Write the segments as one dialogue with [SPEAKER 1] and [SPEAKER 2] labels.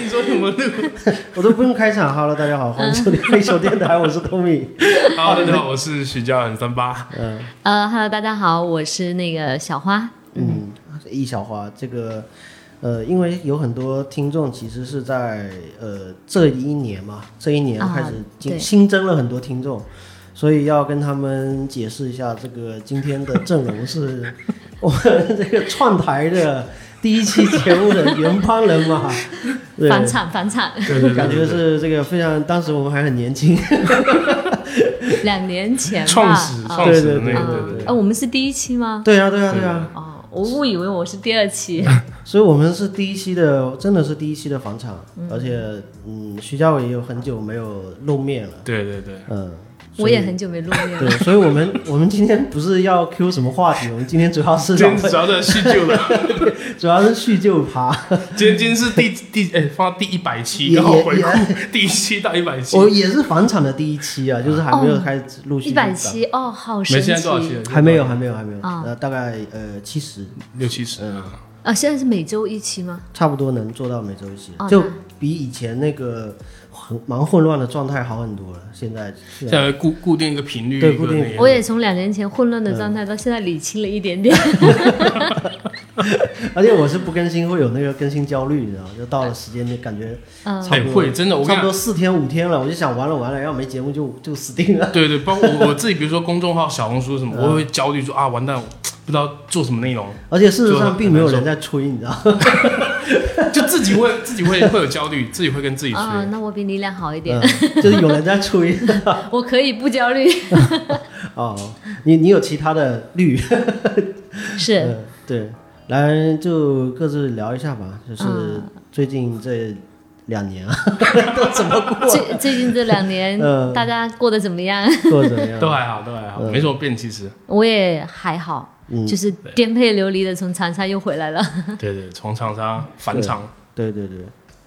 [SPEAKER 1] 你说什么路？
[SPEAKER 2] 我都不用开场。Hello，大家
[SPEAKER 3] 嗯
[SPEAKER 2] 好，欢迎收听黑手电台，我是 Tommy。
[SPEAKER 1] 哈喽，大 家好，我是徐家人三八。
[SPEAKER 2] 嗯
[SPEAKER 3] 呃哈喽，大家好，我是那个小花。
[SPEAKER 2] 嗯，易小花，这个呃，因为有很多听众其实是在呃这一年嘛，这一年
[SPEAKER 3] 啊
[SPEAKER 2] 开始新、
[SPEAKER 3] 对
[SPEAKER 2] 新增了很多听众，所以要跟他们解释一下，这个今天的阵容是 我们这个串台的第一期节目的原班人 马。对。
[SPEAKER 3] 返场返场，
[SPEAKER 1] 对对
[SPEAKER 2] 感
[SPEAKER 1] 对
[SPEAKER 2] 觉是这个非常，当时我们还很年轻，
[SPEAKER 3] 两年前吧。
[SPEAKER 1] 创始
[SPEAKER 3] 啊
[SPEAKER 1] 创始的那
[SPEAKER 2] 对
[SPEAKER 1] 个，
[SPEAKER 2] 对
[SPEAKER 1] 对
[SPEAKER 2] 对
[SPEAKER 1] 对
[SPEAKER 3] 啊我们是第一期吗？
[SPEAKER 2] 对啊，对啊，对啊，
[SPEAKER 3] 哦，我误以为我是第 二期。
[SPEAKER 2] 所以我们是第一期的，真的是第一期的房产，而且嗯，徐家伟也有很久没有露面了，
[SPEAKER 1] 对对对，
[SPEAKER 2] 嗯，所
[SPEAKER 3] 我
[SPEAKER 2] 以
[SPEAKER 3] 也很久没露 面
[SPEAKER 2] 对
[SPEAKER 3] 了。，
[SPEAKER 2] 所以我 们我们今天不是要 Q 什么话题，我们今天主要是
[SPEAKER 1] 今
[SPEAKER 2] 老
[SPEAKER 1] 天主要的叙旧了，
[SPEAKER 2] 主要是叙旧趴，
[SPEAKER 1] 今天今天是第第哎，放到第一百期，
[SPEAKER 2] 也
[SPEAKER 1] 然后
[SPEAKER 2] 也
[SPEAKER 1] 回
[SPEAKER 2] 也
[SPEAKER 1] 顾第一期到一百期。
[SPEAKER 2] 我也是房产的第一期啊，就是还没有
[SPEAKER 3] 哦
[SPEAKER 2] 开始陆续
[SPEAKER 3] 一百
[SPEAKER 2] 录
[SPEAKER 3] 期哦，好
[SPEAKER 1] 没
[SPEAKER 3] 神
[SPEAKER 1] 现在多少期
[SPEAKER 3] 奇
[SPEAKER 1] 了？
[SPEAKER 2] 的，还没有，还没有，还没有，
[SPEAKER 3] 啊
[SPEAKER 2] 呃，大概呃七十
[SPEAKER 1] 六七十。
[SPEAKER 3] 啊！现在是每周一期吗？
[SPEAKER 2] 差不多能做到每周一期
[SPEAKER 3] 哦，
[SPEAKER 2] 就
[SPEAKER 3] 那
[SPEAKER 2] 比以前那个很蛮混乱的状态好很多了，现在是
[SPEAKER 1] 现在固固定一个频率，
[SPEAKER 2] 对
[SPEAKER 1] 一个
[SPEAKER 2] 固定
[SPEAKER 1] 那个
[SPEAKER 3] 我也从两年前混乱的状
[SPEAKER 1] 嗯
[SPEAKER 3] 态到现在理清了 一点点。
[SPEAKER 2] 而且我是不更新会有那个更新焦虑，你知道吗，就到了时间就感觉
[SPEAKER 3] 嗯
[SPEAKER 2] 差
[SPEAKER 1] 哎
[SPEAKER 2] 不多、
[SPEAKER 1] 会真的，我
[SPEAKER 2] 差
[SPEAKER 1] 跟
[SPEAKER 2] 不
[SPEAKER 1] 你
[SPEAKER 2] 多
[SPEAKER 1] 讲。
[SPEAKER 2] 四天五天了，我就想完了完了，要没节目就就死定了。
[SPEAKER 1] 对对，包括我我自己，比如说公众号、小红书什么，我会焦虑说啊，完蛋，我不知道做什么内容，
[SPEAKER 2] 而且事实上并没有人在催，你知道吗？
[SPEAKER 1] 就自己会自己会会有焦虑，自己会跟自己说。
[SPEAKER 3] 啊，那我比你俩好一点
[SPEAKER 2] 嗯，就是有人在催
[SPEAKER 1] 嗯
[SPEAKER 3] 我可以不焦虑。
[SPEAKER 2] 哦。你你有其他的 绿？
[SPEAKER 3] 是，
[SPEAKER 2] 嗯对，来就各自聊一下吧，就是
[SPEAKER 3] 嗯
[SPEAKER 2] 最近这两年啊， 都怎么过？
[SPEAKER 3] 最最近这两年
[SPEAKER 2] 嗯
[SPEAKER 3] 大家过得怎么样？
[SPEAKER 2] 过得怎么样？
[SPEAKER 1] 都还好，都还好，
[SPEAKER 2] 嗯
[SPEAKER 1] 没什么变。其实，
[SPEAKER 3] 我也还好，
[SPEAKER 2] 嗯
[SPEAKER 3] 就是颠沛流离的从长沙又回来了。
[SPEAKER 1] 对对，从长沙返场，
[SPEAKER 2] 对对对，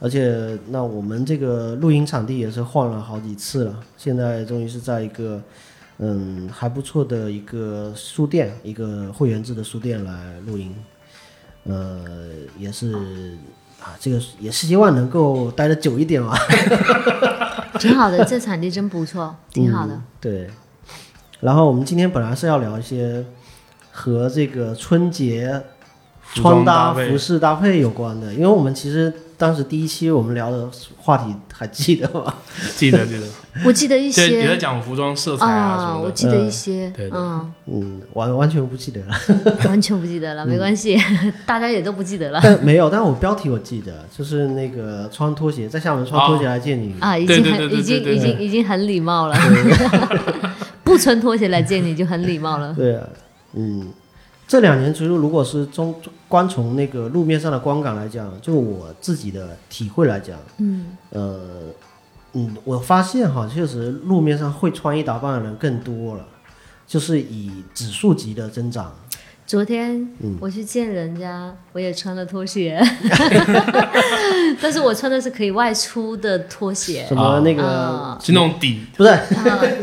[SPEAKER 2] 而且那我们这个录音场地也是换了好几次了，现在终于是在一个嗯还不错的一个书店，一个会员制的书店来录音，呃，也是啊，这个也是希望能够待的久一点嘛，啊
[SPEAKER 3] 挺好的，这场地真不错，挺好的。
[SPEAKER 2] 嗯对，然后我们今天本来是要聊一些和这个春节
[SPEAKER 1] 服
[SPEAKER 2] 穿
[SPEAKER 1] 装
[SPEAKER 2] 搭、
[SPEAKER 1] 搭配
[SPEAKER 2] 服饰搭配有关的，因为我们其实当时第一期我们聊的话题还记得吗？
[SPEAKER 1] 记得记得，
[SPEAKER 3] 我记得一
[SPEAKER 1] 对，也在
[SPEAKER 3] 些
[SPEAKER 1] 讲服装色彩啊什
[SPEAKER 3] 啊，
[SPEAKER 1] 么
[SPEAKER 3] 我
[SPEAKER 1] 的。
[SPEAKER 3] 记得一些，
[SPEAKER 1] 对对
[SPEAKER 3] 嗯，
[SPEAKER 2] 嗯，完完全不记 得了，
[SPEAKER 3] 完全不记
[SPEAKER 2] 嗯
[SPEAKER 3] 得了，没关系， 大家也都不记得了
[SPEAKER 2] 但没有，但我标题我记得，就是那个穿拖鞋在厦门穿拖鞋来见你，
[SPEAKER 3] 啊，已
[SPEAKER 1] 对
[SPEAKER 3] 经
[SPEAKER 1] 对嗯对
[SPEAKER 3] 很
[SPEAKER 1] 对
[SPEAKER 3] 已
[SPEAKER 1] 对
[SPEAKER 3] 经
[SPEAKER 1] 对
[SPEAKER 3] 已经已经很礼貌了， 不穿拖鞋来见你就很礼貌了。
[SPEAKER 2] 对啊，嗯，这两年其实如果是中光从那个路面上的观感来讲，就我自己的体会来讲，
[SPEAKER 3] 嗯，
[SPEAKER 2] 呃，嗯，我发现哈，确实路面上会穿衣打扮的人更多了，就是以指数级的增长。
[SPEAKER 3] 昨天
[SPEAKER 2] 嗯
[SPEAKER 3] 我去见人家，我也穿了拖鞋， 但是我穿的是可以外出的拖鞋
[SPEAKER 2] 什，么那个、
[SPEAKER 3] 啊
[SPEAKER 1] 是那种底，
[SPEAKER 2] 不是
[SPEAKER 3] 啊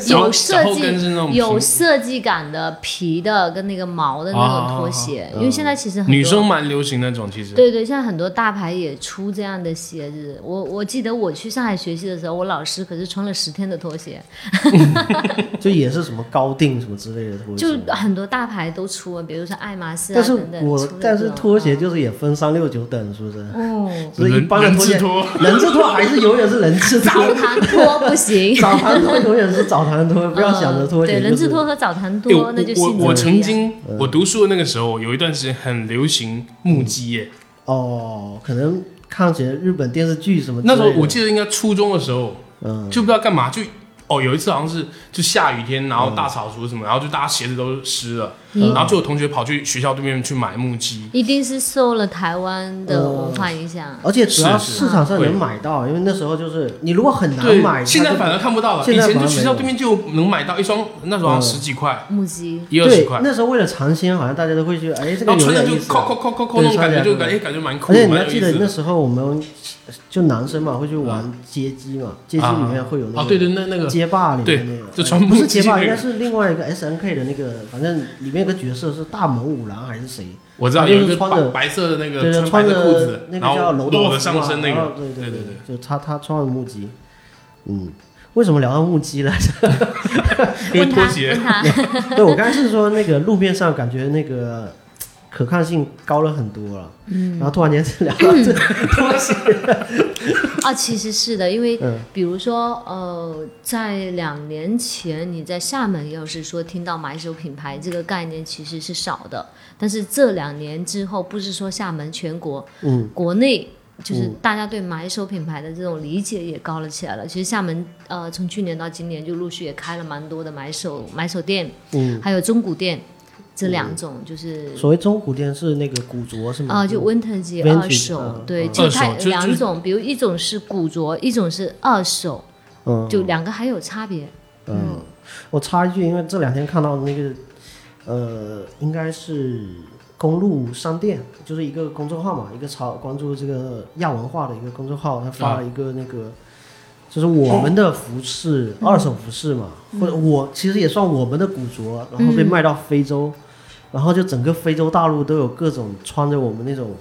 [SPEAKER 1] 脚
[SPEAKER 3] 有设
[SPEAKER 1] 脚后
[SPEAKER 3] 计
[SPEAKER 1] 跟是那种
[SPEAKER 3] 有
[SPEAKER 1] 平
[SPEAKER 3] 设计感的皮的跟那个毛的
[SPEAKER 1] 啊
[SPEAKER 3] 那种拖鞋，因为现在其实很多
[SPEAKER 1] 女生蛮流行那种，其实
[SPEAKER 3] 对对，现在很多大牌也出这样的鞋子。我我记得我去上海学习的时候，我老师可是穿了十天的拖鞋，
[SPEAKER 2] 就也是什么高定什么之类的拖
[SPEAKER 3] 就
[SPEAKER 2] 鞋。
[SPEAKER 3] 很多大牌都出啊，比如说爱马仕啊
[SPEAKER 2] 但是
[SPEAKER 3] 等等。
[SPEAKER 2] 我
[SPEAKER 3] 出了
[SPEAKER 2] 但
[SPEAKER 3] 这
[SPEAKER 2] 是
[SPEAKER 3] 种
[SPEAKER 2] 拖鞋就是也分三六九等，是不是？
[SPEAKER 3] 哦，
[SPEAKER 2] 所以一
[SPEAKER 1] 人
[SPEAKER 2] 般的
[SPEAKER 1] 人
[SPEAKER 2] 拖
[SPEAKER 1] 字
[SPEAKER 2] 鞋，
[SPEAKER 1] 拖，
[SPEAKER 2] 人字拖还是永远是人字 拖，
[SPEAKER 3] 哦 澡堂拖不行，嗯
[SPEAKER 2] 澡堂拖永远是澡堂拖，不要想着拖鞋、
[SPEAKER 3] 对
[SPEAKER 2] 就是
[SPEAKER 3] 人字拖和澡堂
[SPEAKER 1] 哎我
[SPEAKER 3] 拖，那就
[SPEAKER 1] 我
[SPEAKER 3] 性质
[SPEAKER 1] 我
[SPEAKER 3] 不一
[SPEAKER 1] 曾
[SPEAKER 3] 样
[SPEAKER 1] 经
[SPEAKER 2] 嗯
[SPEAKER 1] 我读书的那个时候，有一段时间很流行木屐耶。
[SPEAKER 2] 哦，可能看起来日本电视剧什么之类
[SPEAKER 1] 那
[SPEAKER 2] 的。
[SPEAKER 1] 时候我记得应该初中的时候，
[SPEAKER 2] 嗯，
[SPEAKER 1] 就不知道干嘛，就哦有一次好像是就下雨天，
[SPEAKER 2] 嗯
[SPEAKER 1] 然后大扫除什么，然后就大家鞋子都湿了，
[SPEAKER 3] 嗯
[SPEAKER 1] 然后就有同学跑去学校对面去买木屐。
[SPEAKER 3] 一定是受了台湾的
[SPEAKER 2] 哦
[SPEAKER 3] 文化影响。
[SPEAKER 2] 而且主要
[SPEAKER 1] 是
[SPEAKER 2] 市场上
[SPEAKER 1] 会
[SPEAKER 2] 能买到，因为那时候就是你如果很难
[SPEAKER 1] 对
[SPEAKER 2] 买，，
[SPEAKER 1] 现在
[SPEAKER 2] 它就
[SPEAKER 1] 反而看不到了。
[SPEAKER 2] 现
[SPEAKER 1] 以
[SPEAKER 2] 在
[SPEAKER 1] 前
[SPEAKER 2] 反而
[SPEAKER 1] 就
[SPEAKER 2] 没
[SPEAKER 1] 学校
[SPEAKER 2] 有嗯
[SPEAKER 1] 对面就能买到一双，那时候好像十几块，
[SPEAKER 3] 木屐，
[SPEAKER 1] 一二十
[SPEAKER 2] 对
[SPEAKER 1] 块，
[SPEAKER 2] 那时候为了尝鲜，好像大家都会去，哎，这
[SPEAKER 1] 然
[SPEAKER 2] 个
[SPEAKER 1] 后
[SPEAKER 2] 有
[SPEAKER 1] 穿着
[SPEAKER 2] 点
[SPEAKER 1] 就
[SPEAKER 2] 意思
[SPEAKER 1] 扣
[SPEAKER 2] 啊。
[SPEAKER 1] 扣扣扣扣那种感觉，就感觉感觉蛮酷，
[SPEAKER 2] 而且你
[SPEAKER 1] 蛮
[SPEAKER 2] 要
[SPEAKER 1] 有意
[SPEAKER 2] 记
[SPEAKER 1] 思
[SPEAKER 2] 得那
[SPEAKER 1] 的。
[SPEAKER 2] 时候我们就男生嘛，会去玩街机嘛，街机里面会有那个
[SPEAKER 1] 哦，对对，那那个
[SPEAKER 2] 街霸里面那个，
[SPEAKER 1] 对就
[SPEAKER 2] 哎
[SPEAKER 1] 传
[SPEAKER 2] 不是
[SPEAKER 1] 播机
[SPEAKER 2] 街霸，
[SPEAKER 1] 那
[SPEAKER 2] 应
[SPEAKER 1] 个
[SPEAKER 2] 该是另外一个 S N K 的那个，反正里面有个角色是大门五郎还是谁，
[SPEAKER 1] 我知道
[SPEAKER 2] 他就
[SPEAKER 1] 有
[SPEAKER 2] 是
[SPEAKER 1] 一个
[SPEAKER 2] 穿
[SPEAKER 1] 白
[SPEAKER 2] 着
[SPEAKER 1] 白色的那
[SPEAKER 2] 对
[SPEAKER 1] 个
[SPEAKER 2] 对，
[SPEAKER 1] 白
[SPEAKER 2] 穿
[SPEAKER 1] 的
[SPEAKER 2] 着
[SPEAKER 1] 裤子，
[SPEAKER 2] 那个
[SPEAKER 1] 然后
[SPEAKER 2] 叫楼道
[SPEAKER 1] 裸着
[SPEAKER 2] 服
[SPEAKER 1] 上
[SPEAKER 2] 啊
[SPEAKER 1] 身那
[SPEAKER 2] 然
[SPEAKER 1] 个
[SPEAKER 2] 后，对
[SPEAKER 1] 对
[SPEAKER 2] 对
[SPEAKER 1] 对，
[SPEAKER 2] 就他他穿着木屐，嗯，为什么聊到木屐了？
[SPEAKER 1] 因为
[SPEAKER 3] 问他
[SPEAKER 1] 拖鞋
[SPEAKER 3] 问 他，
[SPEAKER 2] 对我刚才是说那个路面上感觉那个可看性高了很多了，嗯，然后突然间 是聊到这东西，
[SPEAKER 3] 啊，其实是的，因为
[SPEAKER 2] 嗯
[SPEAKER 3] 比如说，呃，在两年前你在厦门，要是说听到买手品牌这个概念，其实是少的。但是这两年之后，不是说厦门，全国，
[SPEAKER 2] 嗯，
[SPEAKER 3] 国内就是
[SPEAKER 2] 嗯
[SPEAKER 3] 大家对买手品牌的这种理解也高了起来了。其实厦门，呃，从去年到今年就陆续也开了蛮多的买手买手店，
[SPEAKER 2] 嗯，
[SPEAKER 3] 还有中古店这两种，就是
[SPEAKER 2] 所谓中古店是那个古着是吗？
[SPEAKER 3] 啊，就 vintage
[SPEAKER 2] 嗯 Vintage，
[SPEAKER 3] 二手
[SPEAKER 2] 嗯，
[SPEAKER 3] 对，
[SPEAKER 2] 嗯
[SPEAKER 3] 就
[SPEAKER 1] 二手
[SPEAKER 3] 它
[SPEAKER 1] 就
[SPEAKER 3] 两
[SPEAKER 1] 就
[SPEAKER 3] 种，比如一种是古着，一种是二手，
[SPEAKER 2] 嗯
[SPEAKER 3] 就两个还有差别。
[SPEAKER 2] 嗯，我插一句，因为这两天看到那个，呃，应该是公路商店，就是一个公众号嘛，一个潮关注这个亚文化的一个公众号，他发了一个那个，就是我们的服饰，二手服饰嘛，或者我其实也算我们的古着，然后被卖到非洲，然后就整个非洲大陆都有各种穿着我们那种。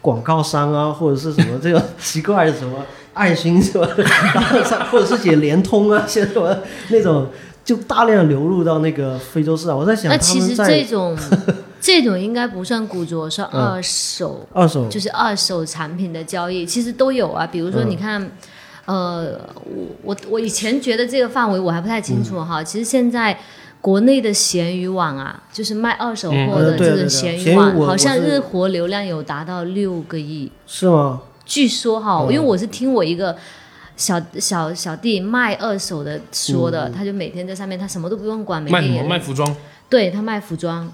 [SPEAKER 2] 广告商啊，或者是什么这种奇怪的什么爱心什 么的，然后上或者是写联通啊，写什么那种，就大量流入到那个非洲市场。我在想，
[SPEAKER 3] 那
[SPEAKER 2] 他
[SPEAKER 3] 其实
[SPEAKER 2] 们
[SPEAKER 3] 这
[SPEAKER 2] 在
[SPEAKER 3] 种这种应该不算古着，算
[SPEAKER 2] 嗯
[SPEAKER 3] 二手，
[SPEAKER 2] 二手，
[SPEAKER 3] 就是二手产品的交易，其实都有啊。比如说，
[SPEAKER 2] 嗯
[SPEAKER 3] 你看，呃，我我我以前觉得这个范围我还不太清楚哈，
[SPEAKER 2] 嗯
[SPEAKER 3] 其实现在。国内的闲鱼网啊，就是卖二手
[SPEAKER 1] 嗯
[SPEAKER 3] 货
[SPEAKER 2] 呃
[SPEAKER 3] 的
[SPEAKER 2] 对
[SPEAKER 3] 这
[SPEAKER 2] 对
[SPEAKER 3] 个
[SPEAKER 2] 对
[SPEAKER 3] 闲
[SPEAKER 2] 闲
[SPEAKER 3] 鱼
[SPEAKER 2] 鱼
[SPEAKER 3] 网，
[SPEAKER 2] 我
[SPEAKER 3] 好
[SPEAKER 2] 我
[SPEAKER 3] 像
[SPEAKER 2] 是
[SPEAKER 3] 日活流量有达到六个亿。
[SPEAKER 2] 是吗？啊
[SPEAKER 3] 据说哈，
[SPEAKER 2] 嗯
[SPEAKER 3] 因为我是听我一个小小小弟卖二手的说的，他就每天在上面，他什么都不用管，每
[SPEAKER 1] 嗯卖什
[SPEAKER 3] 天
[SPEAKER 1] 么？
[SPEAKER 3] 也
[SPEAKER 1] 卖服装，
[SPEAKER 3] 对他卖服装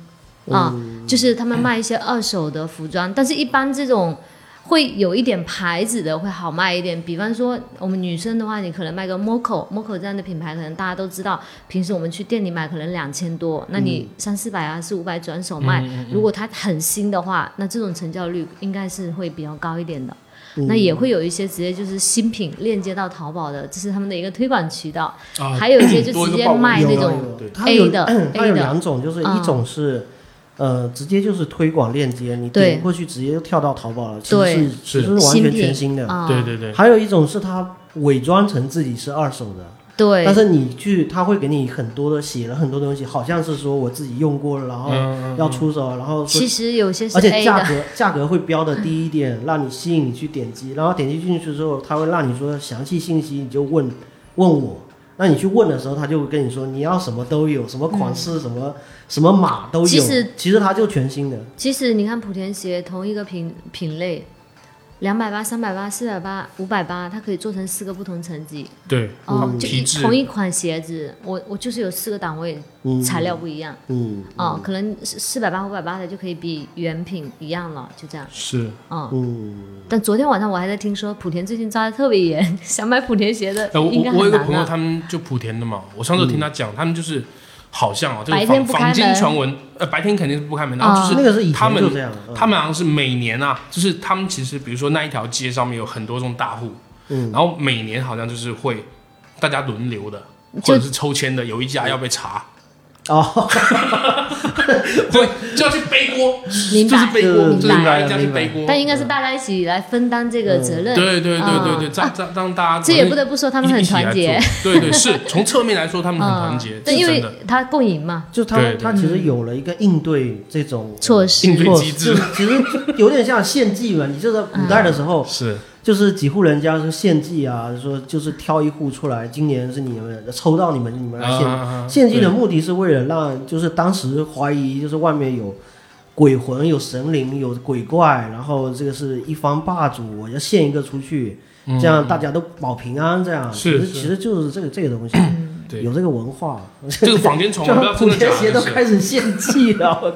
[SPEAKER 3] 啊，就是他们卖一些二手的服装，但是一般这种。会有一点牌子的会好卖一点，比方说我们女生的话，你可能卖个 Moco，Moco 这样的品牌，可能大家都知道。平时我们去店里买可能两千多，那你三四百啊、四五百转手卖，如果它很新的话，那这种成交率应该是会比较高一点的。那也会有一些直接就是新品链接到淘宝的，这是他们的一个推广渠道。
[SPEAKER 1] 啊
[SPEAKER 3] 还有一些就
[SPEAKER 1] 多一个
[SPEAKER 3] 直接
[SPEAKER 1] 曝光
[SPEAKER 3] 卖
[SPEAKER 2] 有
[SPEAKER 3] 那
[SPEAKER 2] 有
[SPEAKER 3] 种
[SPEAKER 2] 有
[SPEAKER 1] 对
[SPEAKER 2] 它有
[SPEAKER 3] A 的
[SPEAKER 2] 它有
[SPEAKER 3] A 的
[SPEAKER 2] 两种，就是
[SPEAKER 3] 嗯
[SPEAKER 2] 一种是。呃，直接就是推广链接，你
[SPEAKER 3] 对
[SPEAKER 2] 点过去直接就跳到淘宝了，其
[SPEAKER 3] 对
[SPEAKER 2] 实是
[SPEAKER 1] 是
[SPEAKER 2] 其实是完
[SPEAKER 3] 新
[SPEAKER 2] 全
[SPEAKER 3] 品
[SPEAKER 2] 全新的。
[SPEAKER 3] 啊，
[SPEAKER 1] 对对对，
[SPEAKER 2] 还有一种是它伪装成自己是二手的，
[SPEAKER 3] 对
[SPEAKER 2] 但是你去，他会给你很多的写了很多东西，好像是说我自己用过了，然后
[SPEAKER 1] 嗯
[SPEAKER 2] 要出手，然后说
[SPEAKER 3] 其，实有些是
[SPEAKER 2] 而
[SPEAKER 3] A
[SPEAKER 2] 且价
[SPEAKER 3] 的，
[SPEAKER 2] 格价格会标的低一点，让你吸引你去点击，然后点击进去之后，他会让你说详细信息，你就问问我。那你去问的时候，他就会跟你说你要什么都有，什么款式、什么什么码都有。
[SPEAKER 3] 其实
[SPEAKER 2] 其实它就全新的，
[SPEAKER 3] 其实你看莆田鞋同一个品品类，两百八、三百八、四百八、五百八，它可以做成四个不同层级。
[SPEAKER 1] 对，
[SPEAKER 3] 哦
[SPEAKER 2] 嗯，
[SPEAKER 3] 就
[SPEAKER 1] 皮
[SPEAKER 3] 一
[SPEAKER 1] 质
[SPEAKER 3] 同一款鞋子，我我就是有四个档位，
[SPEAKER 2] 嗯，
[SPEAKER 3] 材料不一样
[SPEAKER 2] 嗯，
[SPEAKER 3] 啊，可能四百八、五百八的就可以比原品一样了，就这样。
[SPEAKER 1] 是。
[SPEAKER 3] 嗯，
[SPEAKER 2] 嗯
[SPEAKER 3] 但昨天晚上我还在听说莆田最近抓的特别严， 想买莆田鞋的
[SPEAKER 1] 哎，我
[SPEAKER 3] 应该
[SPEAKER 1] 我我有
[SPEAKER 3] 很
[SPEAKER 1] 一个
[SPEAKER 3] 难啊
[SPEAKER 1] 朋友，
[SPEAKER 3] 了。
[SPEAKER 1] 他们就莆田的嘛，我上次有
[SPEAKER 2] 嗯
[SPEAKER 1] 听他讲，他们就是好像哦，这
[SPEAKER 3] 白
[SPEAKER 1] 个
[SPEAKER 3] 天
[SPEAKER 1] 坊
[SPEAKER 3] 不开
[SPEAKER 1] 坊间
[SPEAKER 3] 门哦
[SPEAKER 1] 传闻，呃，白天肯定是不开门，然后就是
[SPEAKER 2] 那个是以
[SPEAKER 1] 他
[SPEAKER 2] 前
[SPEAKER 1] 们
[SPEAKER 2] 就这样，嗯
[SPEAKER 1] 他们好像是每年啊，就是他们其实比如说那一条街上面有很多这种大户，
[SPEAKER 2] 嗯
[SPEAKER 1] 然后每年好像就是会大家轮流的，
[SPEAKER 3] 就
[SPEAKER 1] 或者是抽签的，有一家要被查，
[SPEAKER 2] 哦，
[SPEAKER 1] 对，就要去背锅，
[SPEAKER 3] 明
[SPEAKER 1] 就是
[SPEAKER 3] 白，
[SPEAKER 1] 背锅，
[SPEAKER 3] 明
[SPEAKER 1] 就是
[SPEAKER 3] 白。
[SPEAKER 1] 哪一家去背锅，
[SPEAKER 3] 但应该是大家一起来分担这个责任。
[SPEAKER 1] 嗯对对对对对，
[SPEAKER 3] 啊
[SPEAKER 1] 让让让大家
[SPEAKER 3] 这也不得不说他们很团结，
[SPEAKER 1] 一
[SPEAKER 3] 啊
[SPEAKER 1] 起来做，对对是，从侧面来说他们很团结，
[SPEAKER 3] 但
[SPEAKER 1] 是
[SPEAKER 3] 因
[SPEAKER 1] 真
[SPEAKER 3] 为
[SPEAKER 1] 的，
[SPEAKER 3] 他共赢嘛，
[SPEAKER 2] 就他
[SPEAKER 1] 对对
[SPEAKER 2] 他其实有了一个应对这种
[SPEAKER 3] 措施
[SPEAKER 1] 应对
[SPEAKER 2] 措
[SPEAKER 1] 机制
[SPEAKER 2] 施其实有点像献祭嘛。你就在古代的时
[SPEAKER 3] 嗯
[SPEAKER 2] 候，
[SPEAKER 1] 是
[SPEAKER 2] 就是几户人家是献祭啊，说就是挑一户出来，今年是你们抽到你们，你们来献。
[SPEAKER 1] 啊
[SPEAKER 2] 献祭的目的是为了让，就是当时怀疑就是外面有鬼魂、有神灵、有鬼怪，然后这个是一方霸主，我要献一个出去，这样大家都保平安。这样
[SPEAKER 1] 嗯是
[SPEAKER 2] 其
[SPEAKER 1] 是
[SPEAKER 2] 实其实就是这个这个东西，
[SPEAKER 1] 对
[SPEAKER 2] 有这个文化。
[SPEAKER 1] 这个坊间传
[SPEAKER 2] 就
[SPEAKER 1] 闻，不知
[SPEAKER 2] 他
[SPEAKER 1] 道真的
[SPEAKER 2] 莆
[SPEAKER 1] 假
[SPEAKER 2] 田鞋
[SPEAKER 1] 的，
[SPEAKER 2] 都
[SPEAKER 1] 是
[SPEAKER 2] 开始献祭了，我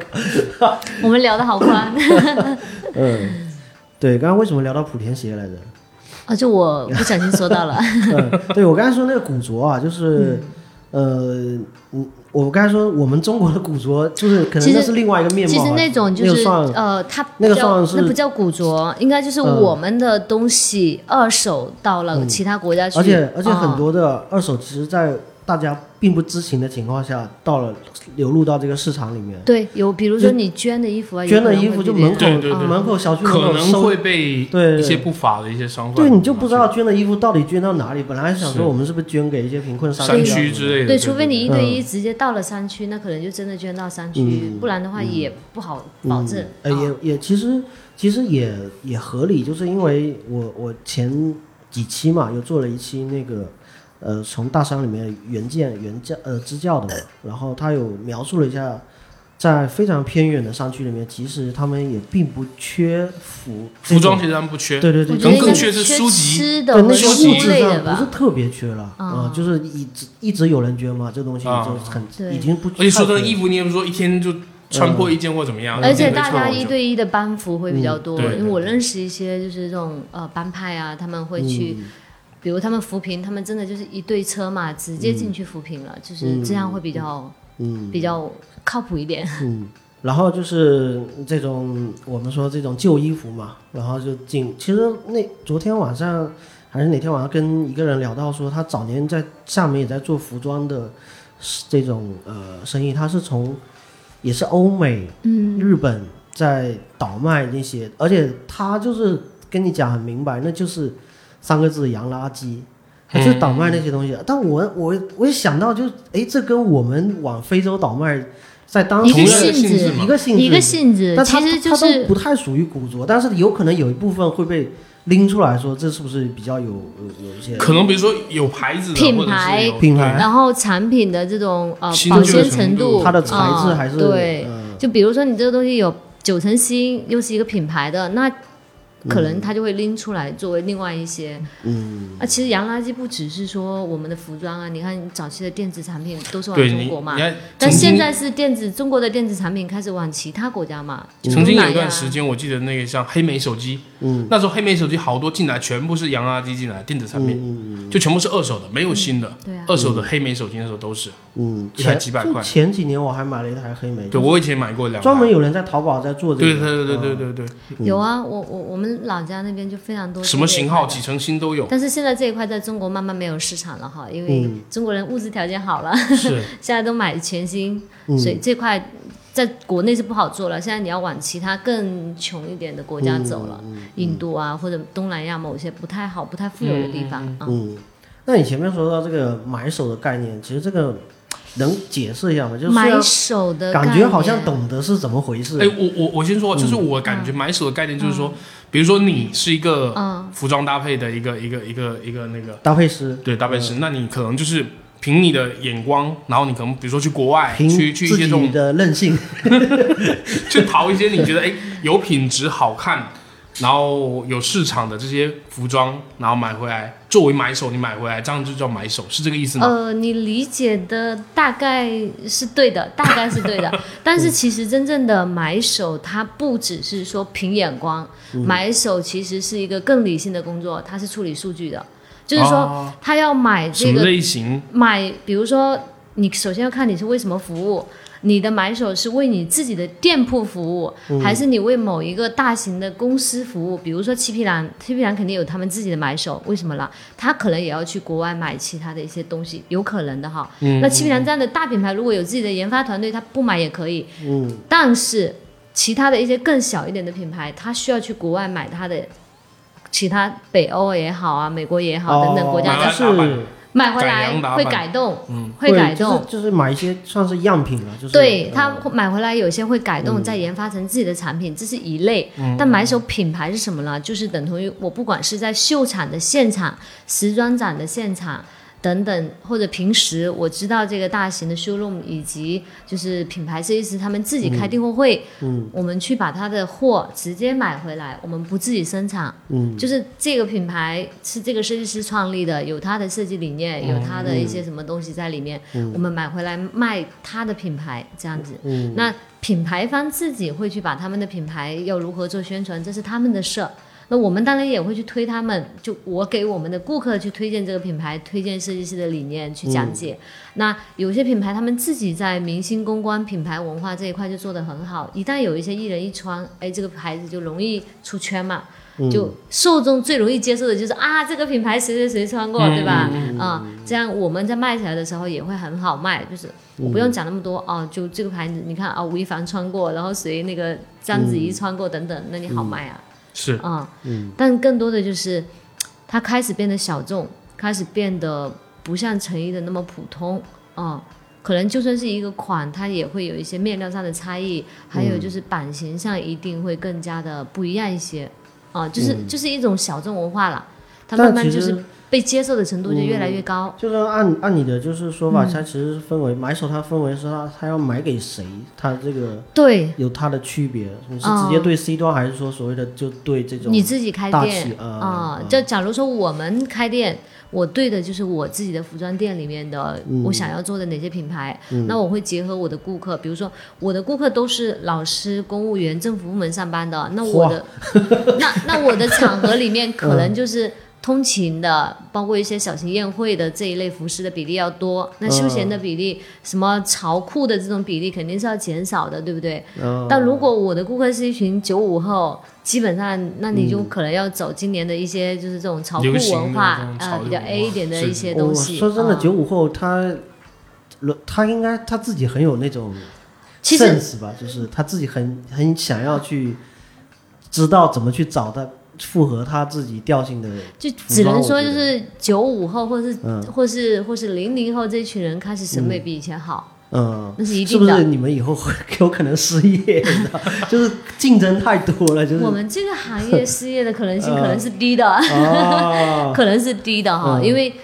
[SPEAKER 2] 靠！
[SPEAKER 3] 我们聊得好宽
[SPEAKER 2] 嗯， 对，刚刚为什么聊到莆田鞋来着？
[SPEAKER 3] 啊！就我不小心说到了，
[SPEAKER 2] 嗯，对我刚才说那个古着啊，就是，呃，嗯，我刚才说我们中国的古着，就是可能那
[SPEAKER 3] 其实
[SPEAKER 2] 是另外一个面貌
[SPEAKER 3] 其
[SPEAKER 2] 啊。
[SPEAKER 3] 实那种就
[SPEAKER 2] 那个
[SPEAKER 3] 是
[SPEAKER 2] 算
[SPEAKER 3] 呃，它
[SPEAKER 2] 那个
[SPEAKER 3] 叫
[SPEAKER 2] 算是
[SPEAKER 3] 那不叫古着，应该就是
[SPEAKER 2] 嗯
[SPEAKER 3] 我们的东西二手到了其他国家去，
[SPEAKER 2] 而且而且
[SPEAKER 3] 啊
[SPEAKER 2] 很多的二手，其实在大家并不知情的情况下，到了流入到这个市场里面，
[SPEAKER 3] 啊对，有比如说你捐的衣服啊，
[SPEAKER 2] 捐
[SPEAKER 3] 有可
[SPEAKER 2] 的
[SPEAKER 3] 能会
[SPEAKER 2] 衣服就
[SPEAKER 3] 被
[SPEAKER 2] 门口
[SPEAKER 3] 别人
[SPEAKER 1] 对对对
[SPEAKER 2] 门口小区门
[SPEAKER 1] 可
[SPEAKER 2] 口
[SPEAKER 1] 能
[SPEAKER 2] 收
[SPEAKER 1] 会啊被
[SPEAKER 2] 对
[SPEAKER 1] 一些不法的一些商贩，
[SPEAKER 2] 对，你就不知道捐的衣服到底捐到哪里。本来想说我们是不是捐给一些贫困
[SPEAKER 1] 山
[SPEAKER 2] 区啊
[SPEAKER 1] 区
[SPEAKER 2] 什么
[SPEAKER 1] 之类的。
[SPEAKER 3] 对，除非你一对
[SPEAKER 2] 嗯
[SPEAKER 3] 一直接到了山区，那可能就真的捐到山区，
[SPEAKER 2] 嗯
[SPEAKER 3] 不然的话也不好保证。
[SPEAKER 2] 呃，
[SPEAKER 3] 啊
[SPEAKER 2] 也也其实其实也也合理，就是因为我我前几期嘛，又做了一期那个呃从大山里面援建援教呃支教 的嘛，然后他有描述了一下，在非常偏远的山区里面，其实他们也并不缺服
[SPEAKER 1] 服装
[SPEAKER 2] 这
[SPEAKER 1] 其实他们不缺
[SPEAKER 2] 种，，对对对，
[SPEAKER 3] 我
[SPEAKER 1] 可
[SPEAKER 3] 觉得
[SPEAKER 1] 能
[SPEAKER 3] 应
[SPEAKER 1] 更
[SPEAKER 3] 该
[SPEAKER 1] 缺
[SPEAKER 3] 缺
[SPEAKER 1] 是书籍
[SPEAKER 3] 吃的
[SPEAKER 2] 对那
[SPEAKER 3] 和
[SPEAKER 2] 个
[SPEAKER 1] 书
[SPEAKER 2] 物
[SPEAKER 1] 籍
[SPEAKER 3] 书
[SPEAKER 2] 质
[SPEAKER 3] 类
[SPEAKER 2] 上
[SPEAKER 3] 的
[SPEAKER 2] 不是
[SPEAKER 3] 吧。
[SPEAKER 2] 特别缺了啊
[SPEAKER 3] 啊，
[SPEAKER 2] 就是一直一直有人捐嘛，这东西
[SPEAKER 1] 啊
[SPEAKER 2] 就很
[SPEAKER 3] 对
[SPEAKER 2] 已经不
[SPEAKER 1] 而且说真的，
[SPEAKER 2] 太缺
[SPEAKER 1] 衣服你也不是说一天就穿破一件或怎么样，
[SPEAKER 3] 而且
[SPEAKER 1] 你也
[SPEAKER 3] 大
[SPEAKER 1] 没穿
[SPEAKER 3] 家
[SPEAKER 1] 好
[SPEAKER 3] 一
[SPEAKER 1] 久
[SPEAKER 3] 对一的班服会比较
[SPEAKER 1] 嗯
[SPEAKER 3] 多，
[SPEAKER 1] 对
[SPEAKER 3] 因为我认识一些就是这种呃帮派啊，他们会去，比如他们扶贫，他们真的就是一对车嘛，直接进去扶贫了，就是这样会比较、
[SPEAKER 2] 嗯
[SPEAKER 3] 比较靠谱一点。
[SPEAKER 2] 嗯，然后就是这种我们说这种旧衣服嘛，然后就进。其实那昨天晚上还是哪天晚上跟一个人聊到说，他早年在厦门也在做服装的这种呃生意，他是从也是欧美、
[SPEAKER 3] 嗯，
[SPEAKER 2] 日本在倒卖那些，而且他就是跟你讲很明白，那就是三个字洋垃圾。他就倒卖那些东西，但我我我也想到就，哎，这跟我们往非洲倒卖，在当
[SPEAKER 3] 一
[SPEAKER 2] 时
[SPEAKER 3] 个
[SPEAKER 1] 同样的
[SPEAKER 3] 性
[SPEAKER 1] 性
[SPEAKER 3] 质
[SPEAKER 1] 质嘛
[SPEAKER 2] 一个性质，
[SPEAKER 3] 一个性质，
[SPEAKER 2] 但它
[SPEAKER 3] 其实就
[SPEAKER 2] 它都
[SPEAKER 3] 是
[SPEAKER 2] 不太属于古着，但是有可能有一部分会被拎出来说，这是不是比较有呃有有一些
[SPEAKER 1] 可能比如说有牌子的
[SPEAKER 3] 品
[SPEAKER 1] 或者是
[SPEAKER 3] 牌
[SPEAKER 1] 有
[SPEAKER 2] 品牌
[SPEAKER 3] 然后产品的这种呃
[SPEAKER 1] 新
[SPEAKER 3] 保
[SPEAKER 1] 旧程
[SPEAKER 3] 鲜程
[SPEAKER 1] 度
[SPEAKER 3] 度，
[SPEAKER 2] 它的材质
[SPEAKER 3] 啊
[SPEAKER 2] 还是、
[SPEAKER 3] 对。
[SPEAKER 2] 嗯
[SPEAKER 3] 就比如说你这个东西有九成新，又是一个品牌的，那可能它就会拎出来作为另外一些。
[SPEAKER 2] 嗯
[SPEAKER 3] 啊，其实洋垃圾不只是说我们的服装啊，你看早期的电子产品都是往
[SPEAKER 1] 对
[SPEAKER 3] 中
[SPEAKER 1] 你，
[SPEAKER 3] 国嘛
[SPEAKER 1] 你，看
[SPEAKER 3] 但
[SPEAKER 1] 曾经
[SPEAKER 3] 现在是电子中国的电子产品开始往其他国家嘛，就
[SPEAKER 1] 曾经
[SPEAKER 3] 东
[SPEAKER 1] 有
[SPEAKER 3] 南
[SPEAKER 1] 一段
[SPEAKER 3] 亚
[SPEAKER 1] 时间，我记得那个像黑莓手机，
[SPEAKER 2] 嗯
[SPEAKER 1] 那时候黑莓手机好多进来全部是洋垃圾进来，电子产品
[SPEAKER 2] 嗯
[SPEAKER 1] 就全部是二手的，没有新的。
[SPEAKER 3] 对啊，
[SPEAKER 1] 二手的黑莓手机那时候都是，
[SPEAKER 2] 嗯，
[SPEAKER 1] 一台
[SPEAKER 2] 前
[SPEAKER 1] 几百
[SPEAKER 2] 就
[SPEAKER 1] 块
[SPEAKER 2] 前几年我还买了一台黑莓，
[SPEAKER 1] 对我以前买过两台
[SPEAKER 2] 专门有人在淘宝在做这
[SPEAKER 1] 对对对
[SPEAKER 2] 个，
[SPEAKER 1] 对对
[SPEAKER 2] 嗯
[SPEAKER 1] 对对，
[SPEAKER 3] 有啊，我我我们老家那边就非常多
[SPEAKER 1] 什么
[SPEAKER 3] 这一
[SPEAKER 1] 型
[SPEAKER 3] 块
[SPEAKER 1] 号、
[SPEAKER 3] 的
[SPEAKER 1] 几成新 都有。
[SPEAKER 3] 但是现在这一块在中国慢慢没有市场了哈，因为
[SPEAKER 2] 嗯
[SPEAKER 3] 中国人物质条件好了，
[SPEAKER 1] 是，
[SPEAKER 3] 现在都买全新，
[SPEAKER 2] 嗯
[SPEAKER 3] 所以这块在国内是不好做了。现在你要往其他更穷一点的国家走了，
[SPEAKER 2] 嗯
[SPEAKER 3] 印度啊或者东南亚某些不太好、不太富有的地方啊。
[SPEAKER 2] 嗯，那你前面说到这个买手的概念，其实这个能解释一下吗？就是虽
[SPEAKER 3] 买
[SPEAKER 2] 然
[SPEAKER 3] 手的
[SPEAKER 2] 感觉好像
[SPEAKER 3] 懂，
[SPEAKER 2] 懂得是嗯怎么回事，
[SPEAKER 1] 哎，我我我先说，就是我感觉买手的概念就是说，比如说你是一个
[SPEAKER 3] 嗯，
[SPEAKER 1] 服装搭配的一个一个一个一个那个
[SPEAKER 2] 搭配师
[SPEAKER 1] 对搭配
[SPEAKER 2] 嗯
[SPEAKER 1] 师，那你可能就是凭你的眼光，然后你可能比如说去国外
[SPEAKER 2] 凭
[SPEAKER 1] 去去一
[SPEAKER 2] 自
[SPEAKER 1] 些这种
[SPEAKER 2] 己的任性，
[SPEAKER 1] 去淘一些你觉得哎有品质、好看，然后有市场的这些服装，然后买回来作为买手，你买回来这样就叫买手，是这个意思吗？
[SPEAKER 3] 呃，你理解的大概是对的， 大概是对的。但是其实真正的买手，他不只是说凭眼光，
[SPEAKER 2] 嗯
[SPEAKER 3] 买手其实是一个更理性的工作，他是处理数据的，就是说
[SPEAKER 2] 哦
[SPEAKER 1] 啊
[SPEAKER 3] 他要买
[SPEAKER 1] 什
[SPEAKER 3] 这
[SPEAKER 1] 么
[SPEAKER 3] 个
[SPEAKER 1] 类型？
[SPEAKER 3] 买，比如说你首先要看你是为什么服务。你的买手是为你自己的店铺服务，还是你为某一个大型的公司服务？比如说七匹狼，七匹狼肯定有他们自己的买手，为什么啦？他可能也要去国外买其他的一些东西，有可能的哈。
[SPEAKER 1] 嗯
[SPEAKER 3] 那七匹狼这样的大品牌，如果有自己的研发团队，他不买也可以。
[SPEAKER 2] 嗯
[SPEAKER 3] 但是其他的一些更小一点的品牌，他需要去国外买他的其他北欧也好啊，美国也好、
[SPEAKER 2] 哦
[SPEAKER 3] 等等国家
[SPEAKER 1] 买来
[SPEAKER 3] 的
[SPEAKER 2] 就
[SPEAKER 1] 打版
[SPEAKER 2] 嗯是
[SPEAKER 3] 买回
[SPEAKER 1] 改
[SPEAKER 3] 来
[SPEAKER 1] 良打版
[SPEAKER 3] 会改动，
[SPEAKER 1] 嗯
[SPEAKER 3] 会改动。
[SPEAKER 2] 就是就是买一些算是样品了，就是
[SPEAKER 3] 对
[SPEAKER 2] 嗯
[SPEAKER 3] 他会买回来有些会改动，再研发成自己的产品，这是一类。
[SPEAKER 2] 嗯
[SPEAKER 3] 但买手品牌是什么呢？就是等同于我不管是在秀场的现场、时装展的现场等等，或者平时我知道这个大型的 showroom 以及就是品牌设计师他们自己开订货会，
[SPEAKER 2] 嗯
[SPEAKER 3] 我们去把他的货直接买回来，我们不自己生产。
[SPEAKER 2] 嗯
[SPEAKER 3] 就是这个品牌是这个设计师创立的，有他的设计理念，
[SPEAKER 2] 嗯
[SPEAKER 3] 有他的一些什么东西在里面，我们买回来卖他的品牌这样子。
[SPEAKER 2] 嗯
[SPEAKER 3] 那品牌方自己会去把他们的品牌要如何做宣传，这是他们的事儿。那我们当然也会去推他们，就我给我们的顾客去推荐这个品牌，推荐设计师的理念去讲解。
[SPEAKER 2] 嗯
[SPEAKER 3] 那有些品牌他们自己在明星公关、品牌文化这一块就做得很好，一旦有一些艺人一穿，哎，这个牌子就容易出圈嘛。
[SPEAKER 2] 嗯
[SPEAKER 1] 嗯
[SPEAKER 3] 就受众最容易接受的就是啊，这个品牌谁谁谁穿过，
[SPEAKER 1] 嗯
[SPEAKER 3] 对吧？啊、这样我们在卖起来的时候也会很好卖，就是我不用讲那么多啊，就这个牌子，你看啊，吴亦凡穿过，然后谁那个章子怡
[SPEAKER 1] 嗯
[SPEAKER 3] 穿过等等，那你好卖啊，
[SPEAKER 1] 是
[SPEAKER 3] 啊、
[SPEAKER 2] 嗯
[SPEAKER 3] 但更多的就是它开始变得小众，开始变得不像成衣的那么普通啊、可能就算是一个款，它也会有一些面料上的差异，还
[SPEAKER 2] 嗯
[SPEAKER 3] 有就是版型上一定会更加的不一样一些啊、就是、就是一种小众文化了，它
[SPEAKER 2] 嗯
[SPEAKER 3] 慢
[SPEAKER 2] 但
[SPEAKER 3] 慢
[SPEAKER 2] 其
[SPEAKER 3] 就
[SPEAKER 2] 实
[SPEAKER 3] 是被接受的程度就越来越高。
[SPEAKER 2] 就是按按你的就是说
[SPEAKER 3] 嗯
[SPEAKER 2] 法，它其实分为买手，它分为是它它要买给谁，它这个
[SPEAKER 3] 对，
[SPEAKER 2] 有它的区别。你是
[SPEAKER 3] 嗯
[SPEAKER 2] 直接对 C 端，还是说所谓的就对这种
[SPEAKER 3] 你自己开
[SPEAKER 2] 大
[SPEAKER 3] 店
[SPEAKER 2] 企啊
[SPEAKER 3] 啊、
[SPEAKER 2] 啊
[SPEAKER 3] 就假如说我们开店，我对的就是我自己的服装店里面的、我想要做的哪些品牌、那我会结合我的顾客，比如说我的顾客都是老师、公务员、政府部门上班的，那我的那那我的场合里面可能就是。通勤的，包括一些小型宴会的这一类服饰的比例要多，那休闲的比例，什么潮酷的这种比例肯定是要减少的，对不对？
[SPEAKER 2] 呃
[SPEAKER 3] 但如果我的顾客是一群九五后，基本上那你就可能要走今年的一些就是这种潮酷
[SPEAKER 1] 流行的
[SPEAKER 3] 文化
[SPEAKER 1] 这种，潮
[SPEAKER 3] 呃，
[SPEAKER 1] 流
[SPEAKER 3] 比较
[SPEAKER 1] 文
[SPEAKER 3] A 一
[SPEAKER 1] 化
[SPEAKER 3] 点的
[SPEAKER 1] 是
[SPEAKER 3] 一些
[SPEAKER 2] 我
[SPEAKER 3] 东西。
[SPEAKER 2] 说真的，
[SPEAKER 3] 嗯
[SPEAKER 2] 九五后他，他应该他自己很有那种
[SPEAKER 3] 其实
[SPEAKER 2] sense 吧，就是他自己很很想要去知道怎么去找到符合他自己调性的。
[SPEAKER 3] 就只能
[SPEAKER 2] 服装
[SPEAKER 3] 说
[SPEAKER 2] 我
[SPEAKER 3] 就
[SPEAKER 2] 觉得
[SPEAKER 3] 是九五后或是
[SPEAKER 2] 嗯
[SPEAKER 3] 或是或是零零后这群人开始审美比以前好，
[SPEAKER 2] 嗯，
[SPEAKER 3] 那是一
[SPEAKER 2] 是
[SPEAKER 3] 定
[SPEAKER 2] 不
[SPEAKER 3] 的
[SPEAKER 2] 是。你们以后会 有可能失业？你知道就是竞争太多了，就是
[SPEAKER 3] 我们这个行业失业的可能性
[SPEAKER 2] 嗯
[SPEAKER 3] 可能是低的，
[SPEAKER 2] 哦，
[SPEAKER 3] 可能是低的哈，
[SPEAKER 2] 嗯
[SPEAKER 3] 因为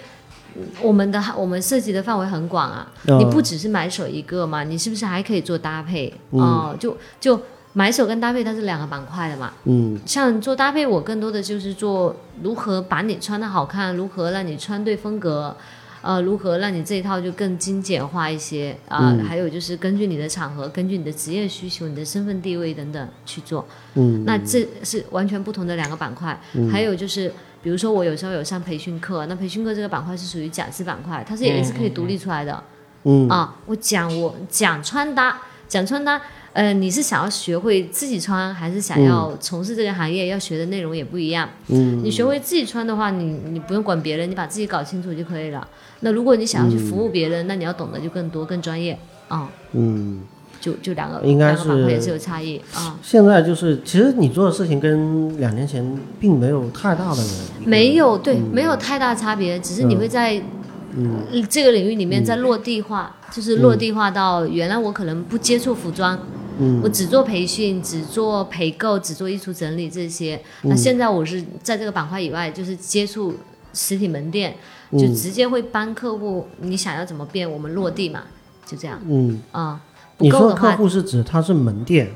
[SPEAKER 3] 我们的我们涉及的范围很广啊，
[SPEAKER 2] 嗯
[SPEAKER 3] 你不只是买手一个嘛，你是不是还可以做搭配
[SPEAKER 2] 嗯
[SPEAKER 3] 哦、就就买手跟搭配它是两个板块的嘛，
[SPEAKER 2] 嗯
[SPEAKER 3] 像做搭配，我更多的就是做如何把你穿的好看，如何让你穿对风格，呃，如何让你这一套就更精简化一些啊、
[SPEAKER 2] 嗯
[SPEAKER 3] 还有就是根据你的场合，根据你的职业需求、你的身份地位等等去做。
[SPEAKER 2] 嗯，
[SPEAKER 3] 那这是完全不同的两个板块。还有就是，比如说我有时候有上培训课，那培训课这个板块是属于讲师板块，它是也是可以独立出来的。
[SPEAKER 2] 嗯
[SPEAKER 3] 啊，我讲我讲穿搭，讲穿搭，呃，你是想要学会自己穿，还是想要从事这个行业？要学的内容也不一样。
[SPEAKER 2] 嗯，
[SPEAKER 3] 你学会自己穿的话，你你不用管别人，你把自己搞清楚就可以了。那如果你想要去服务别人，那你要懂得就更多、更专业啊。
[SPEAKER 2] 嗯，
[SPEAKER 3] 就就两个
[SPEAKER 2] 应该
[SPEAKER 3] 两个板块
[SPEAKER 2] 是
[SPEAKER 3] 也是有差异啊，
[SPEAKER 2] 现在就是其实你做的事情跟两年前并没有太大的一个
[SPEAKER 3] 没有对，
[SPEAKER 2] 嗯
[SPEAKER 3] 没有太大差别，只是你会在。呃这个领域里
[SPEAKER 2] 嗯
[SPEAKER 3] 面再落地化，就是落地化到原来我可能不接触服装，
[SPEAKER 2] 嗯
[SPEAKER 3] 我只做培训，只做陪购，只做衣橱整理这些。
[SPEAKER 2] 嗯
[SPEAKER 3] 那现在我是在这个板块以外，就是接触实体门店，
[SPEAKER 2] 嗯
[SPEAKER 3] 就直接会帮客户你想要怎么变，我们落地嘛，就这样
[SPEAKER 2] 嗯，
[SPEAKER 3] 啊、不
[SPEAKER 2] 你
[SPEAKER 3] 够
[SPEAKER 2] 说
[SPEAKER 3] 的
[SPEAKER 2] 客
[SPEAKER 3] 话，
[SPEAKER 2] 户是指他是门店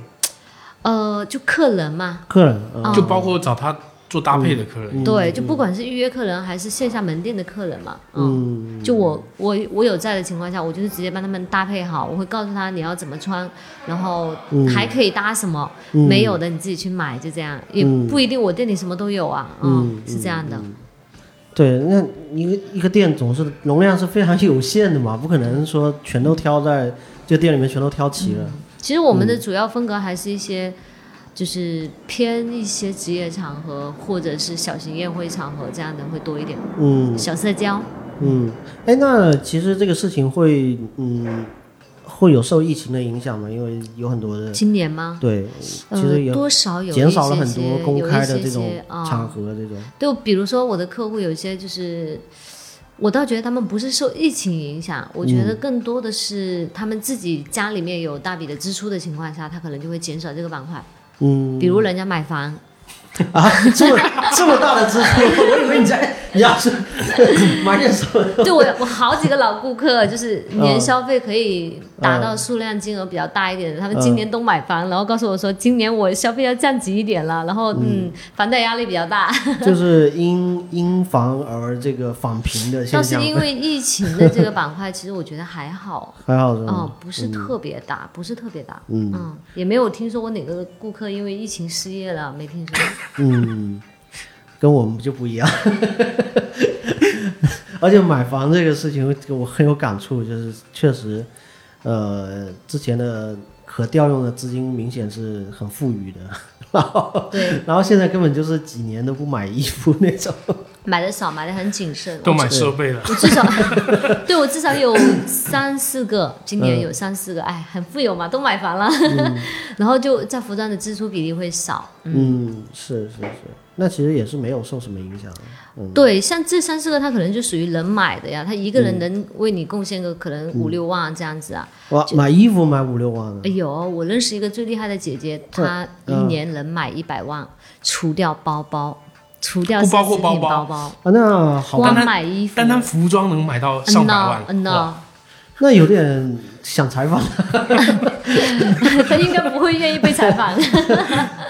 [SPEAKER 3] 呃，就客人嘛，
[SPEAKER 2] 客人，嗯
[SPEAKER 3] 哦
[SPEAKER 1] 就包括找他做搭配的客人，
[SPEAKER 3] 对，就不管是预约客人还是线下门店的客人嘛，
[SPEAKER 2] 嗯，
[SPEAKER 3] 就我我我有在的情况下，我就是直接帮他们搭配好，我会告诉他你要怎么穿，然后还可以搭什么，
[SPEAKER 2] 嗯
[SPEAKER 3] 没有的你自己去买，就这样，也
[SPEAKER 2] 嗯
[SPEAKER 3] 不一定我店里什么都有啊，
[SPEAKER 2] 嗯
[SPEAKER 3] 是这样的，
[SPEAKER 2] 对，那一个一个店总是容量是非常有限的嘛，不 可能说全都挑在这店里面全都挑齐了。
[SPEAKER 3] 其实我们
[SPEAKER 2] 嗯
[SPEAKER 3] 的主要风格还是一些，就是偏一些职业场合或者是小型宴会场合这样的会多一点，
[SPEAKER 2] 嗯
[SPEAKER 3] 小社交。
[SPEAKER 2] 嗯，哎，那其实这个事情会嗯会有受疫情的影响吗？因为有很多的
[SPEAKER 3] 今年吗？
[SPEAKER 2] 对，其实
[SPEAKER 3] 呃，
[SPEAKER 2] 也
[SPEAKER 3] 多少有
[SPEAKER 2] 减
[SPEAKER 3] 一
[SPEAKER 2] 少了
[SPEAKER 3] 些
[SPEAKER 2] 很
[SPEAKER 3] 些
[SPEAKER 2] 多公
[SPEAKER 3] 有一
[SPEAKER 2] 开的
[SPEAKER 3] 些
[SPEAKER 2] 这种
[SPEAKER 3] 些啊
[SPEAKER 2] 场合，这种
[SPEAKER 3] 就比如说我的客户有一些就是，我倒觉得他们不是受疫情影响，我觉得
[SPEAKER 2] 嗯
[SPEAKER 3] 更多的是他们自己家里面有大笔的支出的情况下，他可能就会减少这个板块。
[SPEAKER 2] 嗯
[SPEAKER 3] 比如人家买房，
[SPEAKER 2] 啊，这么这么大的支出， 我以为你在你要 是 买点什么，
[SPEAKER 3] 对我有我好几个老顾客，就是
[SPEAKER 2] 嗯
[SPEAKER 3] 年消费可以达到数量金额比较大一点的，他们
[SPEAKER 2] 嗯
[SPEAKER 3] 今年都买房，然后告诉我说今年我消费要降级一点了，然后嗯，房贷压力比较大。
[SPEAKER 2] 就是因因房而这个返贫的
[SPEAKER 3] 倒
[SPEAKER 2] 现
[SPEAKER 3] 是
[SPEAKER 2] 象，
[SPEAKER 3] 因为疫情的这个板块，其实我觉得还好。
[SPEAKER 2] 还好是吧？
[SPEAKER 3] 哦，不是特别大，不是特别大，
[SPEAKER 2] 嗯
[SPEAKER 3] 也没有听说过哪个顾客因为疫情失业了，没听说。
[SPEAKER 2] 嗯，跟我们就不一样。 而且买房这个事情，我很有感触，就是确实，呃，之前的可调用的资金明显是很富裕的，然后
[SPEAKER 3] 对，
[SPEAKER 2] 然后现在根本就是几年都不买衣服那种。
[SPEAKER 3] 买的少，买的很谨慎。
[SPEAKER 1] 都买设备了，
[SPEAKER 3] 我至少， 对我至少有三四个，今
[SPEAKER 2] 嗯
[SPEAKER 3] 年有三四个，哎，很富有嘛，都买房了， 然后就在服装的支出比例会少。
[SPEAKER 2] 嗯，是是是，那其实也是没有受什么影响。嗯，
[SPEAKER 3] 对，像这三四个，他可能就属于能买的呀，他一个
[SPEAKER 2] 嗯
[SPEAKER 3] 人能为你贡献个可能五六万这样子啊。
[SPEAKER 2] 哇，买衣服买五六
[SPEAKER 1] 嗯
[SPEAKER 2] 万啊的
[SPEAKER 3] 哎，呦，我认识一个最厉害的姐姐，她一
[SPEAKER 2] 嗯
[SPEAKER 3] 年能买一百万，除掉包包，除掉
[SPEAKER 1] 不包括
[SPEAKER 3] 奢侈品
[SPEAKER 1] 包包
[SPEAKER 3] 包，
[SPEAKER 2] 啊，那好吧，
[SPEAKER 1] 但
[SPEAKER 3] 光
[SPEAKER 1] 她
[SPEAKER 3] 买衣服，
[SPEAKER 1] 但他服装能买到上
[SPEAKER 3] 嗯
[SPEAKER 1] 百
[SPEAKER 3] 呐
[SPEAKER 1] 万，
[SPEAKER 3] 嗯
[SPEAKER 1] 哇
[SPEAKER 3] 呐，
[SPEAKER 2] 那有点想采访。
[SPEAKER 3] 他应该不会愿意被采访。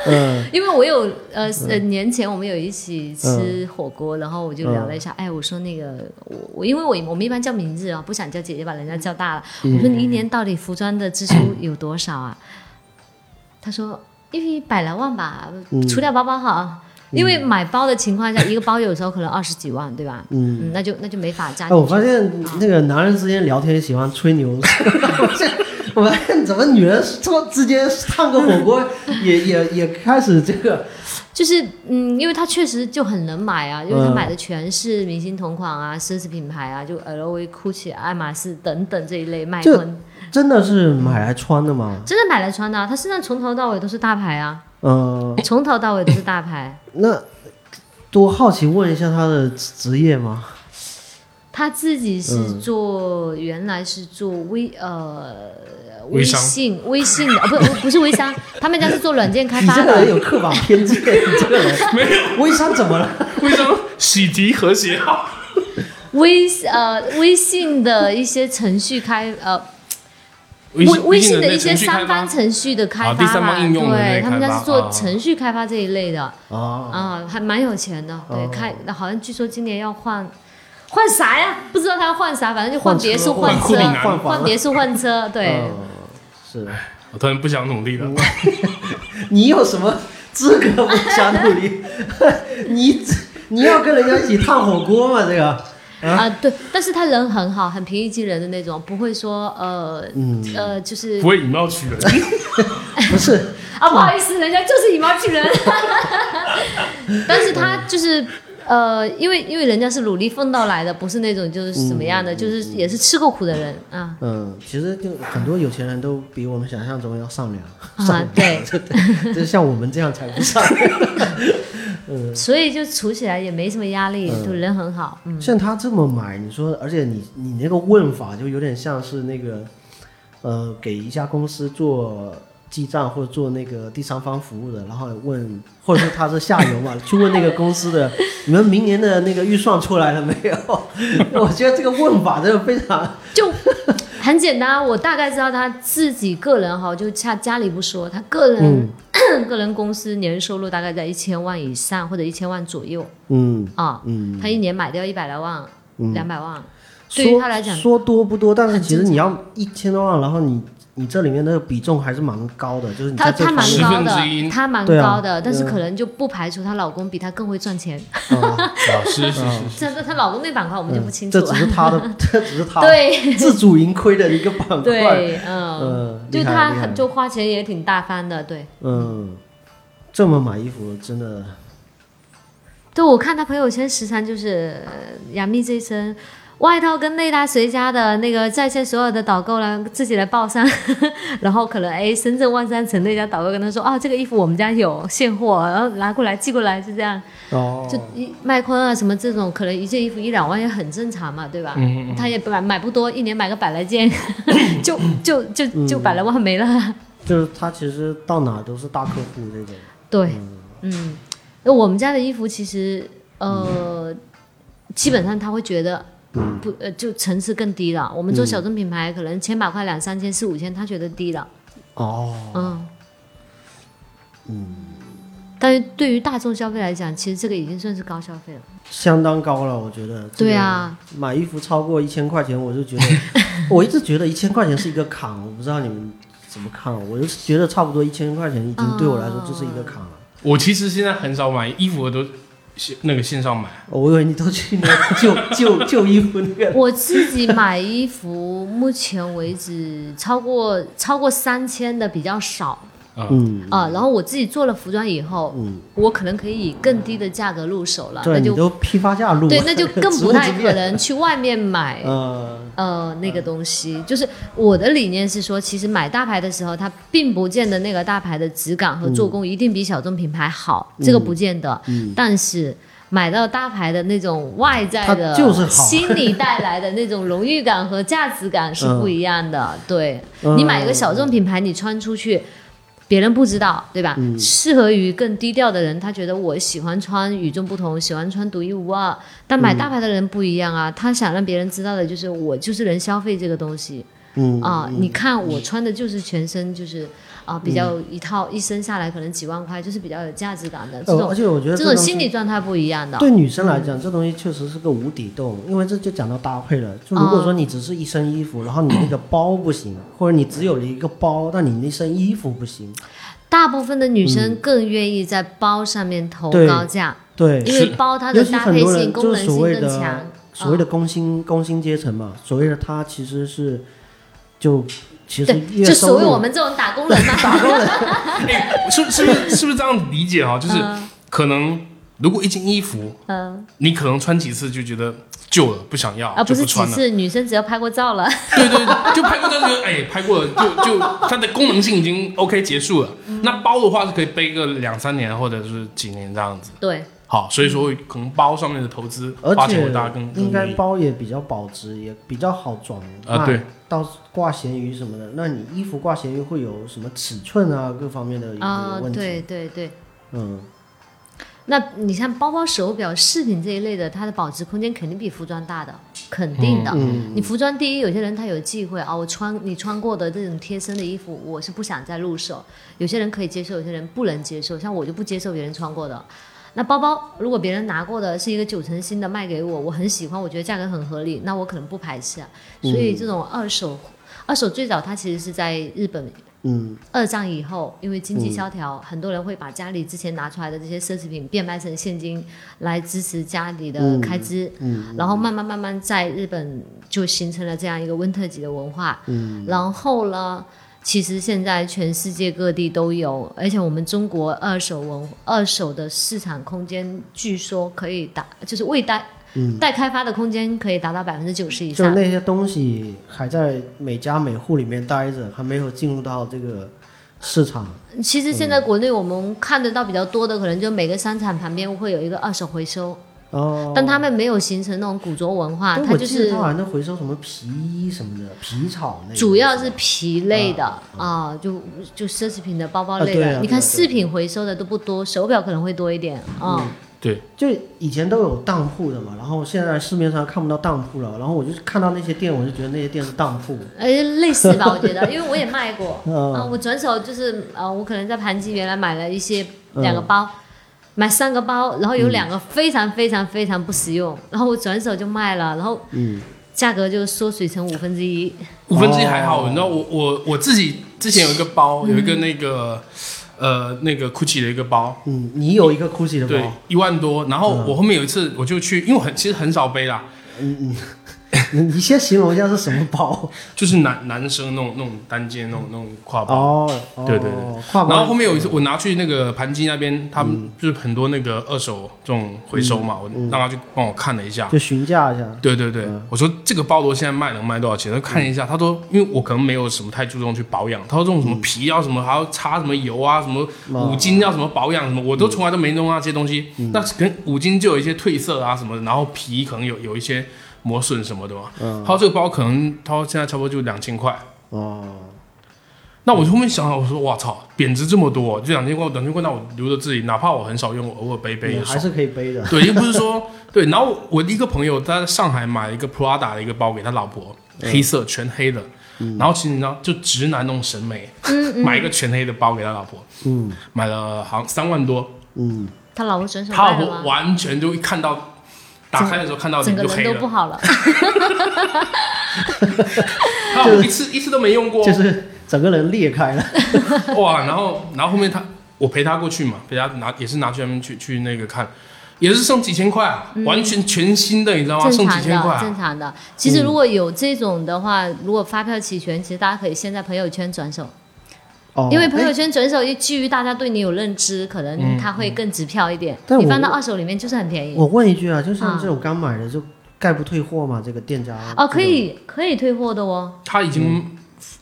[SPEAKER 2] 嗯
[SPEAKER 3] 因为我有呃呃年前我们有一
[SPEAKER 2] 嗯
[SPEAKER 3] 起吃火锅，然后我就聊了一下，哎，我说那个我我因为我我们一般叫名字啊，不想叫姐姐，把人家叫大了。
[SPEAKER 2] 嗯
[SPEAKER 3] 我说你一年到底服装的支出有多少啊？他说一百来万吧，
[SPEAKER 2] 嗯
[SPEAKER 3] 除掉包包哈。因为买包的情况下，一个包有时候可能二十几万，对吧？
[SPEAKER 2] 嗯。
[SPEAKER 3] 嗯，那就那就没法加
[SPEAKER 2] 哎，
[SPEAKER 3] 进去。
[SPEAKER 2] 我发现
[SPEAKER 3] 啊
[SPEAKER 2] 那个男人之间聊天喜欢吹牛。 我发现怎么女人做之间烫个火锅也也也开始这个，
[SPEAKER 3] 就是嗯，因为他确实就很能买啊，因为他
[SPEAKER 2] 嗯
[SPEAKER 3] 买的全是明星同款啊、奢侈品牌啊，就 LV、GUCCI、爱马仕等等这一类卖
[SPEAKER 2] 这
[SPEAKER 3] 昆，
[SPEAKER 2] 真的是买来穿的吗？
[SPEAKER 3] 真的买来穿的、啊。他身上从头到尾都是大牌啊，
[SPEAKER 2] 嗯、
[SPEAKER 3] 从头到尾都是大 牌。
[SPEAKER 2] 那多好奇问一下他的职职业吗？
[SPEAKER 3] 他自己是
[SPEAKER 2] 嗯
[SPEAKER 3] 做，原来是做微呃
[SPEAKER 1] 微
[SPEAKER 3] 微
[SPEAKER 1] 商
[SPEAKER 3] 信微信的，啊不不是微商， 他们家是做软件开
[SPEAKER 2] 你
[SPEAKER 3] 发
[SPEAKER 2] 这个人
[SPEAKER 3] 的。
[SPEAKER 2] 有刻板偏见，你这个人 没有微商怎么了？
[SPEAKER 1] 微商喜提和谐号，
[SPEAKER 3] 微呃微信的一些程序开呃微微信的一些三方程序的开发
[SPEAKER 1] 啊第三
[SPEAKER 3] 吧，
[SPEAKER 1] 方应用的那
[SPEAKER 3] 对
[SPEAKER 1] 个
[SPEAKER 3] 他们
[SPEAKER 1] 开
[SPEAKER 3] 家
[SPEAKER 1] 发
[SPEAKER 3] 是做
[SPEAKER 1] 啊
[SPEAKER 3] 程序开发这一类的
[SPEAKER 2] 啊，
[SPEAKER 3] 啊，还蛮有钱的。对
[SPEAKER 2] 哦，
[SPEAKER 3] 开好像据说今年要换换啥呀？不知道他要换啥，反正就换别墅、
[SPEAKER 2] 换
[SPEAKER 3] 换
[SPEAKER 1] 车换
[SPEAKER 3] 车、
[SPEAKER 2] 换
[SPEAKER 3] 换别墅、换车。对，
[SPEAKER 2] 嗯是
[SPEAKER 1] 我突然不想努力
[SPEAKER 3] 嗯
[SPEAKER 1] 了，
[SPEAKER 2] 你有什么资格不想努力？ 你你要跟人家一起烫火锅吗？这个，
[SPEAKER 3] 啊对，但是他人很好，很平易近人的那种，不会说呃
[SPEAKER 2] 嗯，
[SPEAKER 3] 呃就是
[SPEAKER 1] 不会以貌 取人。
[SPEAKER 2] 不是，
[SPEAKER 3] 啊，不好意思，人家就是以貌 取人。但是他就是呃，因为因为人家是努力奋斗来的，不是那种就是怎么样的，就是也是吃过苦的人啊
[SPEAKER 2] 嗯，其实就很多有钱人都比我们想象中要善良，
[SPEAKER 3] 啊
[SPEAKER 2] 善，
[SPEAKER 3] 对，
[SPEAKER 2] 良，就像我们这样才不善
[SPEAKER 3] 所以就处起来也没什么压力，
[SPEAKER 2] 嗯
[SPEAKER 3] 就人很好。嗯，
[SPEAKER 2] 良。像他这么买，你说，而且你你那个问法就有点像是那个，呃，给一家公司做记账或者做那个第三方服务的，然后问，或者说他是下游嘛，去问那个公司的，你们明年的那个预算出来了没有？ 我觉得这个问法真的非 常，
[SPEAKER 3] 就很简单，我大概知道他自己个人哈，就家家里不说，他个
[SPEAKER 2] 嗯
[SPEAKER 3] 人、 个人公司年收入大概在一千万以上或者一千万左右
[SPEAKER 2] 嗯
[SPEAKER 3] 啊，
[SPEAKER 2] 嗯
[SPEAKER 3] 他一年买掉一百来万、
[SPEAKER 2] 嗯，
[SPEAKER 3] 两百万。对于
[SPEAKER 2] 说
[SPEAKER 3] 他来讲
[SPEAKER 2] 说多不多，但是
[SPEAKER 3] 很
[SPEAKER 2] 其实
[SPEAKER 3] 正
[SPEAKER 2] 你要一千多万，然后你你这里面的比重还是蛮高的，就是你在
[SPEAKER 3] 她
[SPEAKER 2] 这
[SPEAKER 3] 她
[SPEAKER 2] 方
[SPEAKER 3] 蛮
[SPEAKER 1] 十
[SPEAKER 2] 面
[SPEAKER 3] 高
[SPEAKER 1] 分之
[SPEAKER 3] 的，
[SPEAKER 1] 一
[SPEAKER 3] 她蛮
[SPEAKER 2] 对啊
[SPEAKER 3] 高的，但是
[SPEAKER 2] 嗯
[SPEAKER 3] 可能就不排除她老公比她更会赚 钱。
[SPEAKER 2] 啊，
[SPEAKER 1] 啊，是是
[SPEAKER 2] 嗯
[SPEAKER 1] 是，
[SPEAKER 3] 这这她老公那板块我们就不清
[SPEAKER 2] 嗯
[SPEAKER 3] 楚
[SPEAKER 2] 这
[SPEAKER 3] 了
[SPEAKER 2] 只。是他的，这只是他
[SPEAKER 3] 对
[SPEAKER 2] 自主盈亏的一个板块，
[SPEAKER 3] 对，嗯，
[SPEAKER 2] 嗯，
[SPEAKER 3] 就
[SPEAKER 2] 厉害
[SPEAKER 3] 她
[SPEAKER 2] 厉害
[SPEAKER 3] 很就花钱也挺大方的，对。
[SPEAKER 2] 嗯，这么买衣服真的，
[SPEAKER 3] 对，我看她朋友圈时常就是呃杨幂这一身。外套跟内搭谁家的那个在线所有的导购呢，自己来报上， 然后可能哎，深圳万山城那家导购跟她说，哦，这个衣服我们家有现货，然后拿过来寄过来，就这样。
[SPEAKER 2] 哦
[SPEAKER 3] 就一麦昆啊什么这种，可能一件衣服一两万也很正常嘛，对吧？
[SPEAKER 1] 嗯
[SPEAKER 3] 他也买买不多，一年买个百 来件，就就就就百来万没了。
[SPEAKER 1] 嗯
[SPEAKER 2] 就是他其实到哪都是大客户这种，
[SPEAKER 3] 对，嗯，那我们家的衣服其实呃，
[SPEAKER 1] 嗯
[SPEAKER 3] 基本上他会觉得。不，呃，就层次更低了。我们
[SPEAKER 1] 嗯
[SPEAKER 3] 做小众品牌，可能千把块、两三千、四五千，他觉得低了。
[SPEAKER 2] 哦，
[SPEAKER 3] 嗯，但是对于大众消费来讲，其实这个已经算是高消费了。
[SPEAKER 2] 相当高了，我觉得。
[SPEAKER 3] 对，啊，
[SPEAKER 2] 买衣服超过一千块钱，我就 觉得，我一直觉得一千块钱是一个坎，我不知道你们怎么看，啊我就觉得差不多一千块钱已经对我来说
[SPEAKER 3] 哦
[SPEAKER 2] 就是一个坎了。
[SPEAKER 1] 我其实现在很少买衣服，我都线那个线上买。
[SPEAKER 2] 哦我以为你都去那个 旧旧旧衣服那个，
[SPEAKER 3] 我自己买衣服，目前为止超过超过三千的比较少，
[SPEAKER 2] 嗯，
[SPEAKER 3] 啊，然后我自己做了服装以后，我可能可以以更低的价格入手了，那
[SPEAKER 2] 对你
[SPEAKER 3] 就
[SPEAKER 2] 都批发价录，
[SPEAKER 3] 对，那就更
[SPEAKER 2] 植
[SPEAKER 3] 不
[SPEAKER 2] 物
[SPEAKER 3] 太
[SPEAKER 2] 之
[SPEAKER 3] 可
[SPEAKER 2] 恋。
[SPEAKER 3] 能去外面买
[SPEAKER 2] 嗯
[SPEAKER 3] 呃，那个东西就是我的理念是说，其实买大牌的时候，它并不见得那个大牌的质感和
[SPEAKER 2] 嗯
[SPEAKER 3] 做工一定比小众品牌好，这个不见得。但是买到大牌的那种外在的，
[SPEAKER 2] 它就是好
[SPEAKER 3] 心理带来的那种荣誉感和价值感是不一样的。对、
[SPEAKER 2] 嗯
[SPEAKER 3] 你买一个小众品牌，你穿出去。别人不知道，对吧？
[SPEAKER 2] 嗯
[SPEAKER 3] 适合于更低调的人，他觉得我喜欢穿与众不同，喜欢穿独一无二。但买大牌的人不一样
[SPEAKER 2] 嗯
[SPEAKER 3] 啊，他想让别人知道的就是我就是能消费这个东西
[SPEAKER 2] 嗯
[SPEAKER 3] 啊。你看我穿的就是全身就是啊，比较一套一身下来可能几万块，就是比较有价值感的这
[SPEAKER 2] 呃，
[SPEAKER 3] 种
[SPEAKER 2] 而且我觉得
[SPEAKER 3] 这种
[SPEAKER 2] 东西
[SPEAKER 3] 心理状态不一样的。
[SPEAKER 2] 对女生来讲，这东西确实是个无底洞，因为这就讲到搭配了。就如果说你只是一身衣服，然后你那个包不行，或者你只有了一个包，但你那身衣服不行，
[SPEAKER 3] 大部分的女生更愿意在包上面投
[SPEAKER 2] 对
[SPEAKER 3] 高价，
[SPEAKER 2] 对，
[SPEAKER 3] 因为包它
[SPEAKER 2] 尤
[SPEAKER 3] 的
[SPEAKER 2] 其
[SPEAKER 3] 搭
[SPEAKER 2] 很
[SPEAKER 3] 配
[SPEAKER 2] 多
[SPEAKER 3] 性、
[SPEAKER 2] 人
[SPEAKER 3] 功
[SPEAKER 2] 就
[SPEAKER 3] 能
[SPEAKER 2] 是所
[SPEAKER 3] 性
[SPEAKER 2] 谓
[SPEAKER 3] 更
[SPEAKER 2] 的
[SPEAKER 3] 强。
[SPEAKER 2] 所谓的工薪
[SPEAKER 3] 啊
[SPEAKER 2] 工薪阶层嘛，所谓的他其实是就其实
[SPEAKER 3] 对，
[SPEAKER 2] 月
[SPEAKER 3] 就所
[SPEAKER 2] 收
[SPEAKER 3] 谓
[SPEAKER 2] 入
[SPEAKER 3] 我们这种打工人嘛，
[SPEAKER 2] 打工人
[SPEAKER 1] 哎，是是不是 是不是这样理解哈？就是
[SPEAKER 3] 嗯
[SPEAKER 1] 可能如果一件衣服
[SPEAKER 3] 嗯
[SPEAKER 1] 你可能穿几次就觉得旧了，不想要，
[SPEAKER 3] 啊，
[SPEAKER 1] 就
[SPEAKER 3] 不是几
[SPEAKER 1] 穿了。
[SPEAKER 3] 次，女生只要拍过照了，
[SPEAKER 1] 对对，对就拍过这个，哎，拍过了，就就它的功能性已经 OK 结束了。那包的话是可以背个两三年或者是几年这样子。
[SPEAKER 3] 对，
[SPEAKER 1] 好，所以说可能包上面的投资
[SPEAKER 2] 而
[SPEAKER 1] 花钱
[SPEAKER 2] 且
[SPEAKER 1] 会大家更更
[SPEAKER 2] 应该
[SPEAKER 1] 愿意
[SPEAKER 2] 包也比较保值，也比较好转
[SPEAKER 1] 啊
[SPEAKER 2] 卖
[SPEAKER 1] 对，
[SPEAKER 2] 到挂闲鱼什么的，那你衣服挂闲鱼会有什么尺寸啊各方面的一
[SPEAKER 3] 啊
[SPEAKER 2] 个、问题？
[SPEAKER 3] 对对对。
[SPEAKER 2] 嗯，
[SPEAKER 3] 那你像包包、手表、饰品这一类的，它的保值空间肯定比服装大的，肯定的。你服装第一，有些人他有忌讳啊，我穿你穿过的这种贴身的衣服，我是不想再入手。有些人可以接受，有些人不能接受。像我就不接受别人穿过的。那包包，如果别人拿过的是一个九成新的卖给我，我很喜欢，我觉得价格很合理，那我可能不排斥啊。所以这种二手，二手最早它其实是在日本
[SPEAKER 2] 嗯，
[SPEAKER 3] 二战以后，因为经济萧条，很多人会把家里之前拿出来的这些奢侈品变卖成现金来支持家里的开支，然后慢慢慢慢在日本就形成了这样一个温特级的文化，然后呢，其实现在全世界各地都有，而且我们中国二手文二手的市场空间，据说可以达，就是未待。待开发的空间可以达到百分之九十以
[SPEAKER 2] 就是
[SPEAKER 3] 上，
[SPEAKER 2] 那些东西还在每家每户里面待着，还没有进入到这个市场。
[SPEAKER 3] 其实现在
[SPEAKER 2] 嗯
[SPEAKER 3] 国内我们看得到比较多的，可能就每个商场旁边会有一个二手回收，
[SPEAKER 2] 哦，
[SPEAKER 3] 但他们没有形成那种古着文化，
[SPEAKER 2] 但
[SPEAKER 3] 它
[SPEAKER 2] 我
[SPEAKER 3] 就
[SPEAKER 2] 记得
[SPEAKER 3] 是
[SPEAKER 2] 他好像在回收什么皮衣什么的，皮草那个。
[SPEAKER 3] 主要是皮类的啊，就就奢侈品的包包类
[SPEAKER 2] 啊对
[SPEAKER 3] 的。
[SPEAKER 2] 啊
[SPEAKER 3] 你看
[SPEAKER 2] 对啊
[SPEAKER 3] 饰品回收的都不多，手表可能会多一点啊。
[SPEAKER 1] 对，
[SPEAKER 2] 就以前都有当铺的嘛，然后现在市面上看不到当铺了，然后我就看到那些店，我就觉得那些店是当铺。
[SPEAKER 3] 哎，类似吧，我觉得，因为我也卖过
[SPEAKER 2] 嗯
[SPEAKER 3] 啊，我转手就是啊，我可能在盘基原来买了一些
[SPEAKER 2] 嗯
[SPEAKER 3] 两个包，买三个包，然后有两个非常非常非常不实用，然后我转手就卖了，然后
[SPEAKER 2] 嗯
[SPEAKER 3] 价格就缩水成五分之一。
[SPEAKER 1] 五分之一还
[SPEAKER 2] 哦
[SPEAKER 1] 好。你知道我我我自己之前有一个
[SPEAKER 2] 嗯
[SPEAKER 1] 包，有一个那个呃那个 GUCCI 的一个包，
[SPEAKER 2] 嗯，你有一个 GUCCI 的
[SPEAKER 1] 对
[SPEAKER 2] 包，，
[SPEAKER 1] 一万多。然后
[SPEAKER 2] 嗯
[SPEAKER 1] 我后面有一次我就去，因为我很其实很少背啦，
[SPEAKER 2] 你你先形容一下是什 么包？
[SPEAKER 1] 就是男男生那种那种单肩那种那种挎包。
[SPEAKER 2] 哦，哦
[SPEAKER 1] 对对对，嗯
[SPEAKER 2] 跨
[SPEAKER 1] 然后
[SPEAKER 2] 包
[SPEAKER 1] 后面有一次，我拿去那个盘基那边，他们就是很多那个二手这种回收嘛，我让他去帮我看了一下。
[SPEAKER 2] 就询价一下。
[SPEAKER 1] 嗯对对嗯对，我说这个包罗现在卖能卖多少钱？他看一下，他说，因为我可能没有什么太注重去保养，他说这种什么皮啊什么，还要擦什么油啊，什么五金啊要什么保养什么，我都从来都没弄啊这些东西。那可能五金就有一些褪色啊什么的，然后皮可能有有一些磨损什么的嘛。他说这个包可能他说现在差不多就两千块。
[SPEAKER 2] 哦，
[SPEAKER 1] 那我后面想想，我说哇操，贬值这么多，这两千块，两千块，那我留着自己，哪怕我很少用，我偶尔背背
[SPEAKER 2] 你
[SPEAKER 1] 也
[SPEAKER 2] 还
[SPEAKER 1] 爽。
[SPEAKER 2] 是可以背的。
[SPEAKER 1] 对，又不是说对。然后我一个朋友他在上海买了一个 Prada 的一个包给他老婆，黑色全黑的。
[SPEAKER 2] 嗯
[SPEAKER 1] 然后其实你知道，就直男那种审美，
[SPEAKER 3] 嗯
[SPEAKER 1] 买一个全黑的包给他老婆，
[SPEAKER 2] 嗯
[SPEAKER 1] 买了好像三万多，
[SPEAKER 2] 嗯，
[SPEAKER 3] 他老婆转手
[SPEAKER 1] 他老
[SPEAKER 3] 卖了
[SPEAKER 1] 婆
[SPEAKER 3] 吗？
[SPEAKER 1] 完全就一看到。打开的时候看到
[SPEAKER 3] 整
[SPEAKER 1] 脸
[SPEAKER 3] 个
[SPEAKER 1] 就
[SPEAKER 3] 人
[SPEAKER 1] 黑
[SPEAKER 3] 都不
[SPEAKER 1] 了，
[SPEAKER 3] 好了。
[SPEAKER 1] 他老婆一次一次都没用过哦，
[SPEAKER 2] 就是整个人裂开了。
[SPEAKER 1] 哇，然后然后后面他我陪他过去嘛，陪他拿也是拿去那边去去那个看，也是剩几千块啊，完全全新的，你知道吗？
[SPEAKER 3] 嗯正
[SPEAKER 1] 剩
[SPEAKER 3] 常
[SPEAKER 1] 几千块、嗯
[SPEAKER 3] 的，正
[SPEAKER 1] 啊，
[SPEAKER 3] 常的。其实如果有这种的话，如果发票齐全，其实大家可以先在朋友圈转手，
[SPEAKER 2] 哦，
[SPEAKER 3] 因为朋友圈转手一基于大家对你有认知，可
[SPEAKER 1] 嗯
[SPEAKER 3] 能它会更直票一点。
[SPEAKER 2] 但
[SPEAKER 3] 你
[SPEAKER 2] 我
[SPEAKER 3] 放到二手里面就是很便宜。
[SPEAKER 2] 我问一句啊，就像这种刚买的就概不退货嘛？这个店家
[SPEAKER 3] 嗯哦，可，
[SPEAKER 2] 嗯
[SPEAKER 3] 以可以退货的哦。
[SPEAKER 1] 他已经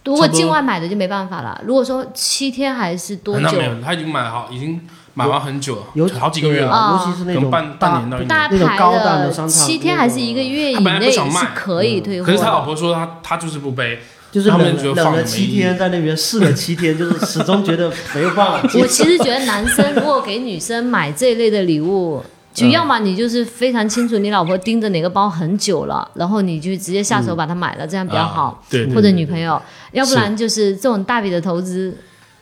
[SPEAKER 3] 如果
[SPEAKER 1] 差不多
[SPEAKER 3] 境外买的就没办法了。如果说七天还是多
[SPEAKER 1] 那
[SPEAKER 3] 久
[SPEAKER 1] 没？有，他已经买好，已经买完很久了，
[SPEAKER 2] 有
[SPEAKER 1] 好几个月
[SPEAKER 2] 对
[SPEAKER 1] 了。
[SPEAKER 2] 啊
[SPEAKER 3] 啊
[SPEAKER 2] 尤其是那
[SPEAKER 1] 可能
[SPEAKER 2] 种
[SPEAKER 1] 半
[SPEAKER 2] 大
[SPEAKER 1] 半年到一年
[SPEAKER 3] 大
[SPEAKER 2] 那种
[SPEAKER 3] 牌
[SPEAKER 2] 高档的商场嗯
[SPEAKER 3] 七天还是一个月以
[SPEAKER 1] 他本来
[SPEAKER 3] 内
[SPEAKER 1] 不想
[SPEAKER 3] 是
[SPEAKER 1] 卖
[SPEAKER 3] 可以退货
[SPEAKER 1] 可
[SPEAKER 3] 的。
[SPEAKER 1] 是他老婆说他他就是不背，
[SPEAKER 2] 就是
[SPEAKER 1] 他们
[SPEAKER 2] 冷
[SPEAKER 1] 觉得
[SPEAKER 2] 了冷
[SPEAKER 1] 放
[SPEAKER 2] 了
[SPEAKER 1] 着没
[SPEAKER 2] 七
[SPEAKER 1] 意义
[SPEAKER 2] 天，在那边试了七 天，就是始终觉得没有办法接
[SPEAKER 3] 我 其实觉得男生如果给女生买这一类的礼物，
[SPEAKER 2] 嗯
[SPEAKER 3] 就要么你就是非常清楚你老婆盯着哪个包很久了，然后你就直接下
[SPEAKER 2] 嗯
[SPEAKER 3] 手把它买了，这样比较好。
[SPEAKER 1] 啊。对，对
[SPEAKER 3] 或者
[SPEAKER 1] 对
[SPEAKER 3] 女朋友，要不然就是这种大笔的投资，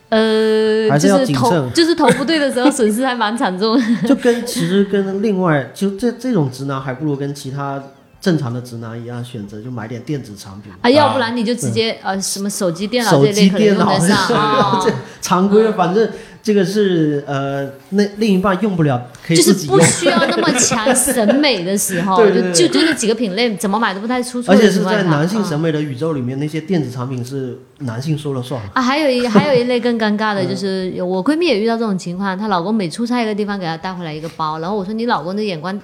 [SPEAKER 3] 呃，
[SPEAKER 2] 还是要
[SPEAKER 3] 就是
[SPEAKER 2] 谨
[SPEAKER 3] 投
[SPEAKER 2] 慎
[SPEAKER 3] 就是投不对的时候损失还蛮惨重的。
[SPEAKER 2] 就跟其实跟另外，就这这种直男还不如跟其他正常的直男一样，选择就买点电子产品，
[SPEAKER 3] 啊，要不然你就直接呃什么手机、电
[SPEAKER 2] 嗯
[SPEAKER 3] 脑
[SPEAKER 2] 手
[SPEAKER 3] 这一类
[SPEAKER 2] 机、
[SPEAKER 3] 可能
[SPEAKER 2] 电
[SPEAKER 3] 用
[SPEAKER 2] 脑
[SPEAKER 3] 得上啊，
[SPEAKER 2] 这常规的，反正这个是呃，那另一半用不了，可以
[SPEAKER 3] 就是
[SPEAKER 2] 自己
[SPEAKER 3] 不
[SPEAKER 2] 用，
[SPEAKER 3] 需要那么强审美 的时候，
[SPEAKER 2] 对对对
[SPEAKER 3] 就就就那几个品类怎么买都不太出错
[SPEAKER 2] 而
[SPEAKER 3] 的
[SPEAKER 2] 且
[SPEAKER 3] 情
[SPEAKER 2] 是
[SPEAKER 3] 况下，
[SPEAKER 2] 在男性审
[SPEAKER 3] 啊
[SPEAKER 2] 美的宇宙里面，那些电子产品是男性说了算。
[SPEAKER 3] 啊，还 有一还有一类更尴
[SPEAKER 2] 嗯
[SPEAKER 3] 尬的就是，有我闺蜜也遇到这种情况，她老公每出差一个地方，给她带回来一个包，然后我说你老公的眼光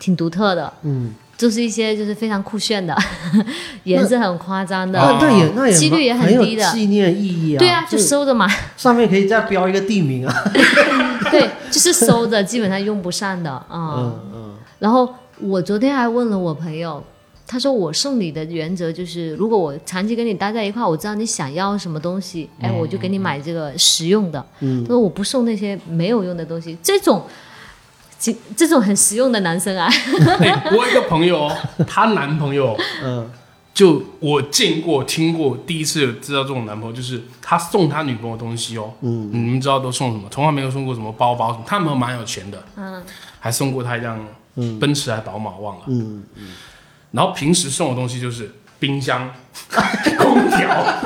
[SPEAKER 3] 挺独特的，
[SPEAKER 2] 嗯，
[SPEAKER 3] 就是一些就是非常酷 炫的，颜色很夸张的，
[SPEAKER 2] 啊那那也那也
[SPEAKER 3] 啊几率也很
[SPEAKER 2] 很有
[SPEAKER 3] 低的
[SPEAKER 2] 纪念意义啊。
[SPEAKER 3] 对啊，就收 着嘛，
[SPEAKER 2] 上面可以再标一个地名啊。
[SPEAKER 3] 对，就是收着，基本上用不上的啊。
[SPEAKER 2] 嗯 嗯，
[SPEAKER 3] 然后我昨天还问了我朋友，他说我送礼的原则就是，如果我长期跟你待在一块，我知道你想要什么东西，哎，我就给你买这个实用的。
[SPEAKER 2] 嗯
[SPEAKER 3] 他说我不送那些没有用的东西，这种。这这种很实用的男生啊，
[SPEAKER 1] 哎，我有一个朋友哦，她男朋友
[SPEAKER 2] 嗯，
[SPEAKER 1] 就我见过、听过，第一次有知道这种男朋友，就是他送他女朋友东西哦，嗯，你们知道都送什么？从来没有送过什么包包什么，他们蛮有钱的，嗯，还送过他一辆奔驰还宝马忘了，嗯然后平时送的东西就是冰箱、空调、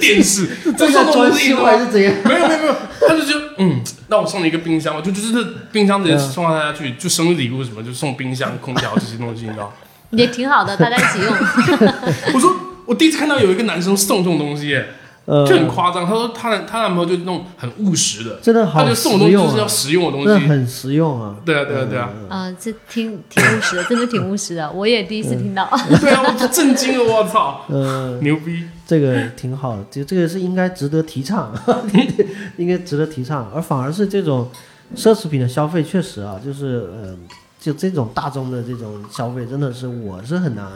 [SPEAKER 1] 电视，这
[SPEAKER 2] 正
[SPEAKER 1] 送
[SPEAKER 2] 在
[SPEAKER 1] 的
[SPEAKER 2] 装
[SPEAKER 1] 东西
[SPEAKER 2] 修
[SPEAKER 1] 都
[SPEAKER 2] 还是怎样？
[SPEAKER 1] 没有没有没有，他就觉得嗯，那我送你一个冰箱吧，就就是这冰箱直
[SPEAKER 2] 嗯
[SPEAKER 1] 接送到他家去，就生日礼物什么就送冰箱、空调这些东西，你知道吗？
[SPEAKER 3] 也挺好的，大家一起 用。
[SPEAKER 1] 我说我第一次看到有一个男生送这种东西耶，
[SPEAKER 2] 呃
[SPEAKER 1] 就，很夸张。他说他男他男朋友就是那种很务实的，
[SPEAKER 2] 真的
[SPEAKER 1] 他
[SPEAKER 2] 好
[SPEAKER 1] 就
[SPEAKER 2] 实
[SPEAKER 1] 送我东西
[SPEAKER 2] 用
[SPEAKER 1] 就是要
[SPEAKER 2] 啊，
[SPEAKER 1] 实用的东
[SPEAKER 2] 真的
[SPEAKER 1] 西。
[SPEAKER 2] 很实用啊。
[SPEAKER 1] 对啊对啊对啊，
[SPEAKER 3] 啊、这挺挺务实的，真的挺务实的，我也第一次听到。
[SPEAKER 1] 对啊，我震惊了，我操，
[SPEAKER 2] 嗯，
[SPEAKER 1] 牛逼！
[SPEAKER 2] 这个挺好的，这这个是应该值得提倡， 应该值得提倡，而反而是这种奢侈品的消费，确实啊，就是嗯、就这种大众的这种消费，真的是我是很难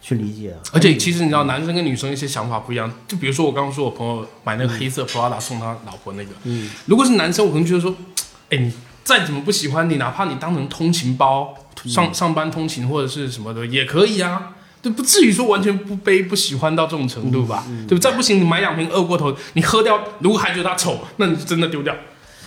[SPEAKER 2] 去理解啊。
[SPEAKER 1] 而且其实你知道，男生跟女生一些想法不一样。就比如说我刚刚说我朋友买那个黑色
[SPEAKER 2] 嗯
[SPEAKER 1] Prada 送他老婆那个，嗯，如果是男生，我可能觉得说，哎，你再怎么不喜欢你，哪怕你当成通勤包，
[SPEAKER 2] 嗯
[SPEAKER 1] 上上班通勤或者是什么的也可以啊。就不至于说完全不背不喜欢到这种程度吧，
[SPEAKER 2] 嗯
[SPEAKER 1] 对不对？再不行你买两瓶二锅头，你喝掉，如果还觉得它丑，那你就真的丢掉。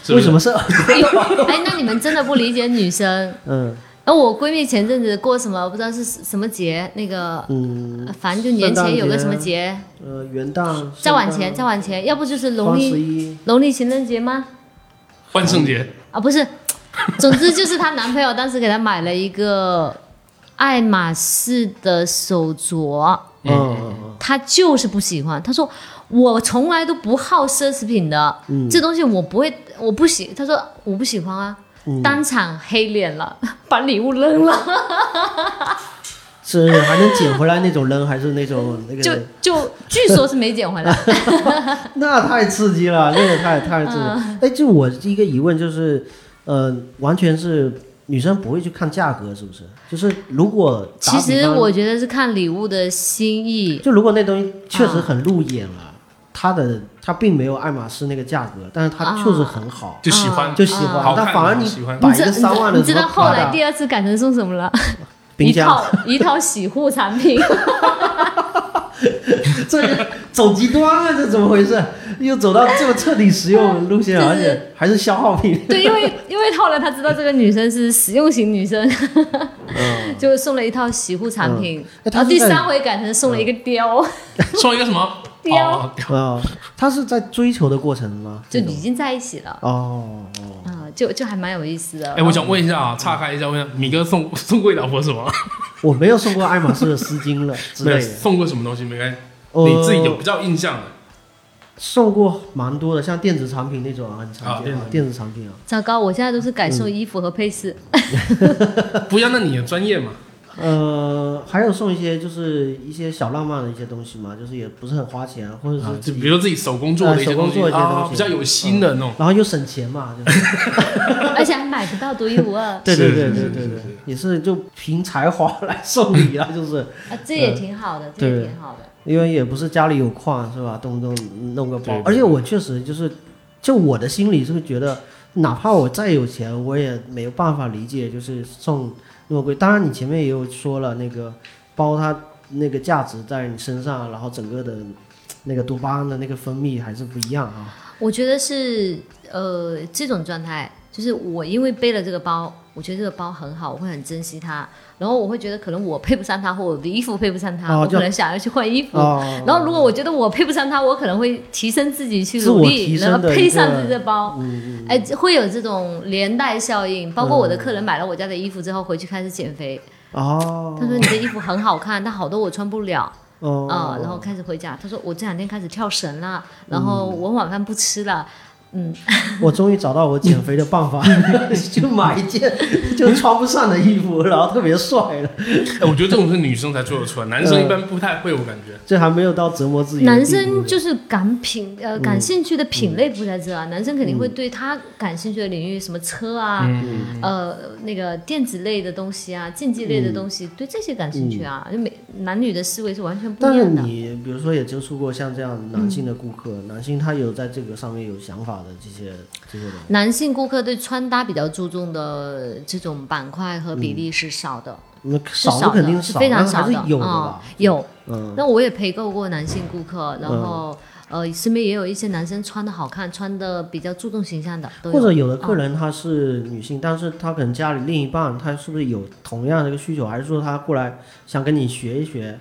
[SPEAKER 1] 是不
[SPEAKER 2] 为
[SPEAKER 1] 是
[SPEAKER 2] 什？么是？
[SPEAKER 3] 有 哎，那你们真的不理解女生？
[SPEAKER 2] 嗯
[SPEAKER 3] 然后我闺蜜前阵子过什么，不知道是什么节，那个
[SPEAKER 2] 嗯
[SPEAKER 3] 反正就年前有个什么节，
[SPEAKER 2] 呃，元旦
[SPEAKER 3] 再往前，再往前，要不就是农
[SPEAKER 2] 双嗯十
[SPEAKER 3] 历
[SPEAKER 2] 一，
[SPEAKER 3] 农历情人节吗？
[SPEAKER 1] 万圣节
[SPEAKER 3] 啊，不是，总之就是她男朋友当时给她买了一个爱马仕的手镯，
[SPEAKER 2] 嗯嗯嗯，
[SPEAKER 3] 她就是不喜欢。她说我从来都不好奢侈品的，
[SPEAKER 2] 嗯
[SPEAKER 3] 这东西我不会，我不喜。她说我不喜欢啊，
[SPEAKER 2] 嗯
[SPEAKER 3] 当场黑脸了， 把礼物扔了。
[SPEAKER 2] 是还能捡回来那种扔，还是那种那
[SPEAKER 3] 就
[SPEAKER 2] 个？
[SPEAKER 3] 就据说是没捡回来，
[SPEAKER 2] 那太刺激 了，那个太太刺激了。
[SPEAKER 3] 嗯
[SPEAKER 2] 哎，就我一个疑问就是，呃，完全是女生不会去看价格，是不是？就是如果 打
[SPEAKER 3] 其
[SPEAKER 2] 比
[SPEAKER 3] 实
[SPEAKER 2] 方
[SPEAKER 3] 我觉得是看礼物的心意。
[SPEAKER 2] 就如果那东西确实很入眼
[SPEAKER 3] 嗯
[SPEAKER 2] 了，它的它并没有爱马仕那个价格，但是它确实很
[SPEAKER 3] 啊
[SPEAKER 2] 好，
[SPEAKER 1] 就喜欢，
[SPEAKER 2] 啊就喜欢。
[SPEAKER 1] 好看
[SPEAKER 2] 但反而你
[SPEAKER 1] 喜欢
[SPEAKER 2] 摆
[SPEAKER 3] 你
[SPEAKER 2] 一
[SPEAKER 3] 知
[SPEAKER 2] 个三万的
[SPEAKER 3] 你知
[SPEAKER 2] 什么
[SPEAKER 3] 道后来
[SPEAKER 2] Prada
[SPEAKER 3] 第二次改成送什么了？一
[SPEAKER 2] 冰箱，
[SPEAKER 3] 套一套洗护产品，
[SPEAKER 2] 这个走极端了，这怎么回事？ 又走到这么彻底实用的路线，
[SPEAKER 3] 就是
[SPEAKER 2] 而且还是消耗 品。
[SPEAKER 3] 对，因为因为后来他知道这个女生是实用型女生，
[SPEAKER 2] 嗯
[SPEAKER 3] 就送了一套洗护产品。
[SPEAKER 2] 哎
[SPEAKER 3] 然
[SPEAKER 2] 他
[SPEAKER 3] 后
[SPEAKER 2] 是
[SPEAKER 3] 啊第
[SPEAKER 2] 在嗯
[SPEAKER 3] 三回改成送了一个貂，
[SPEAKER 1] 送一个什 么？
[SPEAKER 3] 对啊
[SPEAKER 1] 哦，
[SPEAKER 2] 啊，他是在追求的过程吗？
[SPEAKER 3] 就
[SPEAKER 2] 这种
[SPEAKER 3] 已经在一起了
[SPEAKER 2] 哦，哦
[SPEAKER 3] 啊、就就还蛮有意思的。
[SPEAKER 1] 哎、我想问一
[SPEAKER 2] 嗯
[SPEAKER 1] 下啊，岔开一下，问一下米哥送 送过你老婆什么？
[SPEAKER 2] 我没有送过 爱马仕的丝巾了之
[SPEAKER 1] 没有
[SPEAKER 2] 类的。
[SPEAKER 1] 送过什么东西？没关系，
[SPEAKER 2] 呃
[SPEAKER 1] 你自己有比较印象的
[SPEAKER 2] 送过蛮多的，像电子产品那种啊，很常见
[SPEAKER 1] 啊
[SPEAKER 2] 啊，电子产品啊，
[SPEAKER 3] 糟糕，我现在都是改
[SPEAKER 2] 嗯
[SPEAKER 3] 送衣服和配饰。
[SPEAKER 1] 不要，那你的专业嘛，
[SPEAKER 2] 呃，还有送一些就是一些小浪漫的一些东西嘛，就是也不是很花钱，或者
[SPEAKER 1] 啊
[SPEAKER 2] 是自
[SPEAKER 1] 就
[SPEAKER 2] 己
[SPEAKER 1] 比如说自己手工做的一些
[SPEAKER 2] 哎手工
[SPEAKER 1] 东西
[SPEAKER 2] 做的一些东
[SPEAKER 1] 啊，
[SPEAKER 2] 西
[SPEAKER 1] 比较有心的那种。
[SPEAKER 2] 然后又省钱嘛，就是
[SPEAKER 3] 而且还买不到独一无二啊，
[SPEAKER 2] 对对对
[SPEAKER 1] 是
[SPEAKER 2] 对
[SPEAKER 1] 是
[SPEAKER 2] 对
[SPEAKER 1] 是
[SPEAKER 2] 对
[SPEAKER 1] 是，
[SPEAKER 2] 也是就凭才华来送礼啊，就是
[SPEAKER 3] 这也挺好的，这也挺好的。
[SPEAKER 2] 因为也不是家里有矿是吧，动不动弄个包
[SPEAKER 1] 对，对
[SPEAKER 2] 而且我确实就是，就我的心里是会觉得，哪怕我再有钱，我也没有办法理解就是送那么贵。当然你前面也有说了，那个包它那个价值在你身上，然后整个的那个多巴胺的那个分泌还是不一样啊。
[SPEAKER 3] 我觉得是呃这种状态，就是我因为背了这个包，我觉得这个包很好，我会很珍惜它。然后我会觉得可能我配不上它，或我的衣服配不上它，
[SPEAKER 2] 哦
[SPEAKER 3] 我
[SPEAKER 2] 就
[SPEAKER 3] 可能想要去换衣服。
[SPEAKER 2] 哦，
[SPEAKER 3] 然后如果我觉得我配不上它，我可能会提升自己去
[SPEAKER 2] 自
[SPEAKER 3] 努
[SPEAKER 2] 我
[SPEAKER 3] 力，
[SPEAKER 2] 哦提升
[SPEAKER 3] 然后
[SPEAKER 2] 的一
[SPEAKER 3] 配上
[SPEAKER 2] 个
[SPEAKER 3] 自己的包。
[SPEAKER 2] 嗯，
[SPEAKER 3] 哎，会有这种连带效应，包括我的客人买了我家的衣服之后回去开始减肥，
[SPEAKER 2] 哦，
[SPEAKER 3] 他说你的衣服很好看，但好多我穿不了
[SPEAKER 2] 哦，
[SPEAKER 3] 啊、然后开始回家，他说我这两天开始跳绳了，然后
[SPEAKER 2] 嗯
[SPEAKER 3] 我晚饭不吃了，嗯，
[SPEAKER 2] 我终于找到我减肥的办法， 就买一件就穿不上的衣服，然后特别帅了。
[SPEAKER 1] 哎，我觉得这种是女生才做得出来，
[SPEAKER 2] 嗯
[SPEAKER 1] 男生一般不太会，我感觉。
[SPEAKER 2] 这还没有到折磨自己的地步。嗯
[SPEAKER 3] 男生就是感品呃感兴趣的品类不在这啊，男生肯定会对他感兴趣的领域，什么车啊，
[SPEAKER 2] 嗯
[SPEAKER 3] 呃那个电子类的东西啊，竞技类的东西，
[SPEAKER 2] 嗯
[SPEAKER 3] 对这些感兴趣啊，就每男女的思维是完全不
[SPEAKER 2] 但
[SPEAKER 3] 一
[SPEAKER 2] 是
[SPEAKER 3] 样的。
[SPEAKER 2] 嗯你比如说也接触过像这样男性的顾客，男性他有在这个上面有想法的这些这些人。
[SPEAKER 3] 男性顾客对穿搭比较注重的这种板块和比例是少的，
[SPEAKER 2] 那
[SPEAKER 3] 是
[SPEAKER 2] 嗯少的肯定
[SPEAKER 3] 是
[SPEAKER 2] 少，
[SPEAKER 3] 非常
[SPEAKER 2] 但
[SPEAKER 3] 少
[SPEAKER 2] 还是
[SPEAKER 3] 的，
[SPEAKER 2] 有的
[SPEAKER 3] 啊
[SPEAKER 2] 吧？
[SPEAKER 3] 有。
[SPEAKER 2] 嗯，
[SPEAKER 3] 那我也陪购过男性顾客，然后、呃，身边也有一些男生穿的好看，穿的比较注重形象的，嗯都有
[SPEAKER 2] 或者有的客人她是女性，但是她可能家里另一半她是不是有同样的一个需求，还是说她过来想跟你学一学，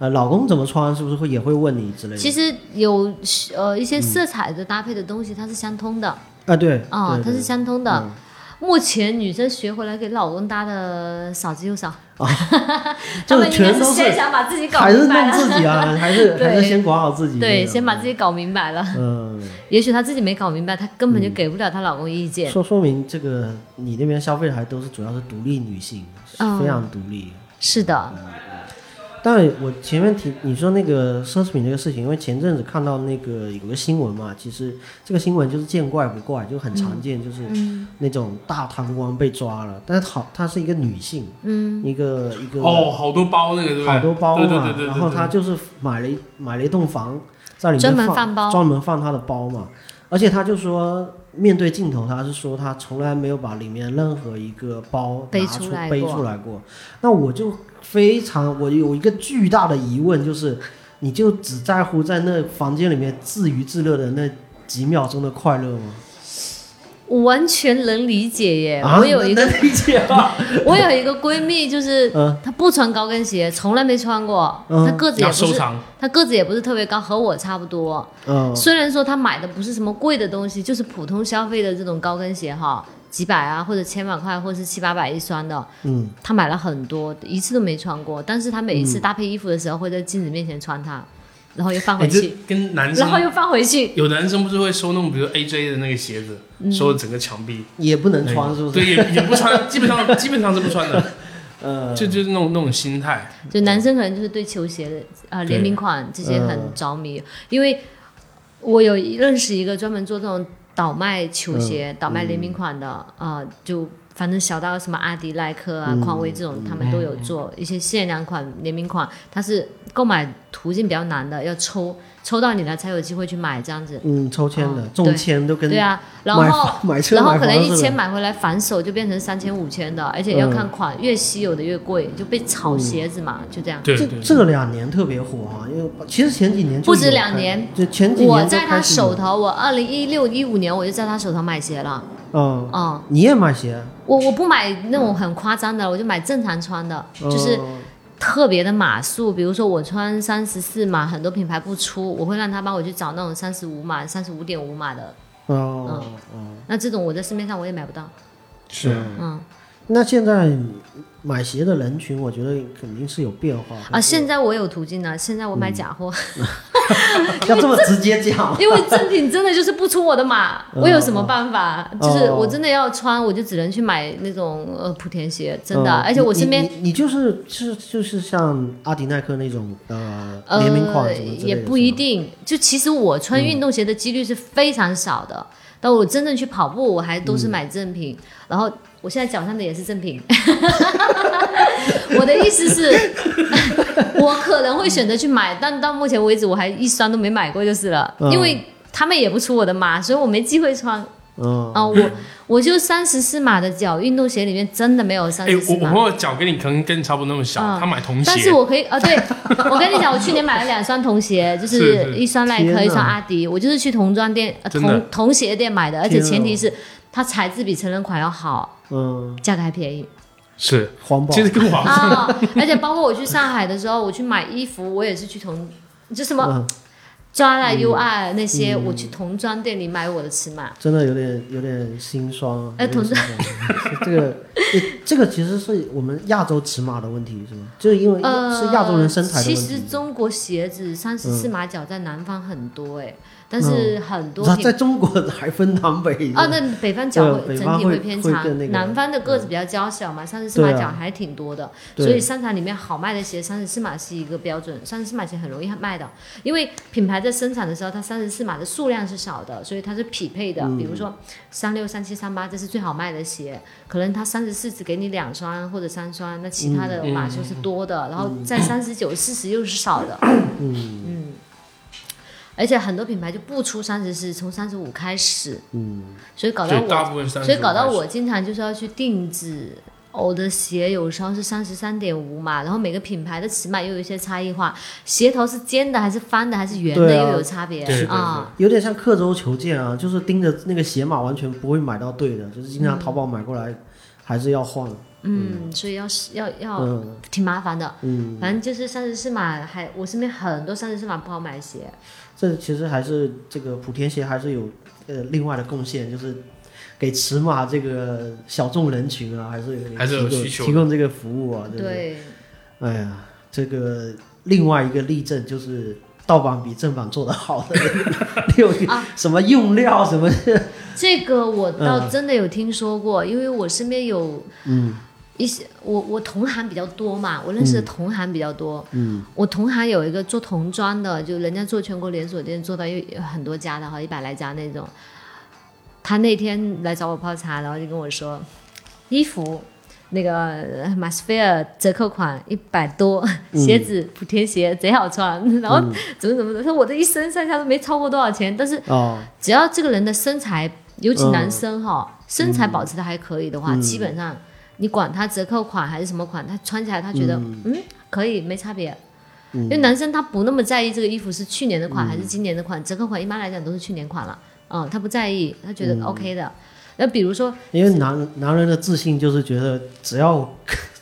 [SPEAKER 2] 呃，老公怎么穿，是不是会也会问你之类的？
[SPEAKER 3] 其实有呃一些色彩的搭配的东西，它是相通的
[SPEAKER 2] 啊，对，
[SPEAKER 3] 啊，
[SPEAKER 2] 对
[SPEAKER 3] 它是
[SPEAKER 2] 对嗯
[SPEAKER 3] 相通的。目前女生学回来给老公搭的少之又少，他
[SPEAKER 2] 就
[SPEAKER 3] 们应该
[SPEAKER 2] 全
[SPEAKER 3] 是
[SPEAKER 2] 都
[SPEAKER 3] 先
[SPEAKER 2] 是
[SPEAKER 3] 想把自己搞
[SPEAKER 2] 还是
[SPEAKER 3] 明白
[SPEAKER 2] 弄
[SPEAKER 3] 了，
[SPEAKER 2] 自己嗯啊，还是还是先管好自己，
[SPEAKER 3] 对，先把自己搞明白了。
[SPEAKER 2] 嗯，
[SPEAKER 3] 也许她自己没搞明白，她根本就给不了她老公意见。
[SPEAKER 2] 说说明这个你那边消费的还都是主要是独立女性，
[SPEAKER 3] 嗯
[SPEAKER 2] 非常独立。
[SPEAKER 3] 是的，
[SPEAKER 2] 嗯但我前面提你说那个奢侈品这个事情，因为前阵子看到那个有个新闻嘛，其实这个新闻就是见怪不怪，就很常见，
[SPEAKER 3] 嗯
[SPEAKER 2] 就是那种大贪官被抓了，但是好，她是一个女性，嗯，一个一个
[SPEAKER 1] 哦，好多包那个，对不对？
[SPEAKER 2] 好多包
[SPEAKER 1] 对对对
[SPEAKER 2] 嘛
[SPEAKER 1] 对，对。
[SPEAKER 2] 然后他就是买了一买了一栋房，在里面
[SPEAKER 3] 专门放包
[SPEAKER 2] 专门放他的包嘛。而且他就说，面对镜头，他是说他从来没有把里面任何一个包
[SPEAKER 3] 背
[SPEAKER 2] 拿
[SPEAKER 3] 出
[SPEAKER 2] 出
[SPEAKER 3] 来
[SPEAKER 2] 背
[SPEAKER 3] 过
[SPEAKER 2] 出来过。那我就非常，我有一个巨大的疑问，就是你就只在乎在那房间里面自娱自乐的那几秒钟的快乐吗？
[SPEAKER 3] 我完全能理解耶。
[SPEAKER 2] 啊，
[SPEAKER 3] 我有一个
[SPEAKER 2] 能理解啊吧？
[SPEAKER 3] 我有一个闺蜜，就是
[SPEAKER 2] 嗯
[SPEAKER 3] 她不穿高跟鞋，从来没穿过，
[SPEAKER 2] 嗯
[SPEAKER 3] 她个子也
[SPEAKER 1] 要
[SPEAKER 3] 不
[SPEAKER 1] 收
[SPEAKER 3] 是
[SPEAKER 1] 藏，
[SPEAKER 3] 她个子也不是特别高，和我差不多。
[SPEAKER 2] 嗯，
[SPEAKER 3] 虽然说她买的不是什么贵的东西，就是普通消费的这种高跟鞋哈，几百啊或者千把块，或者是七八百一双的，
[SPEAKER 2] 嗯，
[SPEAKER 3] 她买了很多，一次都没穿过。但是她
[SPEAKER 1] 嗯
[SPEAKER 3] 每一次搭配衣服的时候，会在镜子面前穿它，然后又放
[SPEAKER 1] 哎
[SPEAKER 3] 回
[SPEAKER 1] 这
[SPEAKER 3] 去，
[SPEAKER 1] 跟男
[SPEAKER 3] 然后
[SPEAKER 1] 生
[SPEAKER 3] 又放回去。
[SPEAKER 1] 有的男生不是会收那种，比如 AJ 的那个鞋子，
[SPEAKER 3] 嗯
[SPEAKER 1] 收整个墙壁，
[SPEAKER 2] 也不能穿，是不是？
[SPEAKER 1] 对，也也不穿，基本上基本上是不穿 的，
[SPEAKER 2] 呃，
[SPEAKER 1] 就就是那种那种心态。
[SPEAKER 3] 就男生可能就是对球鞋的啊、呃
[SPEAKER 1] 对
[SPEAKER 3] 联名款这些
[SPEAKER 2] 嗯
[SPEAKER 3] 很着迷，因为我有认识一个专门做这种倒卖球鞋、
[SPEAKER 2] 嗯
[SPEAKER 3] 倒卖联名款的啊、呃就反正小到什么阿迪、耐克
[SPEAKER 2] 嗯
[SPEAKER 3] 啊、匡威这种，他们都有做一些限量款、联名款，它是购买途径比较难的，要抽抽到你了才有机会去买这样子。
[SPEAKER 2] 嗯，抽签的
[SPEAKER 3] 哦
[SPEAKER 2] 中
[SPEAKER 3] 对
[SPEAKER 2] 签都跟
[SPEAKER 3] 对啊，然
[SPEAKER 2] 买
[SPEAKER 3] 后
[SPEAKER 2] 房买车
[SPEAKER 3] 然后
[SPEAKER 2] 买
[SPEAKER 3] 可能
[SPEAKER 2] 房
[SPEAKER 3] 一
[SPEAKER 2] 似的
[SPEAKER 3] 千买回来反手就变成三千五千的，而且
[SPEAKER 2] 嗯
[SPEAKER 3] 要看款，越稀有的越贵，就被炒鞋子嘛，就这样。
[SPEAKER 1] 对
[SPEAKER 2] 这
[SPEAKER 1] 对，
[SPEAKER 2] 这两年特别火啊，因为其实前几年就
[SPEAKER 3] 不止
[SPEAKER 2] 有
[SPEAKER 3] 两
[SPEAKER 2] 开
[SPEAKER 3] 年，
[SPEAKER 2] 就前几年
[SPEAKER 3] 我
[SPEAKER 2] 就
[SPEAKER 3] 在
[SPEAKER 2] 开
[SPEAKER 3] 他
[SPEAKER 2] 始
[SPEAKER 3] 手
[SPEAKER 2] 有，
[SPEAKER 3] 头，我二零一六一五年我就在他手头买鞋了。
[SPEAKER 2] 嗯，
[SPEAKER 3] 嗯，
[SPEAKER 2] 你也买鞋，
[SPEAKER 3] 我我不买那种很夸张的，我就买正常穿的，就是
[SPEAKER 2] 嗯
[SPEAKER 3] 特别的码数。比如说我穿三十四码，很多品牌不出，我会让他帮我去找那种三十五码、三十五点五码的。
[SPEAKER 2] 哦哦，
[SPEAKER 3] 那这种我在市面上我也买不到。啊
[SPEAKER 1] 是
[SPEAKER 3] 嗯
[SPEAKER 2] 那现在买鞋的人群，我觉得肯定是有变化的
[SPEAKER 3] 啊
[SPEAKER 2] 嗯
[SPEAKER 3] 啊，现在我有途径了，现在我买假货，
[SPEAKER 2] 要这么直接讲，
[SPEAKER 3] 因为正品真的就是不出我的码，
[SPEAKER 2] 嗯
[SPEAKER 3] 我有什么办法？
[SPEAKER 2] 哦
[SPEAKER 3] 就是我真的要穿，我就只能去买那种呃莆田鞋， 真的。
[SPEAKER 2] 嗯
[SPEAKER 3] 而且我身边
[SPEAKER 2] 你你你就是是就是像阿迪耐克那种呃
[SPEAKER 3] 呃
[SPEAKER 2] 联名款什么之类的，
[SPEAKER 3] 也不一定，就其实我穿运动鞋的几率是非常少的。但我真正去跑步，我还都
[SPEAKER 2] 嗯
[SPEAKER 3] 是买正品，然后我现在脚上的也是正品。 我的意思是， 我可能会选择去买，但到目前为止我还一双都没买过就是了，
[SPEAKER 2] 嗯
[SPEAKER 3] 因为他们也不出我的码，所以我没机会穿。
[SPEAKER 2] 是吗，
[SPEAKER 3] 啊、我我就三十四码的脚，运动鞋里面真的没有三
[SPEAKER 1] 哎
[SPEAKER 3] 十，四
[SPEAKER 1] 我我
[SPEAKER 3] 码
[SPEAKER 1] 朋。友脚跟你可能跟你差不多那么小，
[SPEAKER 3] 嗯
[SPEAKER 1] 他买童
[SPEAKER 3] 但是
[SPEAKER 1] 鞋，
[SPEAKER 3] 我可以，呃， 对我跟你讲，我去年买了两双童鞋，就是
[SPEAKER 1] 是
[SPEAKER 3] 一双耐
[SPEAKER 2] 天
[SPEAKER 3] 克，
[SPEAKER 2] 哪
[SPEAKER 3] 一双阿迪，我就是去童装店、呃、
[SPEAKER 1] 真的
[SPEAKER 3] 童童鞋店买的，而
[SPEAKER 2] 天
[SPEAKER 3] 且
[SPEAKER 2] 哪啊
[SPEAKER 3] 前提是它材质比成人款要好，
[SPEAKER 2] 嗯嗯，
[SPEAKER 3] 价格还便宜
[SPEAKER 1] 是
[SPEAKER 2] 环保
[SPEAKER 1] 其实更 好。
[SPEAKER 3] 啊、而且包括我去上海的时候，我去买衣服，我也是去童，就什么
[SPEAKER 2] 嗯
[SPEAKER 3] 抓了 UI 那些，我去童装店里买我的尺码。
[SPEAKER 2] 真的有点有点心酸啊。
[SPEAKER 3] 哎
[SPEAKER 2] 有点
[SPEAKER 3] 同志
[SPEAKER 2] 心酸这个 这这个其实是我们亚洲尺码的问题是吗？就是因为
[SPEAKER 3] 呃，
[SPEAKER 2] 是亚洲人身材的
[SPEAKER 3] 其
[SPEAKER 2] 问
[SPEAKER 3] 实
[SPEAKER 2] 题。嗯
[SPEAKER 3] 中国鞋子三十四码脚在南方很多哎、但是很多
[SPEAKER 2] 那
[SPEAKER 3] 品、
[SPEAKER 2] 在中国还分南 北
[SPEAKER 3] 啊，那北方脚
[SPEAKER 2] 对
[SPEAKER 3] 会
[SPEAKER 2] 北
[SPEAKER 3] 整
[SPEAKER 2] 方
[SPEAKER 3] 体
[SPEAKER 2] 会
[SPEAKER 3] 偏
[SPEAKER 2] 会
[SPEAKER 3] 长
[SPEAKER 2] 更那，个嗯
[SPEAKER 3] 南方的个子比较娇小嘛，三十四
[SPEAKER 2] 对啊
[SPEAKER 3] 码脚还挺多的，
[SPEAKER 2] 对
[SPEAKER 3] 所以商场里面好卖的鞋三十四码是一个标准，三十四码鞋很容易卖的，因为品牌在生产的时候，它三十四码的数量是少的，所以它是匹配的，
[SPEAKER 2] 嗯
[SPEAKER 3] 比如说三六、三七、三八，这是最好卖的鞋，可能它三十四只给你两双或者三双，那其他的码数是多的，然后在三十九、四十又是少的，嗯而且很多品牌就不出三十四，从三十五开始，
[SPEAKER 2] 嗯，
[SPEAKER 3] 所以搞到
[SPEAKER 1] 对，大
[SPEAKER 3] 我，
[SPEAKER 1] 部分三十。
[SPEAKER 3] 所以搞到我经常就是要去定制。我的鞋有时候是三十三点五码，然后每个品牌的尺码又有一些差异化，鞋头是尖的还是翻的还是圆的
[SPEAKER 2] 对啊
[SPEAKER 3] 又有差别
[SPEAKER 1] 对对
[SPEAKER 3] 啊。
[SPEAKER 2] 有点像刻舟求剑啊，就是盯着那个鞋码完全不会买到对的，就是经常淘宝买过来还是要换。
[SPEAKER 3] 嗯，所以要是要要
[SPEAKER 2] 嗯
[SPEAKER 3] 挺麻烦的，
[SPEAKER 2] 嗯，
[SPEAKER 3] 反正就是三十四码还我身边很多三十四码不好买鞋，
[SPEAKER 2] 这其实还是这个莆田鞋还是有呃另外的贡献，就是给尺码这个小众人群啊，还是有
[SPEAKER 1] 还是有
[SPEAKER 2] 提供
[SPEAKER 1] 需求的
[SPEAKER 2] 提供这个服务啊。不对，
[SPEAKER 3] 对，
[SPEAKER 2] 哎呀，这个另外一个例证就是盗版比正版做得好的 六个
[SPEAKER 3] 啊
[SPEAKER 2] 什么用料什么，
[SPEAKER 3] 这个我倒
[SPEAKER 2] 嗯
[SPEAKER 3] 真的有听说过，因为我身边有一些我我同行比较多嘛，我认识的同行比较多。嗯，我同行有一个做童装的，就人家做全国连锁店做到有有很多家的哈，一百来家那种。他那天来找我泡茶，然后就跟我说，衣服那个马斯菲尔折扣款一百多，鞋子莆田鞋贼好穿，然后怎么怎么的，他说我这一身上下都没超过多少钱，但是
[SPEAKER 2] 哦，
[SPEAKER 3] 只要这个人的身材，尤其
[SPEAKER 2] 嗯
[SPEAKER 3] 男生哈、身材保持的还可以的话，基本上你管他折扣款还是什么款，他穿起来他觉得嗯可以没差别。因为男生他不那么在意这个衣服是去年的款还是今年的款，折扣款一般来讲都是去年款了，嗯，他不在意，他觉得 OK 的。那比如说，
[SPEAKER 2] 因为男男人的自信就是觉得只要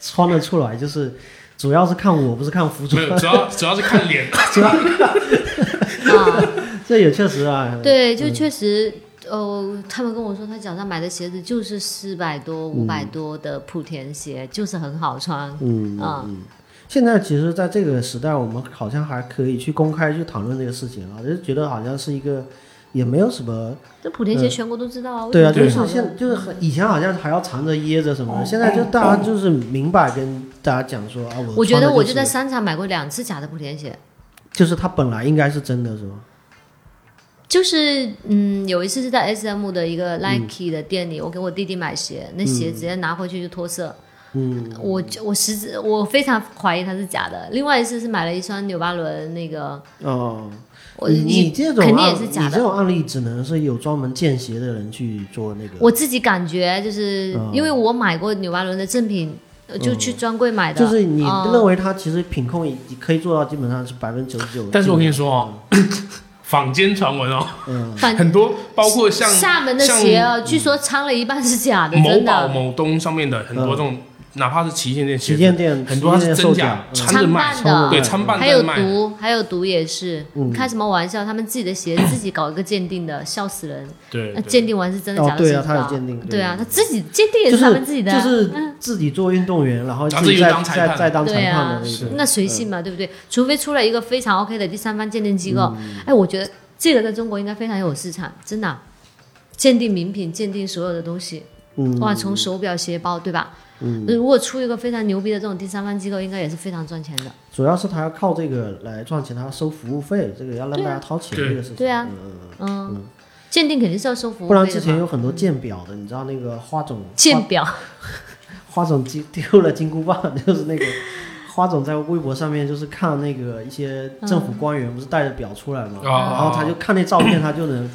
[SPEAKER 2] 穿得出来，就是主要是看我，不是看服装
[SPEAKER 1] 没，有，主要主要是看脸，
[SPEAKER 2] 主要
[SPEAKER 3] 啊，
[SPEAKER 2] 这也确实啊，
[SPEAKER 3] 对，就确实，呃，他们跟我说他脚上买的鞋子就是四百多、五百多的莆田鞋，就是很好穿，嗯啊，
[SPEAKER 2] 现在其实，在这个时代，我们好像还可以去公开去讨论这个事情了，就是觉得好像是一个也没有什么
[SPEAKER 3] 这莆田鞋全国都知道啊，
[SPEAKER 2] 对啊，
[SPEAKER 1] 对
[SPEAKER 2] 就
[SPEAKER 3] 为什
[SPEAKER 2] 是
[SPEAKER 3] 么不讨论
[SPEAKER 2] 现就是很以前好像还要藏着掖着什
[SPEAKER 3] 哦
[SPEAKER 2] 么的，现在就大家就是明摆跟大家讲说啊，我
[SPEAKER 3] 我觉
[SPEAKER 2] 穿的
[SPEAKER 3] 得我
[SPEAKER 2] 就
[SPEAKER 3] 就是在商场买过两次假的莆田鞋，
[SPEAKER 2] 就是它本来应该是真的，是吧？
[SPEAKER 3] 就是嗯，有一次是在 S M 的一
[SPEAKER 2] 嗯
[SPEAKER 3] 个 Nike 的店里，我给我弟弟买鞋，那鞋直接拿回去就脱色。嗯，我就我实质我非常怀疑它是假的。另外一次是买了一双纽巴伦那个，
[SPEAKER 2] 哦，
[SPEAKER 3] 我
[SPEAKER 2] 你你这种
[SPEAKER 3] 肯定
[SPEAKER 2] 案
[SPEAKER 3] 也是假
[SPEAKER 2] 你这
[SPEAKER 3] 的。
[SPEAKER 2] 种案例只能是有专门见鞋的人去做那个。
[SPEAKER 3] 我自己感觉就是、
[SPEAKER 2] 嗯
[SPEAKER 3] 因为我买过纽巴伦的正品，呃就去专柜买的，
[SPEAKER 2] 就是你
[SPEAKER 3] 嗯
[SPEAKER 2] 认为它其实品控已可以做到基本上是百分之九十九，
[SPEAKER 1] 但是我跟你说哦，坊间传闻哦，
[SPEAKER 2] 嗯
[SPEAKER 3] 反
[SPEAKER 1] 很多包括像
[SPEAKER 3] 厦门的
[SPEAKER 1] 像
[SPEAKER 3] 鞋啊，据说掺了一半是假的，
[SPEAKER 1] 某
[SPEAKER 3] 真的。
[SPEAKER 1] 宝、某东上面的很多这种哪怕是旗舰店鞋
[SPEAKER 2] 嗯旗
[SPEAKER 1] 子，
[SPEAKER 2] 舰店
[SPEAKER 1] 很多它
[SPEAKER 2] 旗舰
[SPEAKER 1] 是
[SPEAKER 2] 店
[SPEAKER 1] 真
[SPEAKER 2] 售
[SPEAKER 1] 假
[SPEAKER 2] 假，
[SPEAKER 3] 嗯
[SPEAKER 1] 掺着卖
[SPEAKER 3] 掺拌的，
[SPEAKER 1] 对，掺拌
[SPEAKER 3] 还有
[SPEAKER 1] 着卖。
[SPEAKER 3] 毒，还有毒也是，
[SPEAKER 2] 嗯
[SPEAKER 3] 开什么玩笑？他们自己 的鞋自己搞一个鉴定的，笑死人。
[SPEAKER 1] 对
[SPEAKER 3] 那
[SPEAKER 1] 对
[SPEAKER 3] 鉴定完是真的
[SPEAKER 2] 哦
[SPEAKER 3] 假的？
[SPEAKER 2] 对
[SPEAKER 3] 谁
[SPEAKER 2] 啊
[SPEAKER 3] 知
[SPEAKER 2] 他有
[SPEAKER 3] 道
[SPEAKER 2] 鉴定对
[SPEAKER 3] 对啊，他自己鉴定也
[SPEAKER 2] 就是
[SPEAKER 3] 他们自己的啊，
[SPEAKER 2] 就是自己做运动员，然后
[SPEAKER 1] 然后
[SPEAKER 2] 自
[SPEAKER 1] 自
[SPEAKER 2] 己
[SPEAKER 1] 己
[SPEAKER 2] 再
[SPEAKER 1] 当裁
[SPEAKER 2] 再
[SPEAKER 1] 判
[SPEAKER 2] 再当
[SPEAKER 3] 对
[SPEAKER 2] 裁判
[SPEAKER 3] 啊
[SPEAKER 2] 的那种。
[SPEAKER 3] 那谁信嘛，
[SPEAKER 2] 嗯
[SPEAKER 3] 对不对？除非出来一个非常 OK 的第三方鉴定机构，
[SPEAKER 2] 嗯
[SPEAKER 3] 哎，我觉得这个在中国应该非常有市场，真的啊。鉴定名品，鉴定所有的东西，
[SPEAKER 2] 嗯，
[SPEAKER 3] 哇，从手表、鞋包，对吧？嗯，如果出一个非常牛逼的这种第三方机构，应该也是非常赚钱的。
[SPEAKER 2] 主要是他要靠这个来赚钱，他要收服务费，这个要让
[SPEAKER 3] 对啊
[SPEAKER 2] 大家掏钱
[SPEAKER 1] 对
[SPEAKER 2] 这个事情。
[SPEAKER 3] 对啊
[SPEAKER 2] 嗯嗯嗯
[SPEAKER 3] 嗯，鉴定肯定是要收服务
[SPEAKER 2] 不然
[SPEAKER 3] 费
[SPEAKER 2] 之
[SPEAKER 3] 的
[SPEAKER 2] 前
[SPEAKER 3] 嘛。
[SPEAKER 2] 有很多鉴表的，你知道那个花总
[SPEAKER 3] 鉴表，
[SPEAKER 2] 花总丢 丢了金箍棒，就是那个花总在微博上面就是看那个一些政府官员不是带着表出来嘛，
[SPEAKER 1] 哦
[SPEAKER 2] 然后他就看那照片，他就能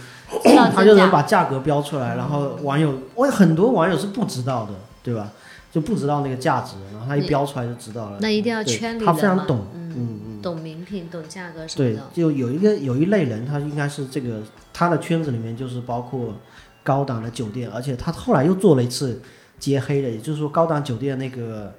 [SPEAKER 3] 知道
[SPEAKER 2] 他
[SPEAKER 3] 真
[SPEAKER 2] 就
[SPEAKER 3] 假
[SPEAKER 2] 能把价格标出来，然后网友我很多网友是不知道的，对吧？就不知道那个价值，然后他一标出来就知道了。
[SPEAKER 3] 那一定要
[SPEAKER 2] 对
[SPEAKER 3] 圈里
[SPEAKER 2] 他
[SPEAKER 3] 人
[SPEAKER 2] 非常
[SPEAKER 3] 嘛
[SPEAKER 2] 懂，
[SPEAKER 3] 嗯懂名品、懂价格什么
[SPEAKER 2] 对
[SPEAKER 3] 的，，
[SPEAKER 2] 就有一个有一类人，他应该是这个他的圈子里面就是包括高档的酒店，而且他后来又做了一次接黑的，也就是说高档酒店那个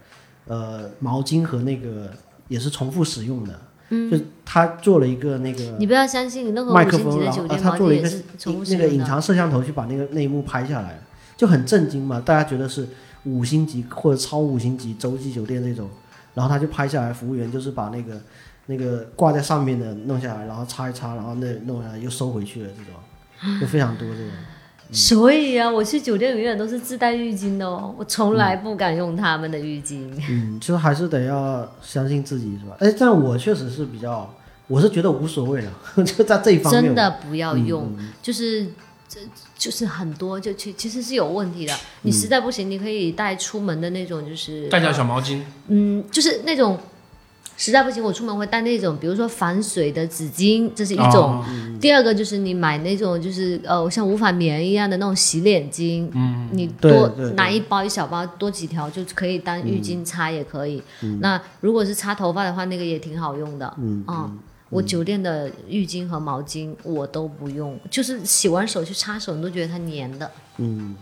[SPEAKER 2] 呃毛巾和那个也是重复使用的，嗯，就他做了一个那个
[SPEAKER 3] 你不要相信任何
[SPEAKER 2] 麦
[SPEAKER 3] 五
[SPEAKER 2] 克
[SPEAKER 3] 星级
[SPEAKER 2] 风，然后呃
[SPEAKER 3] 的酒店
[SPEAKER 2] 他
[SPEAKER 3] 毛
[SPEAKER 2] 做
[SPEAKER 3] 巾
[SPEAKER 2] 了一
[SPEAKER 3] 也
[SPEAKER 2] 个
[SPEAKER 3] 是重复使
[SPEAKER 2] 那个
[SPEAKER 3] 用
[SPEAKER 2] 隐
[SPEAKER 3] 的。
[SPEAKER 2] 藏摄像头去把那个那一幕拍下来了，就很震惊嘛，大家觉得是五星级或者超五星级洲际酒店这种，然后他就拍下来，服务员就是把那个那个挂在上面的弄下来，然后擦一擦，然后那弄下来又收回去了，这种就非常多这 种。
[SPEAKER 3] 所以啊，我去酒店永远都是自带浴巾的哦，我从来不敢用他们的浴巾。
[SPEAKER 2] 嗯，就还是得要相信自己是吧？哎，但我确实是比较，我是觉得无所谓了， 就在这一方面嗯
[SPEAKER 3] 真的不要用，就是这就是很多就其其实是有问
[SPEAKER 2] 嗯
[SPEAKER 3] 题的。你实在不行，你可以带出门的那种，就是
[SPEAKER 1] 啊带条小毛巾，
[SPEAKER 3] 嗯，就是那种。实在不行，我出门会带那种，比如说防水的纸巾，这是一种。
[SPEAKER 1] 啊
[SPEAKER 3] 第二个就是你买那种，就是呃，像无纺棉一样的那种洗脸巾，嗯，你
[SPEAKER 2] 对
[SPEAKER 3] 多
[SPEAKER 2] 对对
[SPEAKER 3] 拿一包一小包，多几条就可以当浴巾擦也可以。
[SPEAKER 2] 嗯
[SPEAKER 3] 那如果是擦头发的话，那个也挺好用的。嗯我酒店的浴巾和毛巾我都不用，就是洗完手去擦手，你都觉得它粘的。
[SPEAKER 2] 嗯，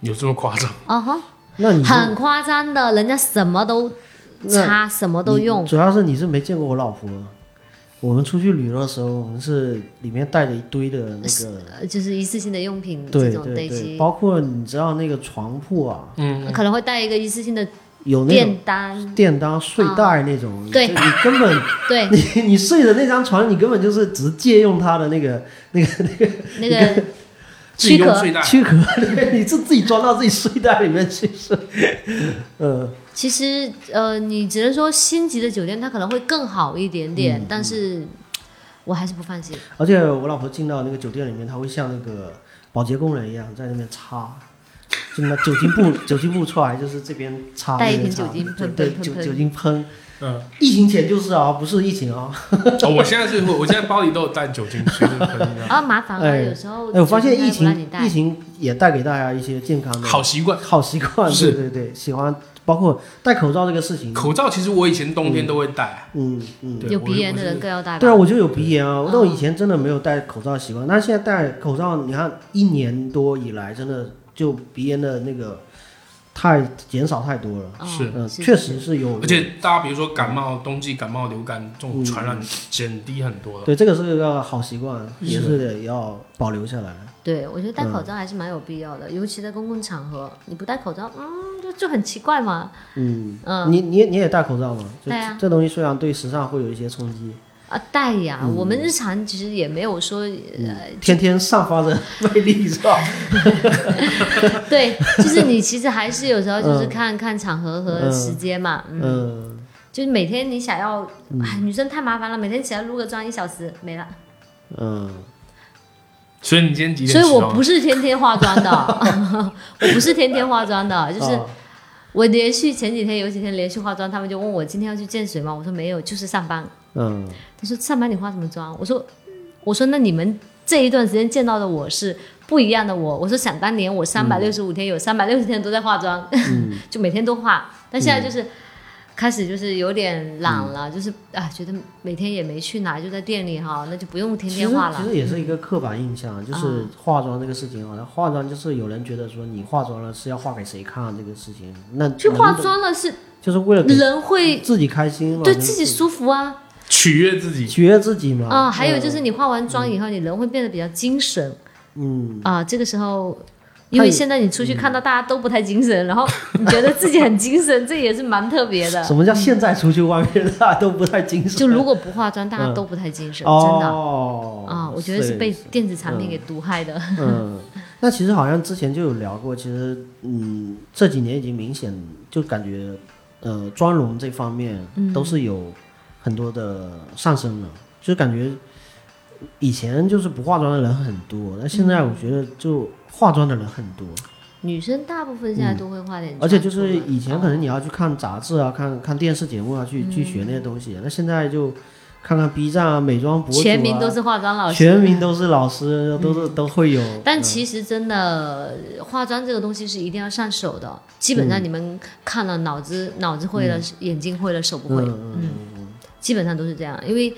[SPEAKER 1] 有这么夸张？
[SPEAKER 3] 啊哈，
[SPEAKER 2] 那你是
[SPEAKER 3] 很夸张的，人家什么都擦，什么都
[SPEAKER 2] 你
[SPEAKER 3] 用。
[SPEAKER 2] 主要是你是没见过我老婆。我们出去旅游的时候，我们是里面带着一堆的那个，
[SPEAKER 3] 呃，就是一次性的用品 这
[SPEAKER 2] 对
[SPEAKER 3] 种
[SPEAKER 2] 对对，
[SPEAKER 3] 东西，
[SPEAKER 2] 包括你知道那个床铺啊，
[SPEAKER 3] 可能会带一个一次性的
[SPEAKER 2] 有那种
[SPEAKER 3] 便当，
[SPEAKER 2] 便当、睡袋那种，
[SPEAKER 3] 啊对
[SPEAKER 2] 就你根本
[SPEAKER 3] 对，
[SPEAKER 2] 你你睡的那张床，你根本就是只借用它的那个那个那
[SPEAKER 3] 那个
[SPEAKER 1] 自己
[SPEAKER 3] 躯
[SPEAKER 1] 用
[SPEAKER 3] 壳。
[SPEAKER 1] 睡袋，
[SPEAKER 2] 躯壳， 对，你是自己装到自己睡袋里面去睡， 嗯，
[SPEAKER 3] 其实呃，你只能说星级的酒店它可能会更好一点点，
[SPEAKER 1] 嗯
[SPEAKER 3] 但是我还是不放心。
[SPEAKER 2] 而且我老婆进到那个酒店里面，她会像那个保洁工人一样在那边擦，就拿酒精布酒精布出来，就是这边擦，
[SPEAKER 3] 带一
[SPEAKER 2] 那边
[SPEAKER 3] 瓶
[SPEAKER 2] 擦
[SPEAKER 3] 酒精
[SPEAKER 2] 对
[SPEAKER 3] 喷
[SPEAKER 2] 对
[SPEAKER 3] 喷
[SPEAKER 2] 酒
[SPEAKER 3] 喷
[SPEAKER 2] 酒精喷。
[SPEAKER 1] 嗯，
[SPEAKER 2] 疫情前就是啊，不是疫情啊。
[SPEAKER 1] 哦，我现在是，我现在包里都有带酒精，随时喷的。
[SPEAKER 3] 啊，麻烦啊，
[SPEAKER 2] 哎
[SPEAKER 3] 有时候
[SPEAKER 2] 哎，我发现
[SPEAKER 3] 酒
[SPEAKER 2] 疫
[SPEAKER 3] 店它也不让你
[SPEAKER 2] 情
[SPEAKER 3] 带
[SPEAKER 2] 疫情也带给大家一些健康的
[SPEAKER 1] 好习惯，
[SPEAKER 2] 好习惯，对
[SPEAKER 1] 是
[SPEAKER 2] 对对，喜欢包括戴口罩这个事情，
[SPEAKER 1] 口罩其实我以前冬天都会戴，啊
[SPEAKER 2] 嗯嗯。
[SPEAKER 1] 对
[SPEAKER 3] 有
[SPEAKER 1] 我
[SPEAKER 3] 鼻炎
[SPEAKER 1] 我
[SPEAKER 3] 的
[SPEAKER 1] 是
[SPEAKER 3] 嗯人更要带
[SPEAKER 2] 对
[SPEAKER 3] 吧。
[SPEAKER 2] 啊，我就有鼻炎啊！但我以前真的没有戴口罩的习惯，但现在戴口罩，你看一年多以来，真的就鼻炎的那个太减少太多了。
[SPEAKER 3] 哦
[SPEAKER 1] 是
[SPEAKER 2] 嗯，
[SPEAKER 3] 是
[SPEAKER 2] 确实是有，
[SPEAKER 1] 而且大家比如说感冒，冬季感冒、流感这种传染减低很多了。
[SPEAKER 2] 对这个是个好习惯，
[SPEAKER 1] 是
[SPEAKER 2] 也是得要保留下来。
[SPEAKER 3] 对，我觉得戴口罩还是蛮有必要的，尤其在公共场合，你不戴口罩，嗯，就就很奇怪嘛。
[SPEAKER 2] 嗯，
[SPEAKER 3] 嗯
[SPEAKER 2] 你你也你也戴口罩吗？就
[SPEAKER 3] 戴啊
[SPEAKER 2] 这东西虽然对时尚会有一些冲击，
[SPEAKER 3] 啊，戴呀，
[SPEAKER 2] 嗯
[SPEAKER 3] 我们日常其实也没有说呃，
[SPEAKER 2] 天天散发着 魅力，是吧？
[SPEAKER 3] 对，就是你其实还是有时候就是
[SPEAKER 2] 嗯
[SPEAKER 3] 看看场合和
[SPEAKER 2] 嗯
[SPEAKER 3] 时间嘛，嗯。
[SPEAKER 2] 嗯，
[SPEAKER 3] 就是每天你想要，
[SPEAKER 1] 嗯
[SPEAKER 3] 哎，女生太麻烦了，每天起来撸个妆一小时没了，
[SPEAKER 2] 嗯，
[SPEAKER 1] 所以你今天几
[SPEAKER 3] 所
[SPEAKER 1] 点
[SPEAKER 3] 以
[SPEAKER 1] 起
[SPEAKER 3] 我
[SPEAKER 1] 床？
[SPEAKER 3] 不是天天化妆的， 我不是天天化妆的，
[SPEAKER 1] 哦
[SPEAKER 3] 就是
[SPEAKER 2] 啊
[SPEAKER 3] 我连续前几天有几天连续化妆，他们就问我今天要去见谁吗？我说没有，就是上班。
[SPEAKER 2] 嗯，
[SPEAKER 3] 他说上班你化什么妆？我说我说那你们这一段时间见到的我是不一样的我。我说想当年
[SPEAKER 2] 嗯
[SPEAKER 3] 我
[SPEAKER 2] 嗯
[SPEAKER 3] 三百六十五天有三百六十天都在化妆，就每天都化，但现在就是。开始就是有点懒了，就是啊，觉得每天也没去哪，就在店里哈，那就不用天
[SPEAKER 2] 其
[SPEAKER 3] 天
[SPEAKER 2] 实
[SPEAKER 3] 画
[SPEAKER 2] 其
[SPEAKER 3] 了。嗯
[SPEAKER 2] 实也是一个刻板印象，啊就是化妆这个事情，好像化妆就是有人觉得说你化妆了是要化给谁看啊这个事情，那
[SPEAKER 3] 去
[SPEAKER 2] 能
[SPEAKER 3] 化
[SPEAKER 2] 不
[SPEAKER 3] 妆了是
[SPEAKER 2] 就是为了给
[SPEAKER 3] 人会
[SPEAKER 2] 自己开心嘛，
[SPEAKER 3] 对
[SPEAKER 2] 就
[SPEAKER 3] 自
[SPEAKER 2] 是
[SPEAKER 3] 己舒服啊
[SPEAKER 1] 取悦自己。
[SPEAKER 2] 取悦自己嘛。
[SPEAKER 3] 啊，还有就
[SPEAKER 2] 嗯
[SPEAKER 3] 是你化完妆以后，你人会变得比较精神
[SPEAKER 2] 嗯，
[SPEAKER 3] 啊。这个时候，
[SPEAKER 2] 也
[SPEAKER 3] 因为现在你出去看到大家都不太精神，然后你觉得自己很精神，这也是蛮特别的。
[SPEAKER 2] 什么叫现在出去外面 大家都不太精神？
[SPEAKER 3] 嗯就如果不化妆，大家
[SPEAKER 2] 嗯
[SPEAKER 3] 都不太精神，真的
[SPEAKER 2] 哦
[SPEAKER 3] 啊，我觉得是被电子产品
[SPEAKER 2] 嗯
[SPEAKER 3] 给毒 害的。
[SPEAKER 2] 嗯，那其实好像之前就有聊过，其实嗯这几年已经明显就感觉呃妆容这方面
[SPEAKER 3] 嗯
[SPEAKER 2] 都是有很多的上升了，就感觉以前就是不化妆的人很多，那现在我觉得就化妆的人很多，
[SPEAKER 3] 女生大部分现在都会化点妆出门，
[SPEAKER 2] 嗯而且就是以前可能
[SPEAKER 3] 啊
[SPEAKER 2] 你要去看杂志啊、看看电视节目啊，去、去学那些东西，啊那现在就看看 B 站啊、美妆博主啊，
[SPEAKER 3] 嗯全民都是化妆老师，
[SPEAKER 2] 全民都是老师，都是都会有。
[SPEAKER 3] 但
[SPEAKER 2] 嗯
[SPEAKER 3] 其实真的，化妆这个东西是一定要上手的。基本上你们看了，脑子脑子会了，眼睛会了，手不会，
[SPEAKER 2] 嗯嗯
[SPEAKER 3] 基本上都是这样。因为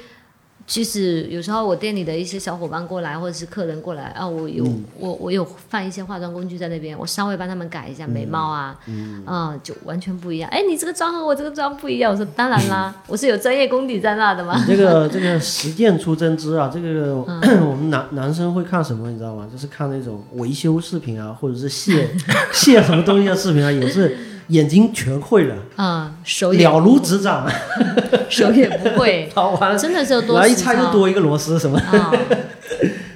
[SPEAKER 3] 即使有时候我店里的一些小伙伴过来，或者是客人过来啊，我有、
[SPEAKER 2] 嗯
[SPEAKER 3] 我我有放一些化妆工具在那边，我稍微帮他们改一下眉毛啊，嗯就完全不一样。哎，你这个妆和我这个妆不一样。我说当然啦，
[SPEAKER 2] 嗯
[SPEAKER 3] 我是有专业功底在那的嘛。
[SPEAKER 2] 你这个这个实践出真知啊，这个
[SPEAKER 3] 嗯
[SPEAKER 2] 我们男男生会看什么，你知道吗？就是看那种维修视频啊，或者是 卸卸什么东西的视频啊，也是眼睛全会了，
[SPEAKER 3] 嗯，手也
[SPEAKER 2] 了如指掌，，
[SPEAKER 3] 手也不会
[SPEAKER 2] 好玩。
[SPEAKER 3] 真的是有多
[SPEAKER 2] 然后一
[SPEAKER 3] 实
[SPEAKER 2] 拆就
[SPEAKER 3] 操
[SPEAKER 2] 多一个螺丝什么，
[SPEAKER 3] 啊。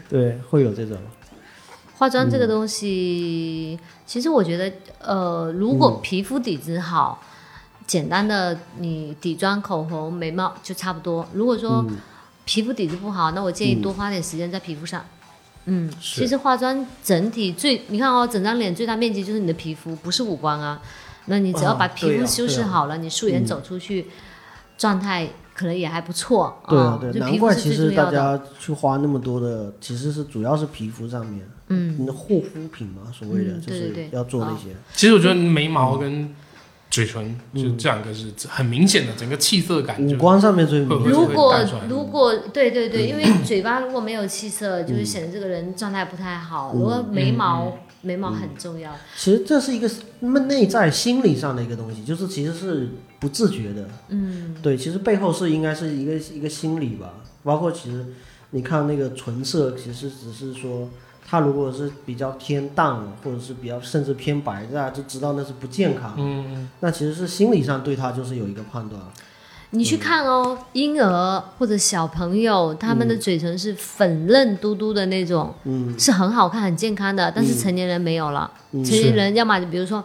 [SPEAKER 2] 对，会有这种。
[SPEAKER 3] 化妆
[SPEAKER 2] 嗯
[SPEAKER 3] 这个东西，其实我觉得，呃，如
[SPEAKER 2] 嗯
[SPEAKER 3] 果皮肤底子好，简单的你底妆、口红、眉毛就差不多。如果说
[SPEAKER 2] 嗯
[SPEAKER 3] 皮肤底子不好，那我建议多花点时间在皮肤上。嗯，
[SPEAKER 1] 是
[SPEAKER 3] 其实化妆整体最，你看哦，整张脸最大面积就是你的皮肤，不是五官啊。那你只要
[SPEAKER 2] 啊
[SPEAKER 3] 把皮
[SPEAKER 2] 对
[SPEAKER 3] 肤
[SPEAKER 2] 啊
[SPEAKER 3] 修
[SPEAKER 2] 对
[SPEAKER 3] 饰
[SPEAKER 2] 啊
[SPEAKER 3] 好了，你素颜走出去，状态可能也还不错。
[SPEAKER 2] 对啊，对，
[SPEAKER 3] 哦就
[SPEAKER 2] 难
[SPEAKER 3] 皮肤
[SPEAKER 2] 怪
[SPEAKER 3] 是
[SPEAKER 2] 其
[SPEAKER 3] 最
[SPEAKER 2] 实
[SPEAKER 3] 重
[SPEAKER 2] 大
[SPEAKER 3] 要的。
[SPEAKER 2] 家去花那么多的，其实是主要是皮肤上面，嗯，你的护肤品嘛，所谓的
[SPEAKER 3] 嗯
[SPEAKER 2] 就
[SPEAKER 3] 对
[SPEAKER 2] 是
[SPEAKER 3] 对对
[SPEAKER 2] 要做那些，
[SPEAKER 1] 其实我觉得眉毛跟嘴唇就这两个是很明显的，整个气色感
[SPEAKER 2] 五
[SPEAKER 1] 就
[SPEAKER 2] 官上面最明
[SPEAKER 1] 会
[SPEAKER 2] 显
[SPEAKER 1] 不
[SPEAKER 3] 如
[SPEAKER 1] 会
[SPEAKER 3] 果
[SPEAKER 1] 淡出来
[SPEAKER 3] 如果对对
[SPEAKER 2] 嗯
[SPEAKER 3] 对，因为嘴巴如果没有气色，就是显得这个人状态不太好。
[SPEAKER 2] 嗯
[SPEAKER 3] 如果眉毛，眉毛很重要。
[SPEAKER 2] 其实这是一个内在心理上的一个东西，就是其实是不自觉的，嗯，对，其实背后是应该是一个一个心理吧，包括其实你看那个唇色，其实只是说它如果是比较偏淡，或者是比较甚至偏白，大家就知道那是不健康，嗯，那其实是心理上对它就是有一个判断，
[SPEAKER 3] 你去看哦，
[SPEAKER 2] 嗯
[SPEAKER 3] 婴儿或者小朋友，他们的嘴唇是粉嫩嘟嘟的那种，
[SPEAKER 2] 嗯
[SPEAKER 3] 是很好看、很健康的。但是成年人没有了，
[SPEAKER 2] 嗯
[SPEAKER 3] 成年人要么就比如说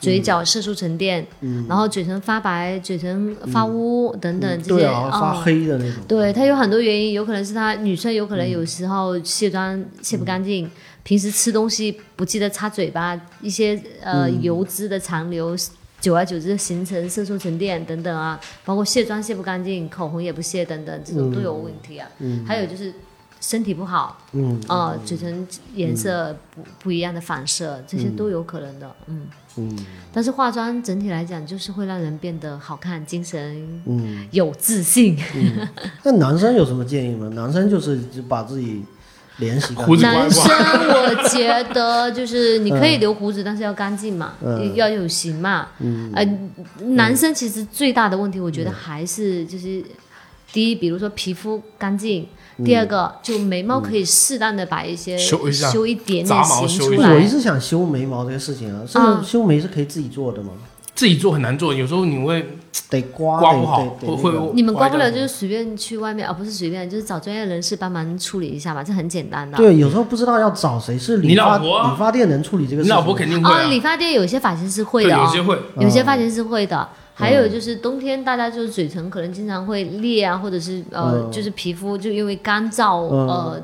[SPEAKER 3] 嘴角色素沉淀，
[SPEAKER 2] 嗯，
[SPEAKER 3] 然后嘴唇发白、嘴唇发乌等等这
[SPEAKER 2] 对
[SPEAKER 3] 些
[SPEAKER 2] 啊，发
[SPEAKER 3] 哦
[SPEAKER 2] 黑的那种，
[SPEAKER 3] 对，它有很多原因，有可能是她女生有可能有时候卸妆卸不干
[SPEAKER 2] 嗯
[SPEAKER 3] 净，平时吃东西不记得擦嘴巴，一些呃、
[SPEAKER 2] 嗯
[SPEAKER 3] 油脂的残留，久而久之形成色素沉淀等等啊，包括卸妆卸不干净，口红也不卸等等，这种都有问题啊。还有就是身体不好，
[SPEAKER 2] 嗯，
[SPEAKER 3] 啊、嘴唇颜色不、不一样的反射，这些都有可能的，嗯。
[SPEAKER 2] 嗯
[SPEAKER 3] 但是化妆整体来讲，就是会让人变得好看、精神、
[SPEAKER 2] 嗯，
[SPEAKER 3] 有自信。
[SPEAKER 2] 那男生有什么建议吗？男生就是就把自己脸洗干
[SPEAKER 1] 胡子
[SPEAKER 2] 净，
[SPEAKER 3] 男生，我觉得就是你可以留胡子，但是要干净嘛，
[SPEAKER 2] 嗯
[SPEAKER 3] 要有型嘛。
[SPEAKER 2] 嗯
[SPEAKER 3] 呃，男生其实最大的问题，我觉得还是就是第一，比如说皮肤干净；第二个，就眉毛可以适当的把一些
[SPEAKER 1] 嗯修一下
[SPEAKER 3] 修一点
[SPEAKER 1] 杂
[SPEAKER 3] 点
[SPEAKER 1] 毛
[SPEAKER 3] 型
[SPEAKER 1] 修
[SPEAKER 3] 出
[SPEAKER 1] 一下
[SPEAKER 2] 我一
[SPEAKER 3] 来。
[SPEAKER 2] 直想修眉毛这个事情啊，这个
[SPEAKER 3] 嗯
[SPEAKER 2] 修眉是可以自己做的吗？
[SPEAKER 1] 自己做很难做，有时候你会
[SPEAKER 2] 得刮，
[SPEAKER 1] 刮
[SPEAKER 2] 得
[SPEAKER 1] 不好
[SPEAKER 2] 得得
[SPEAKER 1] 会
[SPEAKER 2] 那
[SPEAKER 1] 会
[SPEAKER 2] 个
[SPEAKER 3] 你们刮不了，
[SPEAKER 1] 歪掉
[SPEAKER 3] 就是随便去外面，啊，不是随便，就是找专业人士帮忙处理一下嘛，这很简单的。
[SPEAKER 2] 对，有时候不知道要找谁是理
[SPEAKER 1] 你老
[SPEAKER 2] 发
[SPEAKER 1] 婆啊
[SPEAKER 2] 理发店能处理这个事
[SPEAKER 1] 你
[SPEAKER 2] 情吗。
[SPEAKER 1] 老婆肯定会、
[SPEAKER 3] 哦，
[SPEAKER 1] 啊
[SPEAKER 3] 理发店有些发型师会
[SPEAKER 1] 对，
[SPEAKER 3] 的哦，
[SPEAKER 1] 有些会。
[SPEAKER 3] 有些
[SPEAKER 2] 嗯
[SPEAKER 3] 发型是会的。还有就是冬天，大家就是嘴唇可能经常会裂啊，或者是呃，
[SPEAKER 2] 嗯
[SPEAKER 3] 就是皮肤就因为干燥、
[SPEAKER 2] 嗯
[SPEAKER 3] 呃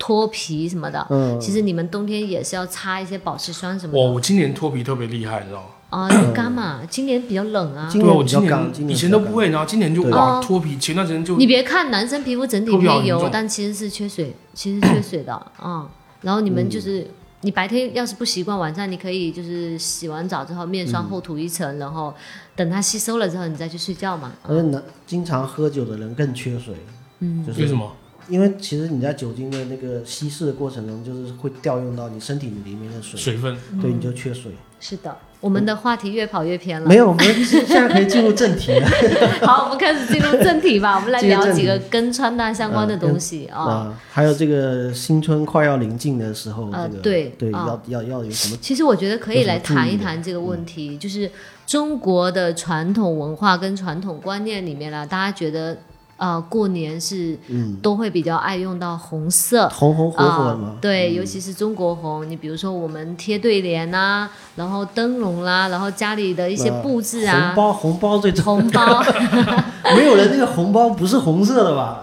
[SPEAKER 3] 脱皮什么的。
[SPEAKER 2] 嗯，
[SPEAKER 3] 其实你们冬天也是要擦一些保湿霜什么
[SPEAKER 1] 哇，
[SPEAKER 3] 的
[SPEAKER 1] 我今年脱皮特别厉害，你知道吗？
[SPEAKER 3] 啊，就干嘛？今年比较冷啊。
[SPEAKER 2] 今
[SPEAKER 1] 对啊，
[SPEAKER 2] 年
[SPEAKER 1] 我
[SPEAKER 2] 比较
[SPEAKER 1] 今
[SPEAKER 2] 干，今
[SPEAKER 1] 年
[SPEAKER 2] 年
[SPEAKER 1] 以前都不会，然后今年就
[SPEAKER 2] 对
[SPEAKER 1] 哇
[SPEAKER 3] 哦
[SPEAKER 1] 脱皮，前段时间就
[SPEAKER 3] 你别看男生皮肤整体
[SPEAKER 1] 脱皮好
[SPEAKER 3] 偏
[SPEAKER 1] 严
[SPEAKER 3] 油
[SPEAKER 1] 重，
[SPEAKER 3] 但其实是缺水，其实缺水的啊、嗯然后你们就是你白天要是不习惯，晚上你可以就是洗完澡之后面
[SPEAKER 2] 嗯
[SPEAKER 3] 霜厚涂一层，然后等它吸收了之后你再去睡觉嘛。嗯
[SPEAKER 2] 而且呢，经常喝酒的人更缺水，嗯，就
[SPEAKER 1] 为
[SPEAKER 2] 是
[SPEAKER 1] 什么？
[SPEAKER 2] 因为其实你在酒精的那个稀释的过程中，就是会调用到你身体里面的水，
[SPEAKER 1] 水分。
[SPEAKER 2] 对，
[SPEAKER 3] 嗯
[SPEAKER 2] 你就缺水。
[SPEAKER 3] 是的，我们的话题越跑越偏了。
[SPEAKER 2] 没有，我们现在可以进入正题了
[SPEAKER 3] 好，我们开始进入正题 吧，我们来
[SPEAKER 2] 进入
[SPEAKER 3] 聊
[SPEAKER 2] 正
[SPEAKER 3] 几
[SPEAKER 2] 题
[SPEAKER 3] 个跟穿搭相关的东西啊。
[SPEAKER 2] 啊。还有这个新春快要临近的时候，
[SPEAKER 3] 呃
[SPEAKER 2] 这个
[SPEAKER 3] 对
[SPEAKER 2] 对，
[SPEAKER 3] 啊
[SPEAKER 2] 要要要有什么？
[SPEAKER 3] 其实我觉得可以来谈一
[SPEAKER 2] 有什么
[SPEAKER 3] 谈这个问题，就是中国的传统文化跟传统观念里面啦，大家觉得呃过年是都会比较爱用到红色，
[SPEAKER 2] 红红嗯火火的嗯
[SPEAKER 3] 啊
[SPEAKER 2] 嘛。
[SPEAKER 3] 对，尤其是中国红，你比如说我们贴对联呐、然后灯笼啦、然后家里的一些
[SPEAKER 2] 呃
[SPEAKER 3] 布置
[SPEAKER 2] 红
[SPEAKER 3] 啊，
[SPEAKER 2] 包红包最重，
[SPEAKER 3] 红包，
[SPEAKER 2] 没有人那个红包不是红色的 吧？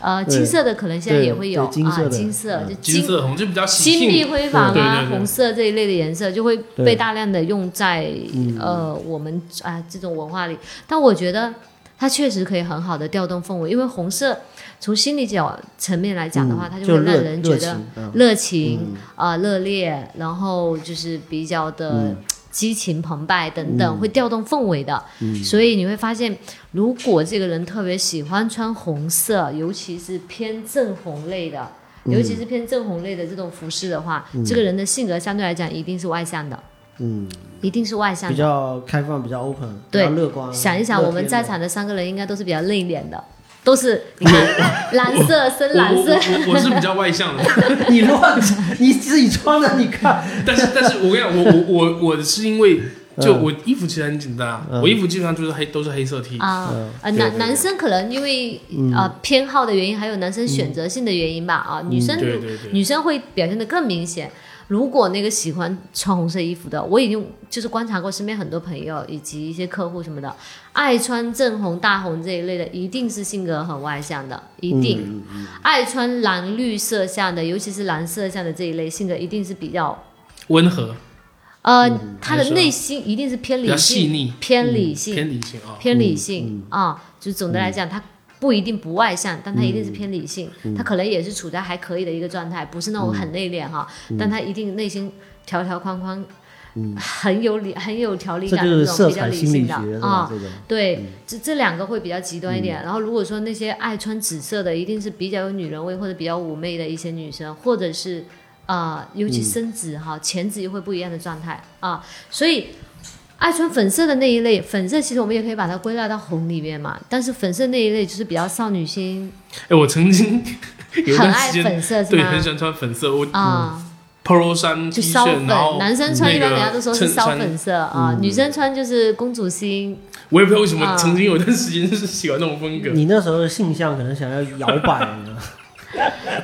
[SPEAKER 3] 呃，
[SPEAKER 2] 对
[SPEAKER 3] 金色的可能现在
[SPEAKER 2] 对
[SPEAKER 3] 也会有
[SPEAKER 2] 对金色
[SPEAKER 3] 啊，
[SPEAKER 2] 的
[SPEAKER 3] 金色
[SPEAKER 2] 嗯
[SPEAKER 3] 就
[SPEAKER 1] 金
[SPEAKER 3] 金
[SPEAKER 1] 色红就比较喜
[SPEAKER 3] 金碧
[SPEAKER 1] 庆，
[SPEAKER 3] 辉煌
[SPEAKER 1] 对
[SPEAKER 3] 啊
[SPEAKER 1] 对、对
[SPEAKER 3] 红色这一类的颜色，就会
[SPEAKER 2] 对嗯
[SPEAKER 3] 被大量的用在呃我们啊这种文化里。但我觉得它确实可以很好的调动氛围，因为红色从心理角层面来讲的话，
[SPEAKER 2] 嗯
[SPEAKER 3] 它
[SPEAKER 2] 就
[SPEAKER 3] 啊会让
[SPEAKER 2] 热
[SPEAKER 3] 人
[SPEAKER 2] 热
[SPEAKER 3] 觉得
[SPEAKER 2] 情嗯
[SPEAKER 3] 热情啊、热烈，然后就是比较
[SPEAKER 2] 嗯
[SPEAKER 3] 的激情澎湃等等，会调动氛围的。
[SPEAKER 2] 嗯
[SPEAKER 3] 所以你会发现，如果这个人特别喜欢穿红色，尤其是偏正红类的，
[SPEAKER 2] 嗯
[SPEAKER 3] 尤其是偏正红类的这种服饰的话，这个人的性格相对来讲一定是外向的，
[SPEAKER 2] 嗯，
[SPEAKER 3] 一定是外向
[SPEAKER 2] 比
[SPEAKER 3] 的。
[SPEAKER 2] 较开放，比较 open，比
[SPEAKER 3] 对
[SPEAKER 2] 较乐观。
[SPEAKER 3] 想一想，
[SPEAKER 2] 乐
[SPEAKER 3] 我们
[SPEAKER 2] 天
[SPEAKER 3] 在
[SPEAKER 2] 的
[SPEAKER 3] 场的三个人应该都是比较内敛的，都是 你看蓝色、深
[SPEAKER 1] 我
[SPEAKER 3] 蓝
[SPEAKER 1] 我
[SPEAKER 3] 色。
[SPEAKER 1] 我我我是比较外向的，
[SPEAKER 2] 你乱，你自己穿的，你看，
[SPEAKER 1] 但是但是我跟你讲，我我我我是因为就我衣服其实很简单啊，
[SPEAKER 2] 嗯
[SPEAKER 1] 我衣服基本上就是黑都是黑色 T，
[SPEAKER 3] 啊
[SPEAKER 2] 嗯
[SPEAKER 3] 呃，
[SPEAKER 2] 对
[SPEAKER 3] 男
[SPEAKER 2] 对
[SPEAKER 3] 男生可能因为
[SPEAKER 1] 嗯
[SPEAKER 3] 呃偏好的原因，还有男生选择性的原因吧啊，女生
[SPEAKER 1] 对对对
[SPEAKER 3] 女生会表现的更明显。如果那个喜欢穿红色衣服的，我已经就是观察过身边很多朋友以及一些客户什么的，爱穿正红、大红这一类的，一定是性格很外向的， 一
[SPEAKER 1] 嗯
[SPEAKER 3] 定、
[SPEAKER 2] 嗯
[SPEAKER 3] 爱穿蓝绿色向的，尤其是蓝色向的这一类，性格一定是比较
[SPEAKER 1] 温和
[SPEAKER 3] 呃，他
[SPEAKER 1] 嗯
[SPEAKER 3] 的
[SPEAKER 1] 没错
[SPEAKER 3] 内心一定是偏
[SPEAKER 1] 比较
[SPEAKER 3] 理
[SPEAKER 1] 细
[SPEAKER 3] 性，
[SPEAKER 1] 腻嗯
[SPEAKER 3] 偏理性，
[SPEAKER 1] 偏理性啊，
[SPEAKER 3] 偏
[SPEAKER 2] 嗯
[SPEAKER 3] 理性、啊，就总的来讲，他不一定不外向，但他一
[SPEAKER 2] 嗯
[SPEAKER 3] 定是偏理性，他可能也是处在还可以的一个状态，不是那
[SPEAKER 2] 嗯
[SPEAKER 3] 种很内敛哈，但他一定内心条条框框，很有理，很有条理
[SPEAKER 2] 嗯这
[SPEAKER 3] 感
[SPEAKER 2] 就
[SPEAKER 3] 的
[SPEAKER 2] 是
[SPEAKER 3] 这种
[SPEAKER 2] 色
[SPEAKER 3] 比较
[SPEAKER 2] 彩
[SPEAKER 3] 理
[SPEAKER 2] 心理
[SPEAKER 3] 性
[SPEAKER 2] 学是
[SPEAKER 3] 的
[SPEAKER 2] 吧？
[SPEAKER 3] 啊。
[SPEAKER 2] 这种
[SPEAKER 1] 嗯
[SPEAKER 3] 对，这这两个会比较极端一点。然后如果说那些爱穿紫色的，一定是比较有女人味或者比较妩媚的一些女生，或者是啊、尤其深紫哈，
[SPEAKER 1] 嗯
[SPEAKER 3] 浅紫又会不一样的状态啊。所以爱穿粉色的那一类，粉色其实我们也可以把它归纳到红里面嘛。但是粉色那一类就是比较少女心，
[SPEAKER 1] 哎，我曾经有一
[SPEAKER 3] 很
[SPEAKER 1] 段
[SPEAKER 3] 爱
[SPEAKER 1] 时间
[SPEAKER 3] 粉色是
[SPEAKER 1] 对很
[SPEAKER 3] 吗？
[SPEAKER 1] 喜欢穿粉色，我
[SPEAKER 3] 啊、
[SPEAKER 1] polo 衫、T
[SPEAKER 3] 就骚
[SPEAKER 1] 恤，
[SPEAKER 3] 粉
[SPEAKER 1] 然，后
[SPEAKER 3] 男生穿一般
[SPEAKER 1] 那
[SPEAKER 3] 人
[SPEAKER 1] 个
[SPEAKER 3] 家都说是
[SPEAKER 1] 衬
[SPEAKER 3] 骚
[SPEAKER 1] 衫嗯
[SPEAKER 3] 粉色啊、女生穿就是公主心，
[SPEAKER 1] 我也不知道为什么
[SPEAKER 3] 啊
[SPEAKER 1] 曾经有一段时间是喜欢那种风格，
[SPEAKER 2] 你那时候的性向可能想要摇摆呢，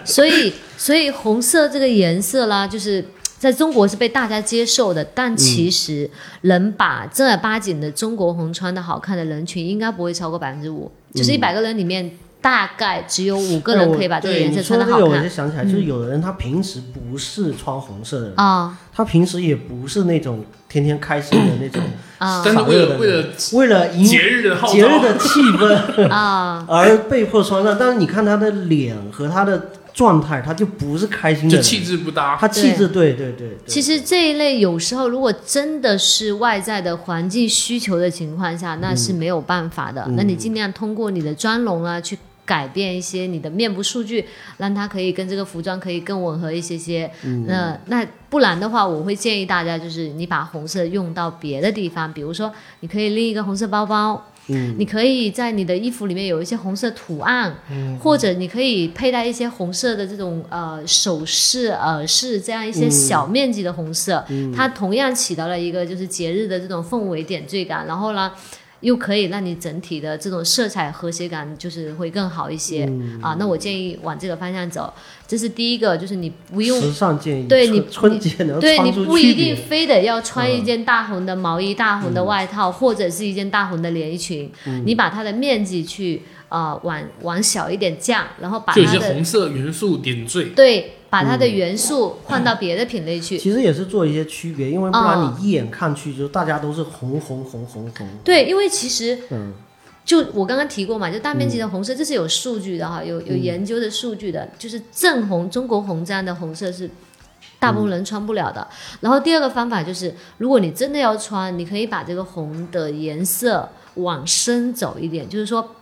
[SPEAKER 3] 所以，所以红色这个颜色啦，就是在中国是被大家接受的，但其实能把正儿八经的中国红穿的好看的人群，应该不会超过百分之五，
[SPEAKER 2] 嗯
[SPEAKER 3] 就是一百个人里面大概只有五 个人可以把这个
[SPEAKER 2] 哎对
[SPEAKER 3] 颜色
[SPEAKER 2] 你说
[SPEAKER 3] 穿的
[SPEAKER 2] 这
[SPEAKER 3] 好
[SPEAKER 2] 个我
[SPEAKER 3] 看嗯
[SPEAKER 2] 就想起来，就是有的人他平时不是穿红色的人，
[SPEAKER 3] 啊
[SPEAKER 2] 他平时也不是那种天天开心的 那种，
[SPEAKER 3] 啊
[SPEAKER 1] 但是为了
[SPEAKER 2] 少
[SPEAKER 1] 为
[SPEAKER 2] 有的
[SPEAKER 1] 了
[SPEAKER 2] 为了迎
[SPEAKER 1] 节日的号
[SPEAKER 2] 节日
[SPEAKER 1] 召，
[SPEAKER 2] 的气氛
[SPEAKER 3] 啊！
[SPEAKER 2] 而被迫穿上。但是你看他的脸和他的状态，他就不是开心的
[SPEAKER 1] 就
[SPEAKER 2] 人，
[SPEAKER 1] 气质啊不搭，
[SPEAKER 2] 他气质对对对。对
[SPEAKER 3] 其实这一类有时候，如果真的是外在的环境需求的情况下，那
[SPEAKER 2] 嗯
[SPEAKER 3] 是没有办法的。那你尽量通过你的妆容啊，去改变一些你的面部数据，让它可以跟这个服装可以更吻合一些些。
[SPEAKER 2] 嗯
[SPEAKER 3] 那那不然的话，我会建议大家就是你把红色用到别的地方，比如说你可以拎一个红色包包。你可以在你的衣服里面有一些红色图案，或者你可以佩戴一些红色的这种呃首饰、耳饰这样一些小面积的红色，它同样起到了一个就是节日的这种氛围点缀感，然后呢。又可以让你整体的这种色彩和谐感就是会更好一些、啊，那我建议往这个方向走，这是第一个，就是你不用
[SPEAKER 2] 时尚建议，
[SPEAKER 3] 对你
[SPEAKER 2] 春春节能
[SPEAKER 3] 对你
[SPEAKER 2] 穿出
[SPEAKER 3] 不
[SPEAKER 2] 区
[SPEAKER 3] 一
[SPEAKER 2] 别
[SPEAKER 3] 定非得要穿一件大红的毛衣、大红的外套，或者是一件大红的连衣裙，你把它的面积去呃往往小一点降，然后把
[SPEAKER 1] 就有一
[SPEAKER 3] 它
[SPEAKER 1] 些
[SPEAKER 3] 的
[SPEAKER 1] 红色元素点缀。
[SPEAKER 3] 对把它的元素换到别的品类去。
[SPEAKER 2] 其实也是做一些区别，因为不
[SPEAKER 3] 啊
[SPEAKER 2] 然你一眼看去就大家都是红红红红红。
[SPEAKER 3] 对，因为其实
[SPEAKER 2] 嗯，
[SPEAKER 3] 就我刚刚提过嘛，就大面积的红色，这是有
[SPEAKER 2] 嗯
[SPEAKER 3] 数据的哈，有有研究的数据的，就是正红、中国红这样的红色是大
[SPEAKER 2] 嗯
[SPEAKER 3] 部分人穿不了的。然后第二个方法就是，如果你真的要穿，你可以把这个红的颜色往深走一点，就是说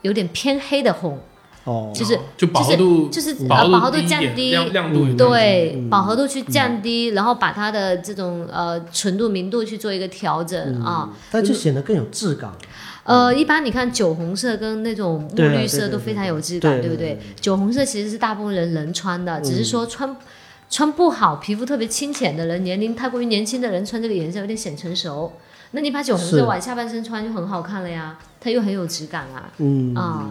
[SPEAKER 3] 有点偏黑的红，
[SPEAKER 2] 哦，嗯
[SPEAKER 3] 就是
[SPEAKER 1] 就饱和度
[SPEAKER 3] 就是
[SPEAKER 1] 饱
[SPEAKER 3] 呃饱
[SPEAKER 1] 和
[SPEAKER 3] 和
[SPEAKER 1] 度
[SPEAKER 3] 度
[SPEAKER 1] 低一
[SPEAKER 3] 降
[SPEAKER 1] 点
[SPEAKER 3] 低，嗯
[SPEAKER 1] 亮亮度也
[SPEAKER 3] 对，饱和度去
[SPEAKER 2] 嗯
[SPEAKER 3] 降低，然后把它的这种呃纯度、明度去做一个调整
[SPEAKER 2] 嗯
[SPEAKER 3] 啊。
[SPEAKER 2] 但就显得更有质感。
[SPEAKER 3] 呃，一般你看酒红色跟那种墨
[SPEAKER 2] 嗯对啊
[SPEAKER 3] 绿
[SPEAKER 2] 对
[SPEAKER 3] 色
[SPEAKER 2] 对
[SPEAKER 3] 都
[SPEAKER 2] 对
[SPEAKER 3] 非常有质
[SPEAKER 2] 对
[SPEAKER 3] 感，
[SPEAKER 2] 对
[SPEAKER 3] 对不
[SPEAKER 2] 对
[SPEAKER 3] 对？酒红色其实是大部分人能穿的，只是
[SPEAKER 2] 嗯
[SPEAKER 3] 说穿穿不好，皮肤特别清浅的人，年龄太过于年轻的人穿这个颜色有点显成熟。那你把酒红
[SPEAKER 2] 是
[SPEAKER 3] 色往下半身穿就很好看了呀，它又很有质感啊。
[SPEAKER 2] 嗯，
[SPEAKER 3] 啊、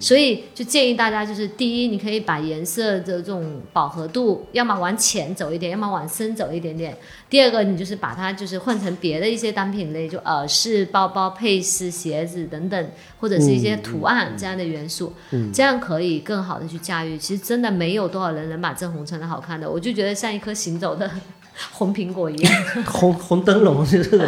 [SPEAKER 3] 所以就建议大家，就是第一，你可以把颜色的这种饱和度，要么往浅走一点，要么往深走一点点。第二个，你就是把它就是换成别的一些单品类，就耳饰、包包、配饰、鞋子等等，或者是一些图案这样的元素，这样可以更好的去驾驭。其实真的没有多少人能把正红穿的好看的，我就觉得像一颗行走的红苹果一样。
[SPEAKER 2] 红红灯笼就是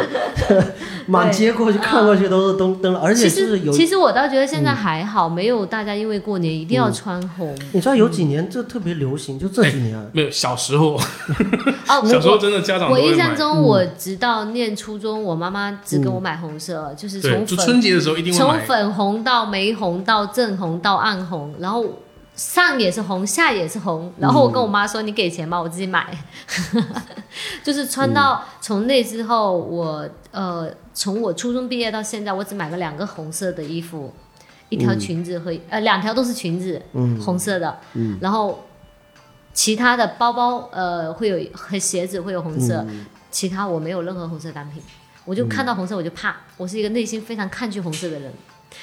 [SPEAKER 2] 满街过去看过去都是灯灯 笼，而且
[SPEAKER 3] 啊其
[SPEAKER 2] 就是
[SPEAKER 3] 实
[SPEAKER 2] 有，嗯
[SPEAKER 3] 其实我倒觉得现在还好，没有大家因为过年一定要穿红。
[SPEAKER 2] 你知道有几年这特别流行，就这几年啊，
[SPEAKER 1] 没有小时候，
[SPEAKER 2] 嗯
[SPEAKER 3] 哦，我
[SPEAKER 1] 小时候真的家长都
[SPEAKER 3] 我
[SPEAKER 1] 会
[SPEAKER 3] 印
[SPEAKER 1] 买
[SPEAKER 3] 象，中，我直到念初中，我妈妈只
[SPEAKER 2] 嗯
[SPEAKER 3] 给我买红色，就是
[SPEAKER 1] 对，
[SPEAKER 3] 从
[SPEAKER 1] 就
[SPEAKER 3] 粉
[SPEAKER 1] 春节的时候一定会
[SPEAKER 3] 从
[SPEAKER 1] 买。
[SPEAKER 3] 粉红到玫红到正红到暗红，然后上也是红，下也是红。然后我跟我妈说：“你给钱吧，我自己买。” 就是穿到
[SPEAKER 1] 嗯
[SPEAKER 3] 从那之后，我呃，从我初中毕业到现在，我只买了两个红色的衣服，一条裙子和、呃两条都是裙子，
[SPEAKER 2] 嗯
[SPEAKER 3] 红色的，然后其他的包包呃会有和鞋子会有红色，
[SPEAKER 1] 嗯
[SPEAKER 3] 其他我没有任何红色单品，我就看到红色我就怕，我是一个内心非常抗拒红色的人，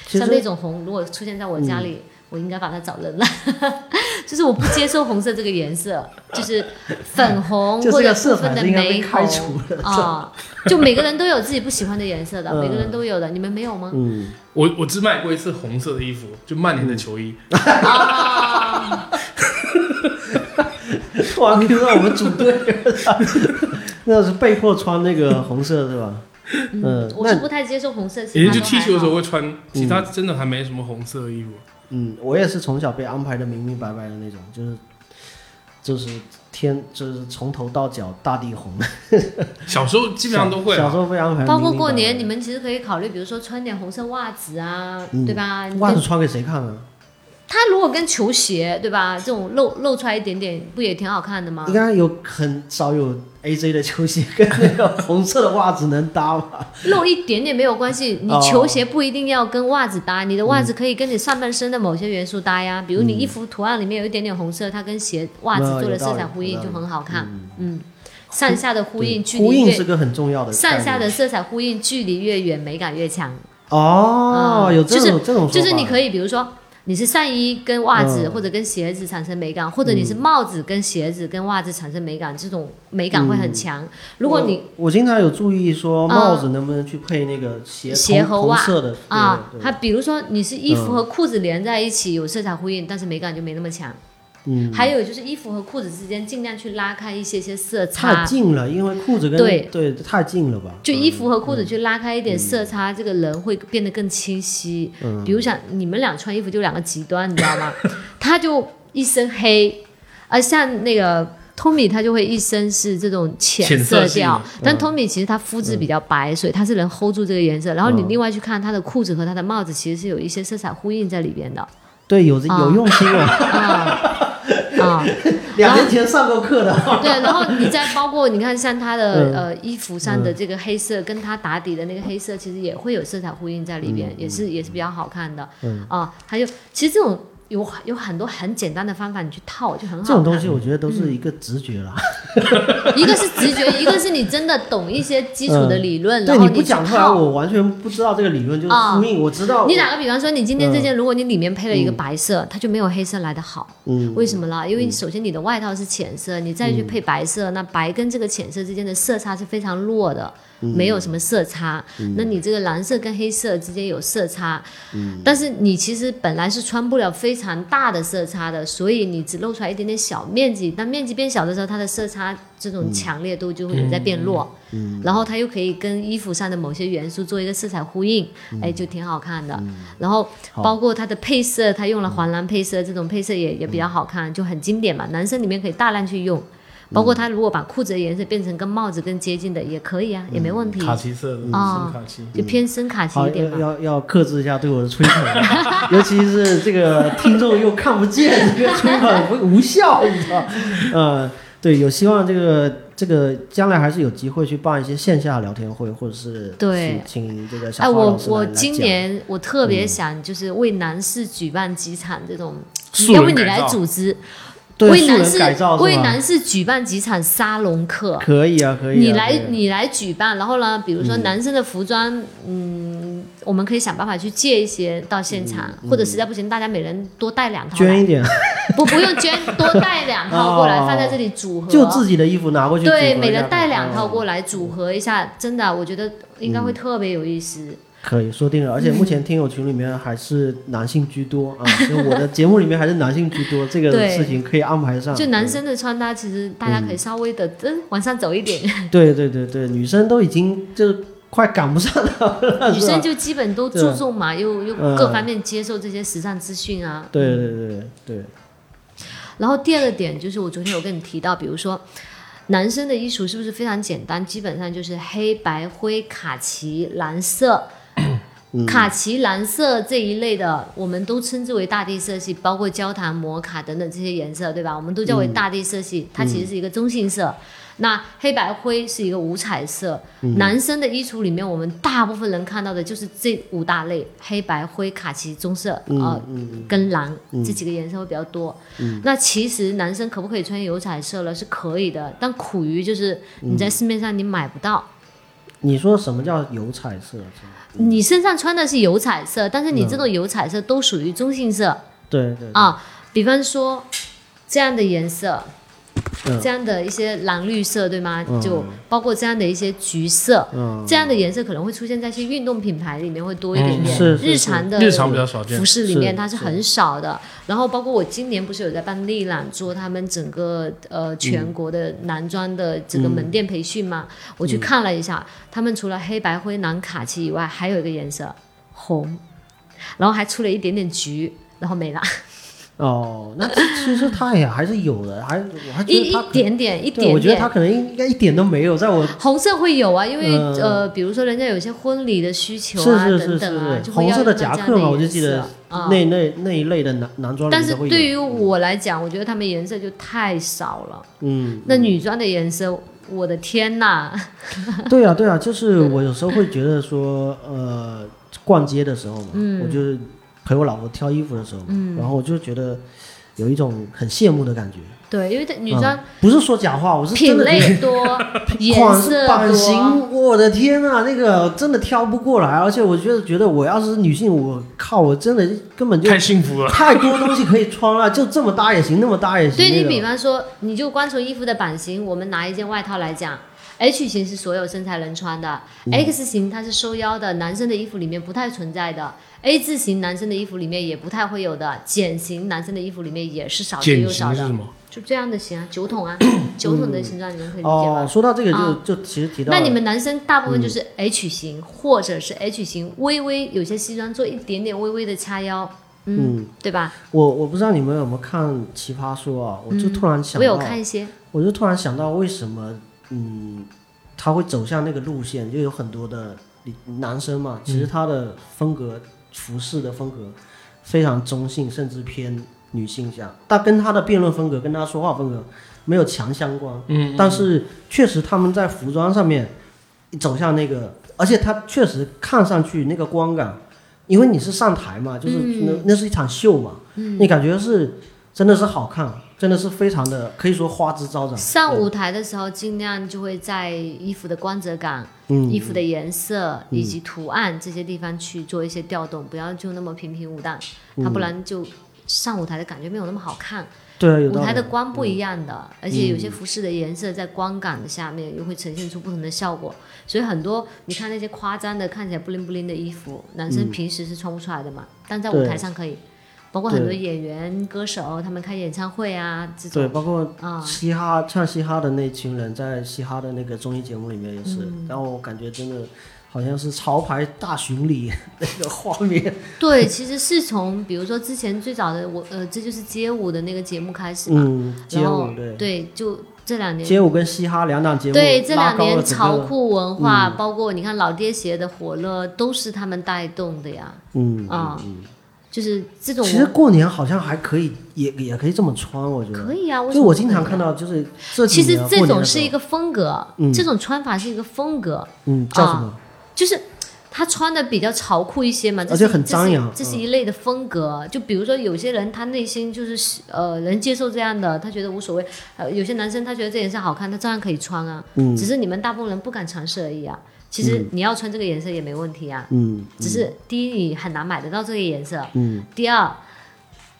[SPEAKER 2] 其
[SPEAKER 3] 像那
[SPEAKER 2] 实嗯
[SPEAKER 3] 种红如果出现在我家里，我应该把它找人了， 就是我不接受红色这个颜色，就是粉红
[SPEAKER 2] 就
[SPEAKER 3] 或
[SPEAKER 2] 是
[SPEAKER 3] 者
[SPEAKER 2] 个色
[SPEAKER 3] 部分
[SPEAKER 2] 彩
[SPEAKER 3] 的
[SPEAKER 2] 是应该被
[SPEAKER 3] 玫
[SPEAKER 2] 开
[SPEAKER 3] 红
[SPEAKER 2] 除的。
[SPEAKER 3] 啊、就每个人都有自己不喜欢的颜色的，
[SPEAKER 2] 嗯
[SPEAKER 3] 每个人都有的，你们没有吗？
[SPEAKER 2] 嗯，
[SPEAKER 1] 我我只买过一次红色的衣服，就曼联的球衣，
[SPEAKER 3] 啊，
[SPEAKER 2] 突然 Q 到我们组队， 那是被迫穿那个红色是吧？嗯，
[SPEAKER 3] 我是
[SPEAKER 2] 那
[SPEAKER 3] 不太接受红色，其
[SPEAKER 1] 以
[SPEAKER 3] 他
[SPEAKER 1] 前
[SPEAKER 3] 都
[SPEAKER 1] 就踢
[SPEAKER 3] 还
[SPEAKER 1] 球的时
[SPEAKER 3] 好
[SPEAKER 1] 候会穿，其他真的还没什么红色的衣服。
[SPEAKER 2] 嗯，我也是从小被安排的明明白白的那种，就是就是天就是从头到脚大地红，
[SPEAKER 1] 小时候基本上都会啊，
[SPEAKER 2] 小时候被安排，
[SPEAKER 3] 包括过年，你。们其实可以考虑，比如说穿点红色袜子啊，
[SPEAKER 2] 嗯
[SPEAKER 3] 对吧？你
[SPEAKER 2] 袜子
[SPEAKER 3] 跟
[SPEAKER 2] 穿给谁看啊？
[SPEAKER 3] 它如果跟球鞋，对吧？这种露露出来一点点，不也挺好看的吗
[SPEAKER 2] 应？该有很少有 AJ 的球鞋跟那个 红色的袜子能搭吧？
[SPEAKER 3] 露一点点没有关系，你
[SPEAKER 2] 哦
[SPEAKER 3] 球鞋不一定要跟袜子搭，你的袜子可以跟你上半身的某些元素搭呀。比如你衣服图案里面有一点点红色，它跟鞋袜子
[SPEAKER 2] 那
[SPEAKER 3] 做
[SPEAKER 2] 嗯有
[SPEAKER 3] 了
[SPEAKER 2] 道
[SPEAKER 3] 色
[SPEAKER 2] 理
[SPEAKER 3] 彩呼
[SPEAKER 2] 有
[SPEAKER 3] 应
[SPEAKER 2] 道
[SPEAKER 3] 就
[SPEAKER 2] 理
[SPEAKER 3] 很好看。嗯，上下的呼应距
[SPEAKER 2] 呼
[SPEAKER 3] 离
[SPEAKER 2] 应是
[SPEAKER 3] 越
[SPEAKER 2] 个很重要的概念。
[SPEAKER 3] 上下的色彩呼应距离越远，美感越强。
[SPEAKER 2] 哦，
[SPEAKER 3] 啊
[SPEAKER 2] 有这
[SPEAKER 3] 就是
[SPEAKER 2] 种这种
[SPEAKER 3] 就是你可
[SPEAKER 2] 以
[SPEAKER 3] 以，比如说你是上衣跟袜子
[SPEAKER 2] 嗯
[SPEAKER 3] 或者跟鞋子产生美感，或者你是帽子跟鞋子跟袜子产生美感，这种美感会很
[SPEAKER 2] 嗯
[SPEAKER 3] 强。如果你
[SPEAKER 2] 我经常有注意说
[SPEAKER 3] 嗯
[SPEAKER 2] 帽子能不能去配那个鞋
[SPEAKER 3] 鞋
[SPEAKER 2] 同
[SPEAKER 3] 和
[SPEAKER 2] 同
[SPEAKER 3] 袜
[SPEAKER 2] 色的
[SPEAKER 3] 啊
[SPEAKER 2] 对，对
[SPEAKER 3] 它比如说你是衣服
[SPEAKER 2] 嗯
[SPEAKER 3] 和裤子连在一起有色彩呼应，但是美感就没那么强。
[SPEAKER 2] 嗯，
[SPEAKER 3] 还有就是衣服和裤子之间尽量去拉开一些些色
[SPEAKER 2] 太
[SPEAKER 3] 差。
[SPEAKER 2] 近了，因为裤子跟
[SPEAKER 3] 对
[SPEAKER 2] 对太近了吧？
[SPEAKER 3] 就衣服和
[SPEAKER 1] 嗯
[SPEAKER 3] 裤子去拉开一点色差，这个人会变得更清晰。
[SPEAKER 1] 嗯
[SPEAKER 3] 比如像你们俩穿衣服就两个极端，你知道吗？ 他就一身黑，而像那个 Tommy 他就会一身是这种
[SPEAKER 1] 浅
[SPEAKER 3] 浅
[SPEAKER 1] 色
[SPEAKER 3] 色
[SPEAKER 1] 系嗯
[SPEAKER 3] 调
[SPEAKER 1] 的，
[SPEAKER 3] 但 Tommy 其实他肤质比较白，所以他是能 hold 住这个颜色。然后
[SPEAKER 1] 嗯
[SPEAKER 3] 你另外去看他的裤子和他的帽子，其实是有一些色彩呼应在里边 的
[SPEAKER 2] 对，有有
[SPEAKER 3] 啊
[SPEAKER 2] 用心 啊！
[SPEAKER 3] 啊啊。
[SPEAKER 2] 两年前上过课的，
[SPEAKER 3] 对，然后你再包括你看像他的、
[SPEAKER 2] 嗯
[SPEAKER 3] 呃衣服上的这个黑色，跟他打底的那个黑色，其实也会有色彩呼应在里边，也是也是比较好看的。
[SPEAKER 2] 嗯
[SPEAKER 3] 啊，还有其实这种有有很多很简单的方法，你去套就很好 看。
[SPEAKER 2] 这种东西我觉得都是一个直觉啦。
[SPEAKER 3] 一个是直觉， 一个是你真的懂一些基础的理论，
[SPEAKER 2] 对
[SPEAKER 3] 嗯然后
[SPEAKER 2] 不
[SPEAKER 3] 去
[SPEAKER 2] 讲出来，
[SPEAKER 3] 套。
[SPEAKER 2] 我完全不知道这个理论就是
[SPEAKER 3] 啊
[SPEAKER 2] 呼应。我知道
[SPEAKER 3] 你打个比方说，你今天这件，如果你里面配了一个
[SPEAKER 2] 嗯
[SPEAKER 3] 白色，它就没有黑色来的好。
[SPEAKER 2] 嗯
[SPEAKER 3] 为什么啦？因为首先你的外套是浅色，你再去配白色，那白跟这个浅色之间的色差是非常弱的，
[SPEAKER 2] 嗯
[SPEAKER 3] 没有什么色差。那你这个蓝色跟黑色之间有色差，
[SPEAKER 2] 嗯
[SPEAKER 3] 但是你其实本来是穿不了非常大的色差的，所以你只露出来一点点小面积。当面积变小的时候，它的色差这
[SPEAKER 2] 嗯
[SPEAKER 3] 种强烈度就会有在变弱，然后它又可以跟衣服上的某些元素做一个色彩呼应，哎，就挺好看的。然后
[SPEAKER 2] 嗯好嗯
[SPEAKER 3] 包括它的配色，它用了黄蓝配色，这种配色也也比较好看，就很经典嘛。男生里面可以大量去用。包括它如果把裤子的颜色变成跟帽子更接近的也可以
[SPEAKER 2] 嗯
[SPEAKER 3] 啊，也没问题，
[SPEAKER 1] 卡其色的，深
[SPEAKER 3] 哦
[SPEAKER 1] 卡其。
[SPEAKER 3] 就偏深卡其
[SPEAKER 2] 好，
[SPEAKER 3] 一点
[SPEAKER 2] 要
[SPEAKER 3] 嘛。
[SPEAKER 2] 要要克制一下对我的吹捧，啊 尤其是这个听众又看不见，这个吹捧会无效，你知道？呃，对，有希望这个这个将来还是有机会去办一些线下聊天会，或者是
[SPEAKER 3] 对
[SPEAKER 2] 请请这个小
[SPEAKER 3] 哎，
[SPEAKER 2] 花
[SPEAKER 3] 我
[SPEAKER 2] 老师来
[SPEAKER 3] 我
[SPEAKER 2] 来
[SPEAKER 3] 今
[SPEAKER 2] 讲
[SPEAKER 3] 年我特别想就是为男士举办几场这种，
[SPEAKER 1] 素人
[SPEAKER 3] 要不你
[SPEAKER 1] 改
[SPEAKER 3] 来
[SPEAKER 1] 造
[SPEAKER 3] 组织，
[SPEAKER 2] 对
[SPEAKER 3] 为
[SPEAKER 2] 素
[SPEAKER 3] 男
[SPEAKER 2] 人
[SPEAKER 3] 士
[SPEAKER 2] 改造是
[SPEAKER 3] 为
[SPEAKER 2] 吧
[SPEAKER 3] 男士举办几场沙龙课，
[SPEAKER 2] 可以啊，可以啊，
[SPEAKER 3] 你来
[SPEAKER 2] 可以啊
[SPEAKER 3] 你来举办，然后呢，比如说男生的服装，嗯我们可以想办法去借一些到现场，或者实在不行，大家每人多带两套
[SPEAKER 2] 嗯捐
[SPEAKER 3] 来，
[SPEAKER 2] 一点，
[SPEAKER 3] 不不用捐，多带 两套过来放在这里组合，
[SPEAKER 2] 哦就自己的衣服拿过去组合一下，
[SPEAKER 3] 对，每人带两套
[SPEAKER 2] 嗯
[SPEAKER 3] 过来组合一下，真的，我觉得应该会特别有意思。
[SPEAKER 2] 可以说定了，而
[SPEAKER 3] 嗯
[SPEAKER 2] 且目前听友群里面还是男性居多啊， 就我的节目里面还是男性居 多，这个
[SPEAKER 3] 对
[SPEAKER 2] 事情可以安排上。
[SPEAKER 3] 就男生的穿搭，其实大家可以稍微的嗯往上走一点，
[SPEAKER 2] 对对对对，女生都已经就是快赶不 上了，
[SPEAKER 3] 女
[SPEAKER 2] 是吧
[SPEAKER 3] 生就基本都注重嘛，又又
[SPEAKER 2] 嗯
[SPEAKER 3] 各方面接受这些时尚资讯啊。
[SPEAKER 2] 对对对对
[SPEAKER 3] 然后第二个点就是，我昨天有跟你提到，比如说男生的衣橱是不是非常简单？基本上就是黑白灰、卡其、蓝色。卡其蓝色这一类的，我们都称之为大地色系，包括焦糖、摩卡等等这些颜色，对吧？我们都叫为大地色系，它其实是一个中性色。那黑白灰是一个五彩色。男生的衣橱里面，我们大部分人看到的就是这五大类：黑白灰、卡其、棕色啊、
[SPEAKER 2] 嗯
[SPEAKER 3] 呃跟蓝这几个颜色会比较多。
[SPEAKER 2] 嗯
[SPEAKER 3] 那其实男生可不可以穿油彩色了？是可以的，但苦于就是
[SPEAKER 2] 嗯
[SPEAKER 3] 你在市面上你买不到。
[SPEAKER 2] 对，你说什么叫有彩色？
[SPEAKER 3] 你身上穿的是油彩色，但是
[SPEAKER 2] 嗯
[SPEAKER 3] 你这种油彩色都属于中性色、
[SPEAKER 2] 对对，
[SPEAKER 3] 啊，比方说这样的颜色，
[SPEAKER 2] 嗯
[SPEAKER 3] 这样的一些蓝绿色，对吗？
[SPEAKER 2] 嗯
[SPEAKER 3] 就包括这样的一些橘色，
[SPEAKER 2] 嗯，
[SPEAKER 3] 这样的颜色可能会出现在一些运动品牌里面会多一点点，
[SPEAKER 2] 嗯是是是
[SPEAKER 3] 日常的
[SPEAKER 1] 日常比较少见
[SPEAKER 3] 服，饰里
[SPEAKER 2] 是
[SPEAKER 3] 面它是很少的。然后包括我今年不是有在办丽朗做他们整个呃
[SPEAKER 2] 嗯
[SPEAKER 3] 全国的男装的整个门店培训嘛，我
[SPEAKER 2] 嗯
[SPEAKER 3] 去看了一下，他们除了黑白灰蓝卡其以外，还有一个颜色红，然后还出了一点点橘。然后没了，
[SPEAKER 2] 哦，那其实他也还是有的，还我还
[SPEAKER 3] 一
[SPEAKER 2] 觉得
[SPEAKER 3] 一
[SPEAKER 2] 他可。
[SPEAKER 3] 点点，一
[SPEAKER 2] 对，
[SPEAKER 3] 点
[SPEAKER 2] 我觉得
[SPEAKER 3] 点
[SPEAKER 2] 他。可能应该一点都没有，在我
[SPEAKER 3] 红色会有啊，因为、
[SPEAKER 2] 嗯
[SPEAKER 3] 呃，比如说人家有些婚礼的需求
[SPEAKER 2] 是
[SPEAKER 3] 啊，
[SPEAKER 2] 是是是
[SPEAKER 3] 等等啊，
[SPEAKER 2] 是
[SPEAKER 3] 就会
[SPEAKER 2] 红
[SPEAKER 3] 要
[SPEAKER 2] 色
[SPEAKER 3] 用到
[SPEAKER 2] 的
[SPEAKER 3] 这样
[SPEAKER 2] 夹
[SPEAKER 3] 的
[SPEAKER 2] 克嘛，我就记
[SPEAKER 3] 颜
[SPEAKER 2] 得
[SPEAKER 3] 色啊
[SPEAKER 2] 那那那一类的男男装里
[SPEAKER 3] 但
[SPEAKER 2] 面
[SPEAKER 3] 是
[SPEAKER 2] 都会有，
[SPEAKER 3] 对于我来讲，我觉得他们颜色就太少了。
[SPEAKER 2] 嗯，
[SPEAKER 3] 那女装的颜色，我的天呐！
[SPEAKER 2] 对啊，对啊，就是我有时候会觉得说，呃，逛街的时候嘛，
[SPEAKER 3] 嗯
[SPEAKER 2] 我就是陪我老婆挑衣服的时候嘛，然后我就觉得有一种很羡慕的感觉。
[SPEAKER 3] 对，因为这女
[SPEAKER 2] 嗯
[SPEAKER 3] 装
[SPEAKER 2] 不是说假话，我是真
[SPEAKER 3] 品
[SPEAKER 2] 的觉
[SPEAKER 3] 类多，
[SPEAKER 2] 得
[SPEAKER 3] 颜
[SPEAKER 2] 款
[SPEAKER 3] 色
[SPEAKER 2] 版
[SPEAKER 3] 多。
[SPEAKER 2] 型，我的天呐，那个真的挑不过来，而且我觉得觉得我要是女性，我靠，我真的根本就
[SPEAKER 1] 太幸福了。
[SPEAKER 2] 太多东西可以穿了，就这么搭也行，那么搭也行。
[SPEAKER 3] 对
[SPEAKER 2] 那
[SPEAKER 3] 你
[SPEAKER 2] 个
[SPEAKER 3] 比方说，你就光从衣服的版型，我们拿一件外套来讲，H 型是所有身材能穿的、x
[SPEAKER 2] 嗯
[SPEAKER 3] 型它是收腰的，男生的衣服里面不太存在的；A 字型男生的衣服里面也不太会有的，茧型男生的衣服里面也是少之
[SPEAKER 1] 减
[SPEAKER 3] 又
[SPEAKER 1] 刑
[SPEAKER 3] 少
[SPEAKER 1] 是什
[SPEAKER 2] 啊
[SPEAKER 3] 的。
[SPEAKER 1] 么？
[SPEAKER 3] 就这样的型啊，酒桶啊，酒桶的形状你们可以理解吗？
[SPEAKER 2] 哦，说到这个就、
[SPEAKER 3] 啊
[SPEAKER 2] 就其实提到嗯
[SPEAKER 3] 那
[SPEAKER 2] 了
[SPEAKER 3] 你们男生大部分就是 H 型，或者是 H 型，微微有些西装做一点点微微的掐腰，嗯，对吧？
[SPEAKER 2] 我我不知道你们有没有看《奇葩说》啊，我就突然想
[SPEAKER 3] 嗯我
[SPEAKER 2] 到，
[SPEAKER 3] 有看一些，
[SPEAKER 2] 我就突然想到为什么，嗯，他会走向那个路线，就有很多的男生嘛，其实他的风格、服饰的风格非常中性，甚至偏女性向，但跟他的辩论风格、跟他说话风格没有强相关。嗯但是确实他们在服装上面走向那个，而且他确实看上去那个光感，因为你是上台嘛，就是那、那是一场秀嘛，你感觉是真的是好看，真的是非常的可以说花枝招展。
[SPEAKER 3] 上舞台的时候尽量就会在衣服的光泽感、
[SPEAKER 2] 嗯
[SPEAKER 3] 衣服的颜色以及图案这些地方去做一些调动，不要就那么平平无淡，
[SPEAKER 2] 嗯
[SPEAKER 3] 它不然就上舞台的感觉没有那么好看。
[SPEAKER 2] 对啊，有
[SPEAKER 3] 舞
[SPEAKER 2] 道
[SPEAKER 3] 台
[SPEAKER 2] 理嗯
[SPEAKER 3] 的。光不一样的，而且有些服饰的颜色在光感的下面又会呈现出不同的效果。所以很多你看那些夸张的、看起来不灵不灵的衣服，男生平时是穿不出来的嘛，但在舞
[SPEAKER 2] 对
[SPEAKER 3] 台上可以。包括很
[SPEAKER 2] 嗯
[SPEAKER 3] 多
[SPEAKER 2] 对
[SPEAKER 3] 演员、歌手，他们开演唱会啊，这
[SPEAKER 2] 对，
[SPEAKER 3] 种
[SPEAKER 2] 包括
[SPEAKER 3] 啊，
[SPEAKER 2] 嘻哈唱嘻哈的那群人，在嘻哈的那个综艺节目里面也是，
[SPEAKER 3] 嗯
[SPEAKER 2] 然后我感觉真的好像是潮牌大巡 礼那个画面，
[SPEAKER 3] 对，其实是从比如说之前最早的我呃，这就是街舞的那个节目开始 嘛，
[SPEAKER 2] 嗯，街
[SPEAKER 3] 然后
[SPEAKER 2] 舞对，
[SPEAKER 3] 对，就这两年
[SPEAKER 2] 街舞跟嘻哈两档节目，
[SPEAKER 3] 对，这两年
[SPEAKER 2] 潮，
[SPEAKER 3] 潮酷文化，
[SPEAKER 2] 嗯
[SPEAKER 3] 包括你看老爹鞋的火热，都是他们带动的呀。
[SPEAKER 2] 嗯，
[SPEAKER 3] 啊，就是这种
[SPEAKER 2] 其实过年好像还可以，也也可以这么穿，我觉得
[SPEAKER 3] 可。以啊。为什
[SPEAKER 2] 嗯就
[SPEAKER 3] 么
[SPEAKER 2] 我
[SPEAKER 3] 不
[SPEAKER 2] 经
[SPEAKER 3] 可
[SPEAKER 2] 常
[SPEAKER 3] 以啊
[SPEAKER 2] 看到，就是这几
[SPEAKER 3] 其实
[SPEAKER 2] 年
[SPEAKER 3] 这
[SPEAKER 2] 过年
[SPEAKER 3] 种
[SPEAKER 2] 的
[SPEAKER 3] 是
[SPEAKER 2] 时嗯
[SPEAKER 3] 一个风格，这种穿法是一个风格，
[SPEAKER 2] 候嗯叫什
[SPEAKER 3] 啊
[SPEAKER 2] 么？
[SPEAKER 3] 就是他穿的比较潮酷一些嘛，这
[SPEAKER 2] 而
[SPEAKER 3] 是
[SPEAKER 2] 且很张扬嗯
[SPEAKER 3] 这是这是一类的风格。就比如说有些人他内心就是呃能接受这样的，他觉得无所谓。呃，有些男生他觉得这颜色好看，他照样可以穿啊，
[SPEAKER 2] 嗯
[SPEAKER 3] 只是你们大部分人不敢尝试而已啊。其实你要穿这个颜色也没问题啊，
[SPEAKER 2] 嗯
[SPEAKER 3] 只是第一你很难买得到这个颜色，
[SPEAKER 2] 嗯
[SPEAKER 3] 第二，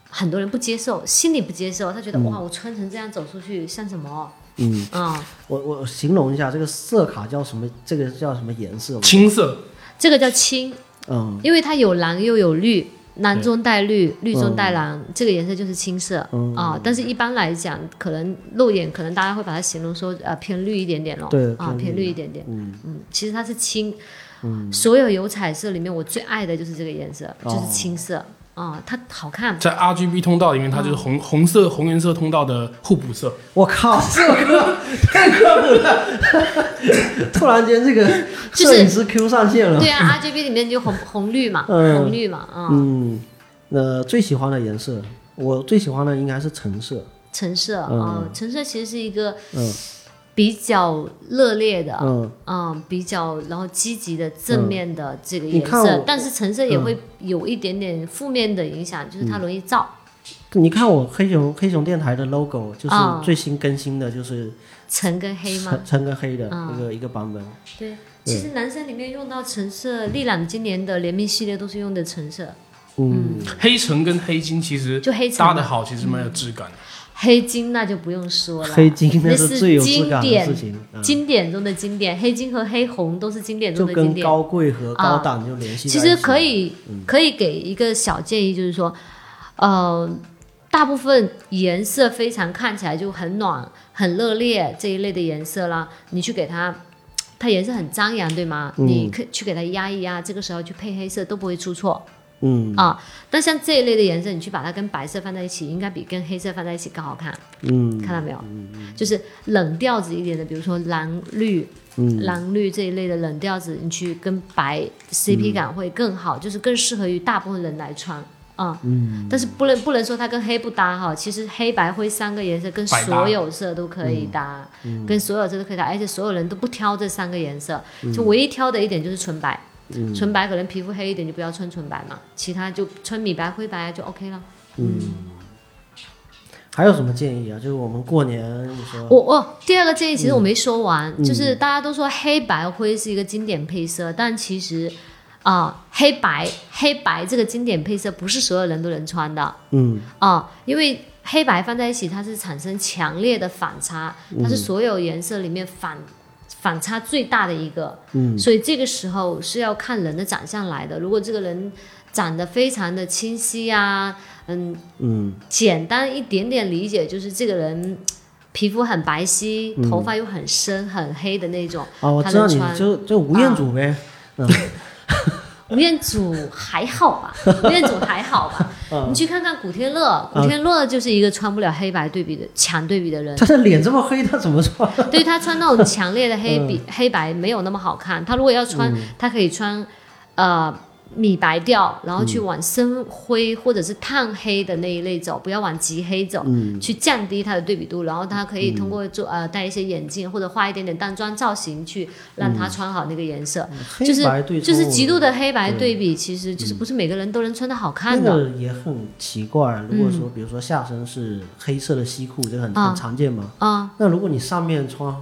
[SPEAKER 3] 很多人不接受，心里不接受，他觉得、哇，我穿成这样走出去像什么？
[SPEAKER 2] 嗯，
[SPEAKER 3] 嗯，
[SPEAKER 2] 我我形容一下这个色卡叫什么？这个叫什么颜色？
[SPEAKER 1] 青色，
[SPEAKER 3] 这个叫青，
[SPEAKER 2] 嗯
[SPEAKER 3] 因为它有蓝又有绿，蓝中带绿，绿中带蓝，这个颜色就是青色啊、
[SPEAKER 2] 嗯
[SPEAKER 3] 但是一般来讲，可能肉眼可能大家会把它形容说呃偏绿一点点咯，
[SPEAKER 2] 对
[SPEAKER 3] 啊
[SPEAKER 2] 偏
[SPEAKER 3] 偏
[SPEAKER 2] 绿
[SPEAKER 3] 绿一点点，
[SPEAKER 2] 嗯
[SPEAKER 3] 嗯，其实它是青。所有有彩色里面，我最爱的就是这个颜色，
[SPEAKER 2] 哦
[SPEAKER 3] 就是青色啊、它好看。
[SPEAKER 1] 在 RGB 通道里面，它
[SPEAKER 3] 嗯
[SPEAKER 1] 就是红红色红颜色通道的互补色。
[SPEAKER 2] 我靠，这个太科普了！突然间这个
[SPEAKER 3] 就是
[SPEAKER 2] 摄影师 Q 上线 了。
[SPEAKER 3] 对啊，RGB 里面就红红绿嘛，
[SPEAKER 2] 嗯
[SPEAKER 3] 红绿嘛，啊、
[SPEAKER 2] 嗯，那最喜欢的颜色，我最喜欢的应该是橙色。
[SPEAKER 3] 橙色啊、
[SPEAKER 2] 嗯
[SPEAKER 3] 橙色其实是一个
[SPEAKER 2] 嗯
[SPEAKER 3] 比较热烈的，嗯
[SPEAKER 2] 嗯，
[SPEAKER 3] 比较然后积极的、正面的这个
[SPEAKER 2] 嗯你
[SPEAKER 3] 颜
[SPEAKER 2] 看
[SPEAKER 3] 色，
[SPEAKER 2] 我嗯
[SPEAKER 3] 但是橙色也会有一点点负面的影响，就是它容易燥，
[SPEAKER 2] 你看我黑熊黑熊电台的 logo，就是
[SPEAKER 3] 啊
[SPEAKER 2] 最新更新的，就是
[SPEAKER 3] 橙跟黑嘛
[SPEAKER 2] 橙。橙跟黑的
[SPEAKER 3] 啊
[SPEAKER 2] 一个一个版本。
[SPEAKER 3] 对，其实男生里面用到橙色，丽朗今年的联名系列都是用的橙色，
[SPEAKER 2] 嗯，
[SPEAKER 1] 黑橙跟黑金其实
[SPEAKER 3] 就黑橙
[SPEAKER 1] 搭
[SPEAKER 3] 嘛嗯
[SPEAKER 1] 的好，其实蛮有质感的。
[SPEAKER 3] 黑金那就不用说了，
[SPEAKER 2] 黑金
[SPEAKER 3] 那
[SPEAKER 2] 是
[SPEAKER 3] 是
[SPEAKER 2] 最有质
[SPEAKER 3] 经
[SPEAKER 2] 感的
[SPEAKER 3] 典
[SPEAKER 2] 事情，啊
[SPEAKER 3] 经典中的经典，黑金和黑红都是经典
[SPEAKER 2] 就
[SPEAKER 3] 中的经
[SPEAKER 2] 跟
[SPEAKER 3] 典。
[SPEAKER 2] 高贵和高
[SPEAKER 3] 啊
[SPEAKER 2] 档就联系在
[SPEAKER 3] 其
[SPEAKER 2] 一起了。
[SPEAKER 3] 实可以
[SPEAKER 2] 嗯
[SPEAKER 3] 可以给一个小建议，就是说，呃，大部分颜色非常看起来就很暖、很热烈这一类的颜色啦，你去给它，它颜色很张扬，对吗？
[SPEAKER 2] 嗯
[SPEAKER 3] 你可以去给它压一压，这个时候去配黑色都不会出错
[SPEAKER 2] 嗯
[SPEAKER 3] 啊。但像这一类的颜色，你去把它跟白色放在一起，应该比跟黑色放在一起更好看，
[SPEAKER 2] 嗯
[SPEAKER 3] 看到没有？就是冷调子一点的，比如说蓝绿
[SPEAKER 2] 嗯
[SPEAKER 3] 蓝绿这一类的冷调子，你去跟白
[SPEAKER 2] 嗯
[SPEAKER 3] CP 感会更好，就是更适合于大部分人来穿啊。嗯，但是不能不能说它跟黑不搭哈，其实黑白灰三个颜色跟
[SPEAKER 1] 百搭
[SPEAKER 3] 所有色都可以搭，
[SPEAKER 2] 嗯
[SPEAKER 3] 跟所有色都可以搭，而且所有人都不挑这三个颜色，
[SPEAKER 2] 嗯
[SPEAKER 3] 就唯一挑的一点就是纯白。纯白可能皮肤黑一点就不要穿纯白嘛，其他就穿米白、灰白就 OK 了。
[SPEAKER 2] 还有什么建议啊？就是我们过年你说
[SPEAKER 3] 我我第二个建议其实我没说完，就是大家都说黑白灰是一个经典配色，但其实啊、黑白黑白这个经典配色不是所有人都能穿的啊、
[SPEAKER 2] 嗯
[SPEAKER 3] 因为黑白放在一起它是产生强烈的反差，
[SPEAKER 2] 嗯
[SPEAKER 3] 它是所有颜色里面反。反差最大的一个，
[SPEAKER 2] 嗯
[SPEAKER 3] 所以这个时候是要看人的长相来的。如果这个人长得非常的清晰啊，嗯，
[SPEAKER 2] 嗯
[SPEAKER 3] 简单一点点理解，就是这个人皮肤很白皙，
[SPEAKER 2] 嗯
[SPEAKER 3] 头发又很深很黑的那种。
[SPEAKER 2] 啊，我
[SPEAKER 3] 他
[SPEAKER 2] 知道
[SPEAKER 3] 能
[SPEAKER 2] 你
[SPEAKER 3] 穿啊
[SPEAKER 2] 就就吴彦祖呗，
[SPEAKER 3] 吴彦祖还好吧？ 吴彦祖还好吧？
[SPEAKER 2] 嗯
[SPEAKER 3] 你去看看古天乐，古天乐就是一个穿不了黑白对比的强对比的人。
[SPEAKER 2] 他的脸这么黑，他怎么穿？
[SPEAKER 3] 对他穿那种强烈的
[SPEAKER 2] 嗯
[SPEAKER 3] 黑比、黑白没有那么好看。他如果要穿，他可以穿呃米白调，然后去
[SPEAKER 2] 嗯
[SPEAKER 3] 往深灰或者是炭黑的那一类走，不要往极黑走，
[SPEAKER 2] 嗯
[SPEAKER 3] 去降低它的对比度。然后他可以通过做、呃戴一些眼镜或者画一点点淡妆造型去让他穿好那个颜色。就是
[SPEAKER 2] 嗯黑白对
[SPEAKER 3] 就是极度
[SPEAKER 2] 的
[SPEAKER 3] 的黑白对比，其实就是不是每个人都能穿的好看
[SPEAKER 2] 嗯那
[SPEAKER 3] 的。嗯
[SPEAKER 2] 个也很奇怪。如果说比如说下身是黑色的西裤，这个很
[SPEAKER 3] 啊
[SPEAKER 2] 很常见嘛。
[SPEAKER 3] 啊，
[SPEAKER 2] 那如果你上面穿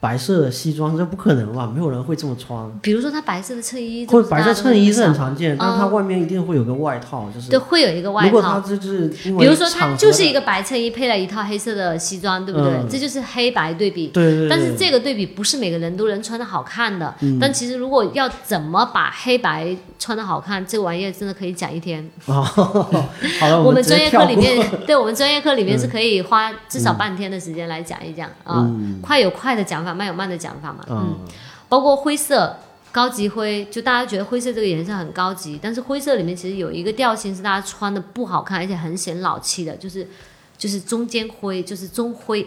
[SPEAKER 2] 白色的西装，这不可能吧？没有人会这么穿。
[SPEAKER 3] 比如说他白色的衬衣，
[SPEAKER 2] 或
[SPEAKER 3] 这不是
[SPEAKER 2] 白
[SPEAKER 3] 大
[SPEAKER 2] 色
[SPEAKER 3] 家都
[SPEAKER 2] 衬衣是很
[SPEAKER 3] 想
[SPEAKER 2] 常见，但它外面一定会有个外套，就是
[SPEAKER 3] 对，会有一个外
[SPEAKER 2] 如果
[SPEAKER 3] 套
[SPEAKER 2] 它。就是因为
[SPEAKER 3] 比如说，
[SPEAKER 2] 场
[SPEAKER 3] 它
[SPEAKER 2] 合
[SPEAKER 3] 就是
[SPEAKER 2] 的
[SPEAKER 3] 一个白衬衣配了一套黑色的西装，对不对？
[SPEAKER 2] 嗯
[SPEAKER 3] 这就是黑白对比。
[SPEAKER 2] 对对对，嗯
[SPEAKER 3] 但是这个对比不是每个人都能穿的好看的。但其实如果要怎么把黑白穿的好看，这个玩意儿真的可以讲一天。
[SPEAKER 2] 啊，好了，
[SPEAKER 3] 我
[SPEAKER 2] 们
[SPEAKER 3] 们
[SPEAKER 2] 直接
[SPEAKER 3] 专业
[SPEAKER 2] 跳
[SPEAKER 3] 课里
[SPEAKER 2] 过嗯
[SPEAKER 3] 面， 对我们专业课里面是可以花至少半天的时间来讲一讲啊，
[SPEAKER 2] 嗯
[SPEAKER 3] 快有快的讲法，慢有慢的讲法嘛。嗯，
[SPEAKER 2] 啊，
[SPEAKER 3] 包括灰色。高级灰，就大家觉得灰色这个颜色很高级，但是灰色里面其实有一个调性是大家穿的不好看，而且很显老气的，就是就是中间灰，就是中灰，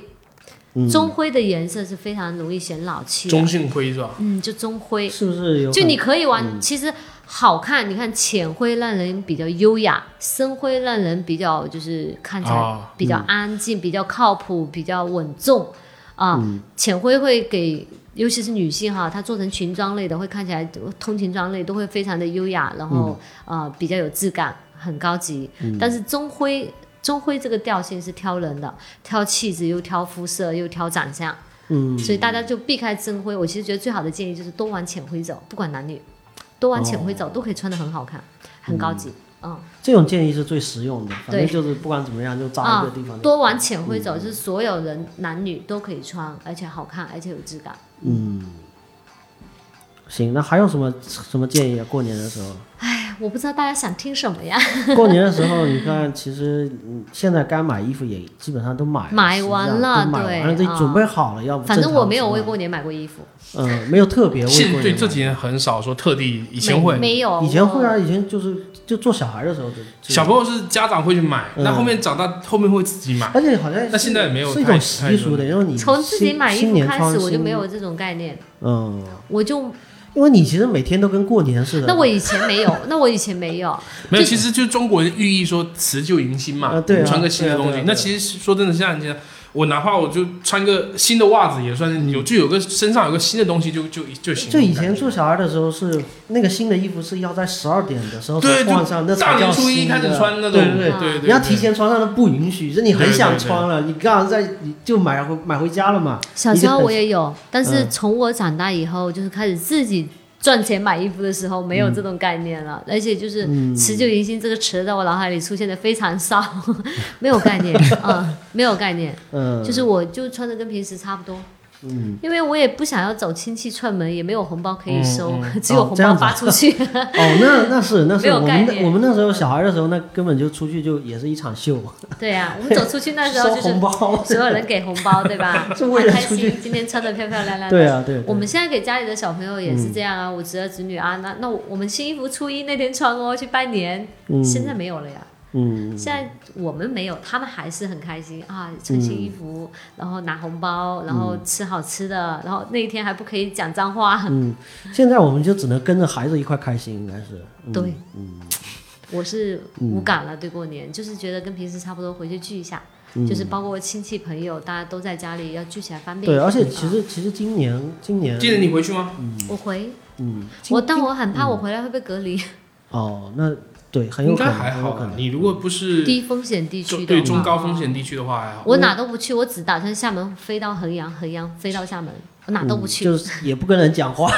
[SPEAKER 2] 嗯
[SPEAKER 3] 棕灰的颜色是非常容易显老气的，
[SPEAKER 1] 中性灰是吧？
[SPEAKER 3] 嗯，就棕灰，
[SPEAKER 2] 是不是有？
[SPEAKER 3] 就你，可以玩，其实好看。你看浅灰让人比较优雅，深灰让人比较就是看起来
[SPEAKER 1] 啊，
[SPEAKER 3] 比较安静、比较靠谱、比较稳重啊。浅灰会给，尤其是女性哈，她做成裙装类的，会看起来呃通勤装类都会非常的优雅，然后、呃比较有质感，很高级。但是棕灰。棕灰这个调性是挑人的，挑气质，又挑肤色，又挑长相，
[SPEAKER 2] 嗯，
[SPEAKER 3] 所以大家就避开真灰。我其实觉得最好的建议就是多往浅灰走，不管男女，多往浅灰走、
[SPEAKER 2] 哦
[SPEAKER 3] 都可以穿得很好看，很高级。嗯，
[SPEAKER 2] 这种建议是最实用的，反正
[SPEAKER 3] 对
[SPEAKER 2] 就是不管怎么样就扎
[SPEAKER 3] 啊
[SPEAKER 2] 一个地方。
[SPEAKER 3] 多往浅灰
[SPEAKER 2] 嗯
[SPEAKER 3] 走，就是所有人男女都可以穿，而且好看，而且有质感。
[SPEAKER 2] 嗯行，那还有什么什么建议啊？过年的时候。
[SPEAKER 3] 哎，我不知道大家想听什么呀？
[SPEAKER 2] 过年的时候，你看，其实嗯现在该买衣服也基本上都买了
[SPEAKER 3] 买
[SPEAKER 2] 实际
[SPEAKER 3] 完
[SPEAKER 2] 上都
[SPEAKER 3] 了
[SPEAKER 2] 买
[SPEAKER 3] 对
[SPEAKER 2] 完了都
[SPEAKER 3] 啊
[SPEAKER 2] 准备好了，要不
[SPEAKER 3] 反正我没有为
[SPEAKER 2] 过，
[SPEAKER 3] 过年买过衣服，
[SPEAKER 2] 嗯，没有特别为
[SPEAKER 1] 现
[SPEAKER 2] 过
[SPEAKER 1] 对
[SPEAKER 2] 年
[SPEAKER 1] 这
[SPEAKER 2] 买
[SPEAKER 1] 几年很少说特地，以前会
[SPEAKER 3] 没，没有，
[SPEAKER 2] 以前会
[SPEAKER 3] 我
[SPEAKER 2] 啊，以前就是就做小孩的时候就
[SPEAKER 1] 小朋友是家长会去买，
[SPEAKER 2] 嗯
[SPEAKER 1] 那后面长大后面会自己买。
[SPEAKER 2] 而且好像
[SPEAKER 1] 那现在也没有
[SPEAKER 2] 是一
[SPEAKER 1] 太
[SPEAKER 2] 种习俗的，因为你
[SPEAKER 3] 从自己
[SPEAKER 2] 新
[SPEAKER 3] 买衣
[SPEAKER 2] 新
[SPEAKER 3] 服
[SPEAKER 2] 年
[SPEAKER 3] 开
[SPEAKER 2] 穿
[SPEAKER 3] 始，我就
[SPEAKER 2] 新
[SPEAKER 3] 没有这种概念，
[SPEAKER 2] 嗯，
[SPEAKER 3] 我就
[SPEAKER 2] 因为你其实每天都跟过年似的。
[SPEAKER 3] 那我以前没有，那我以前没有，
[SPEAKER 1] 没有，其实就中国人寓意说辞旧迎新嘛，
[SPEAKER 2] 啊对啊
[SPEAKER 1] 穿个新的
[SPEAKER 2] 对啊
[SPEAKER 1] 东
[SPEAKER 2] 对
[SPEAKER 1] 西
[SPEAKER 2] 啊。
[SPEAKER 1] 那其实说真的，像你现在，我哪怕我就穿个新的袜子，也算是有就有个身上有个新的东西就就就行。
[SPEAKER 2] 就以前做小孩的时候是那个新的衣服是要在十二点的时候
[SPEAKER 1] 对
[SPEAKER 2] 才换上，那
[SPEAKER 1] 大
[SPEAKER 2] 才叫
[SPEAKER 1] 年初一
[SPEAKER 2] 新的
[SPEAKER 1] 开始穿那种，
[SPEAKER 2] 对对对
[SPEAKER 1] 对对，
[SPEAKER 3] 你
[SPEAKER 1] 对
[SPEAKER 2] 你要提。前穿上都不允许，是你很想穿了，你刚好在你就买回买回家了嘛。
[SPEAKER 3] 小
[SPEAKER 2] 你
[SPEAKER 3] 时
[SPEAKER 2] 就
[SPEAKER 3] 候
[SPEAKER 2] 很
[SPEAKER 3] 我也有，但是
[SPEAKER 2] 嗯
[SPEAKER 3] 从我长大以后，就是开始自己赚钱买衣服的时候，没有
[SPEAKER 2] 嗯
[SPEAKER 3] 这种概念了，而且就是“辞旧迎新”这个词在我脑海里出现的非常少， 没有概念，嗯，没有概念，
[SPEAKER 2] 嗯，
[SPEAKER 3] 就是我就穿的跟平时差不多。
[SPEAKER 2] 嗯，
[SPEAKER 3] 因为我也不想要走亲戚串门，也没有红包可以收，
[SPEAKER 1] 嗯
[SPEAKER 3] 只有
[SPEAKER 2] 哦
[SPEAKER 3] 红
[SPEAKER 2] 这样
[SPEAKER 3] 包
[SPEAKER 2] 子啊
[SPEAKER 3] 发出去。
[SPEAKER 2] 哦，那那是那
[SPEAKER 3] 没
[SPEAKER 2] 是
[SPEAKER 3] 有
[SPEAKER 2] 我
[SPEAKER 3] 概
[SPEAKER 2] 们那
[SPEAKER 3] 念
[SPEAKER 2] 我们那时候小孩的时候，那根本就出去就也是一场秀，
[SPEAKER 3] 对呀、我们走出去 那时候
[SPEAKER 2] 收
[SPEAKER 3] 就是
[SPEAKER 2] 红包。
[SPEAKER 3] 所有人给红包，对吧？
[SPEAKER 2] 是为了
[SPEAKER 3] 好开
[SPEAKER 2] 出去
[SPEAKER 3] 心，今天穿的漂漂亮亮的。
[SPEAKER 2] 对啊，对，对嗯
[SPEAKER 3] 我们现在给家里的小朋友也是这样啊，我侄儿侄女啊，那那我我们新衣服初一那天穿哦，去拜年。
[SPEAKER 2] 嗯
[SPEAKER 3] 现在没有了呀，
[SPEAKER 2] 嗯
[SPEAKER 3] 现在我们没有，他们还是很开心啊，穿新衣服，然后拿红包，然后吃好吃的，然后那一天还不可以讲脏话。
[SPEAKER 2] 嗯，现在我们就只能跟着孩子一块开心，应该是。嗯
[SPEAKER 3] 对，我是无感了，对过年就是觉得跟平时差不多，回去聚一下，
[SPEAKER 2] 嗯
[SPEAKER 3] 就是包括亲戚朋友，大家都在家里要聚起来方便一
[SPEAKER 2] 对，
[SPEAKER 3] 点。
[SPEAKER 2] 而且其
[SPEAKER 3] 啊
[SPEAKER 2] 实其实今年今年
[SPEAKER 1] 记得你回去吗？
[SPEAKER 3] 我回
[SPEAKER 2] 嗯
[SPEAKER 3] 我，但我很怕我回来会被隔离，
[SPEAKER 2] 哦，那对很有
[SPEAKER 1] 应
[SPEAKER 2] 可
[SPEAKER 1] 该
[SPEAKER 2] 能，
[SPEAKER 1] 还
[SPEAKER 2] 很
[SPEAKER 1] 好
[SPEAKER 2] 有可
[SPEAKER 1] 啊。
[SPEAKER 2] 能。
[SPEAKER 1] 你如果不是
[SPEAKER 3] 低风险地区
[SPEAKER 1] 中
[SPEAKER 3] 的
[SPEAKER 1] 对
[SPEAKER 3] 话
[SPEAKER 1] 中高风险地区的话，还好。
[SPEAKER 2] 嗯
[SPEAKER 3] 我哪都不去，我只打算厦门飞到衡阳，衡阳飞到厦门，我哪都不去、
[SPEAKER 2] 嗯就是也不跟人讲话，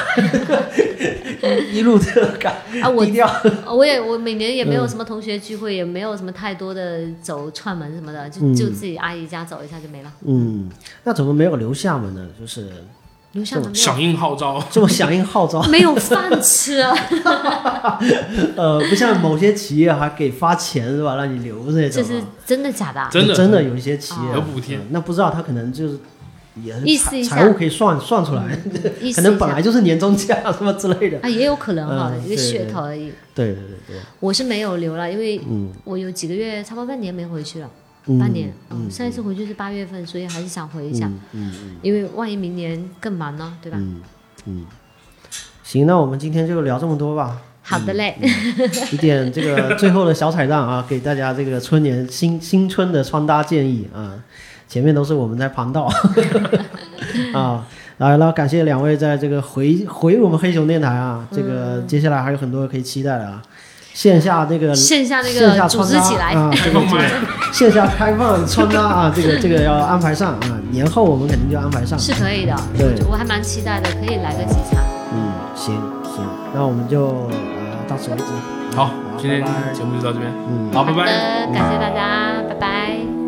[SPEAKER 2] 一路这个感
[SPEAKER 3] 啊！我
[SPEAKER 2] 低调。
[SPEAKER 3] 我也我每年也
[SPEAKER 2] 嗯
[SPEAKER 3] 没有什么同学聚会，也没有什么太多的走串门什么的，就、
[SPEAKER 2] 嗯
[SPEAKER 3] 就自己阿姨家走一下就没了。
[SPEAKER 2] 嗯，那怎么没有留厦门呢？就是
[SPEAKER 3] 留厦门没有
[SPEAKER 1] 响应号召，
[SPEAKER 2] 这么响应号召，
[SPEAKER 3] 没有饭吃啊，
[SPEAKER 2] 呃，不像某些企业还给发钱是吧，让你留 着这
[SPEAKER 3] 这
[SPEAKER 2] 种。
[SPEAKER 3] 是真的假的、啊？
[SPEAKER 1] 真的
[SPEAKER 2] 真的有一些企业
[SPEAKER 1] 有补贴
[SPEAKER 2] 嗯那不知道他可能就是也
[SPEAKER 3] 意
[SPEAKER 2] 是
[SPEAKER 3] 思
[SPEAKER 2] 财
[SPEAKER 3] 一下嗯
[SPEAKER 2] 财务可以算算出来，
[SPEAKER 3] 意
[SPEAKER 2] 可
[SPEAKER 3] 思
[SPEAKER 2] 能
[SPEAKER 3] 一
[SPEAKER 2] 本
[SPEAKER 3] 下
[SPEAKER 2] 来就是年终奖什么之类 的。
[SPEAKER 3] 啊，也有可能哈、
[SPEAKER 2] 嗯
[SPEAKER 3] 一个
[SPEAKER 2] 对
[SPEAKER 3] 噱
[SPEAKER 2] 对
[SPEAKER 3] 头而已。
[SPEAKER 2] 对对对对，
[SPEAKER 3] 我是没有留了，因为
[SPEAKER 2] 嗯
[SPEAKER 3] 我有几个月，差不多半年没回去了。
[SPEAKER 2] 嗯，
[SPEAKER 3] 半年，
[SPEAKER 2] 嗯
[SPEAKER 3] 嗯，上一次回去是八月份，所以还是想回一下，
[SPEAKER 2] 嗯嗯
[SPEAKER 3] 因为万一明年更忙呢，对吧？
[SPEAKER 2] 嗯嗯。行，那我们今天就聊这么多吧。
[SPEAKER 3] 好的
[SPEAKER 2] 嗯
[SPEAKER 3] 嘞，
[SPEAKER 2] 一点这个最后的小彩蛋啊，给大家这个春年新新春的穿搭建议啊。前面都是我们在盘道 啊，来了，感谢两位在这个回回我们黑熊电台啊，这个接下来还有很多可以期待的啊。线下这个
[SPEAKER 3] 线下那
[SPEAKER 2] 线下
[SPEAKER 3] 个组
[SPEAKER 2] 穿
[SPEAKER 3] 织
[SPEAKER 2] 搭
[SPEAKER 3] 起来，
[SPEAKER 2] 啊，
[SPEAKER 1] 开
[SPEAKER 2] 这个
[SPEAKER 1] 放麦。
[SPEAKER 2] 线下开放穿搭啊，这个这个要安排上啊，年后我们肯定就安排上。
[SPEAKER 3] 是可以的，
[SPEAKER 2] 对
[SPEAKER 3] 我我还蛮期待的，可以来个几场。
[SPEAKER 2] 嗯，行行，那我们就呃到此为止。
[SPEAKER 1] 好，今天
[SPEAKER 2] 拜拜
[SPEAKER 1] 节目就到这边，
[SPEAKER 2] 嗯
[SPEAKER 1] 好，拜
[SPEAKER 3] 好
[SPEAKER 1] 拜。
[SPEAKER 3] 的，感谢大家，拜拜。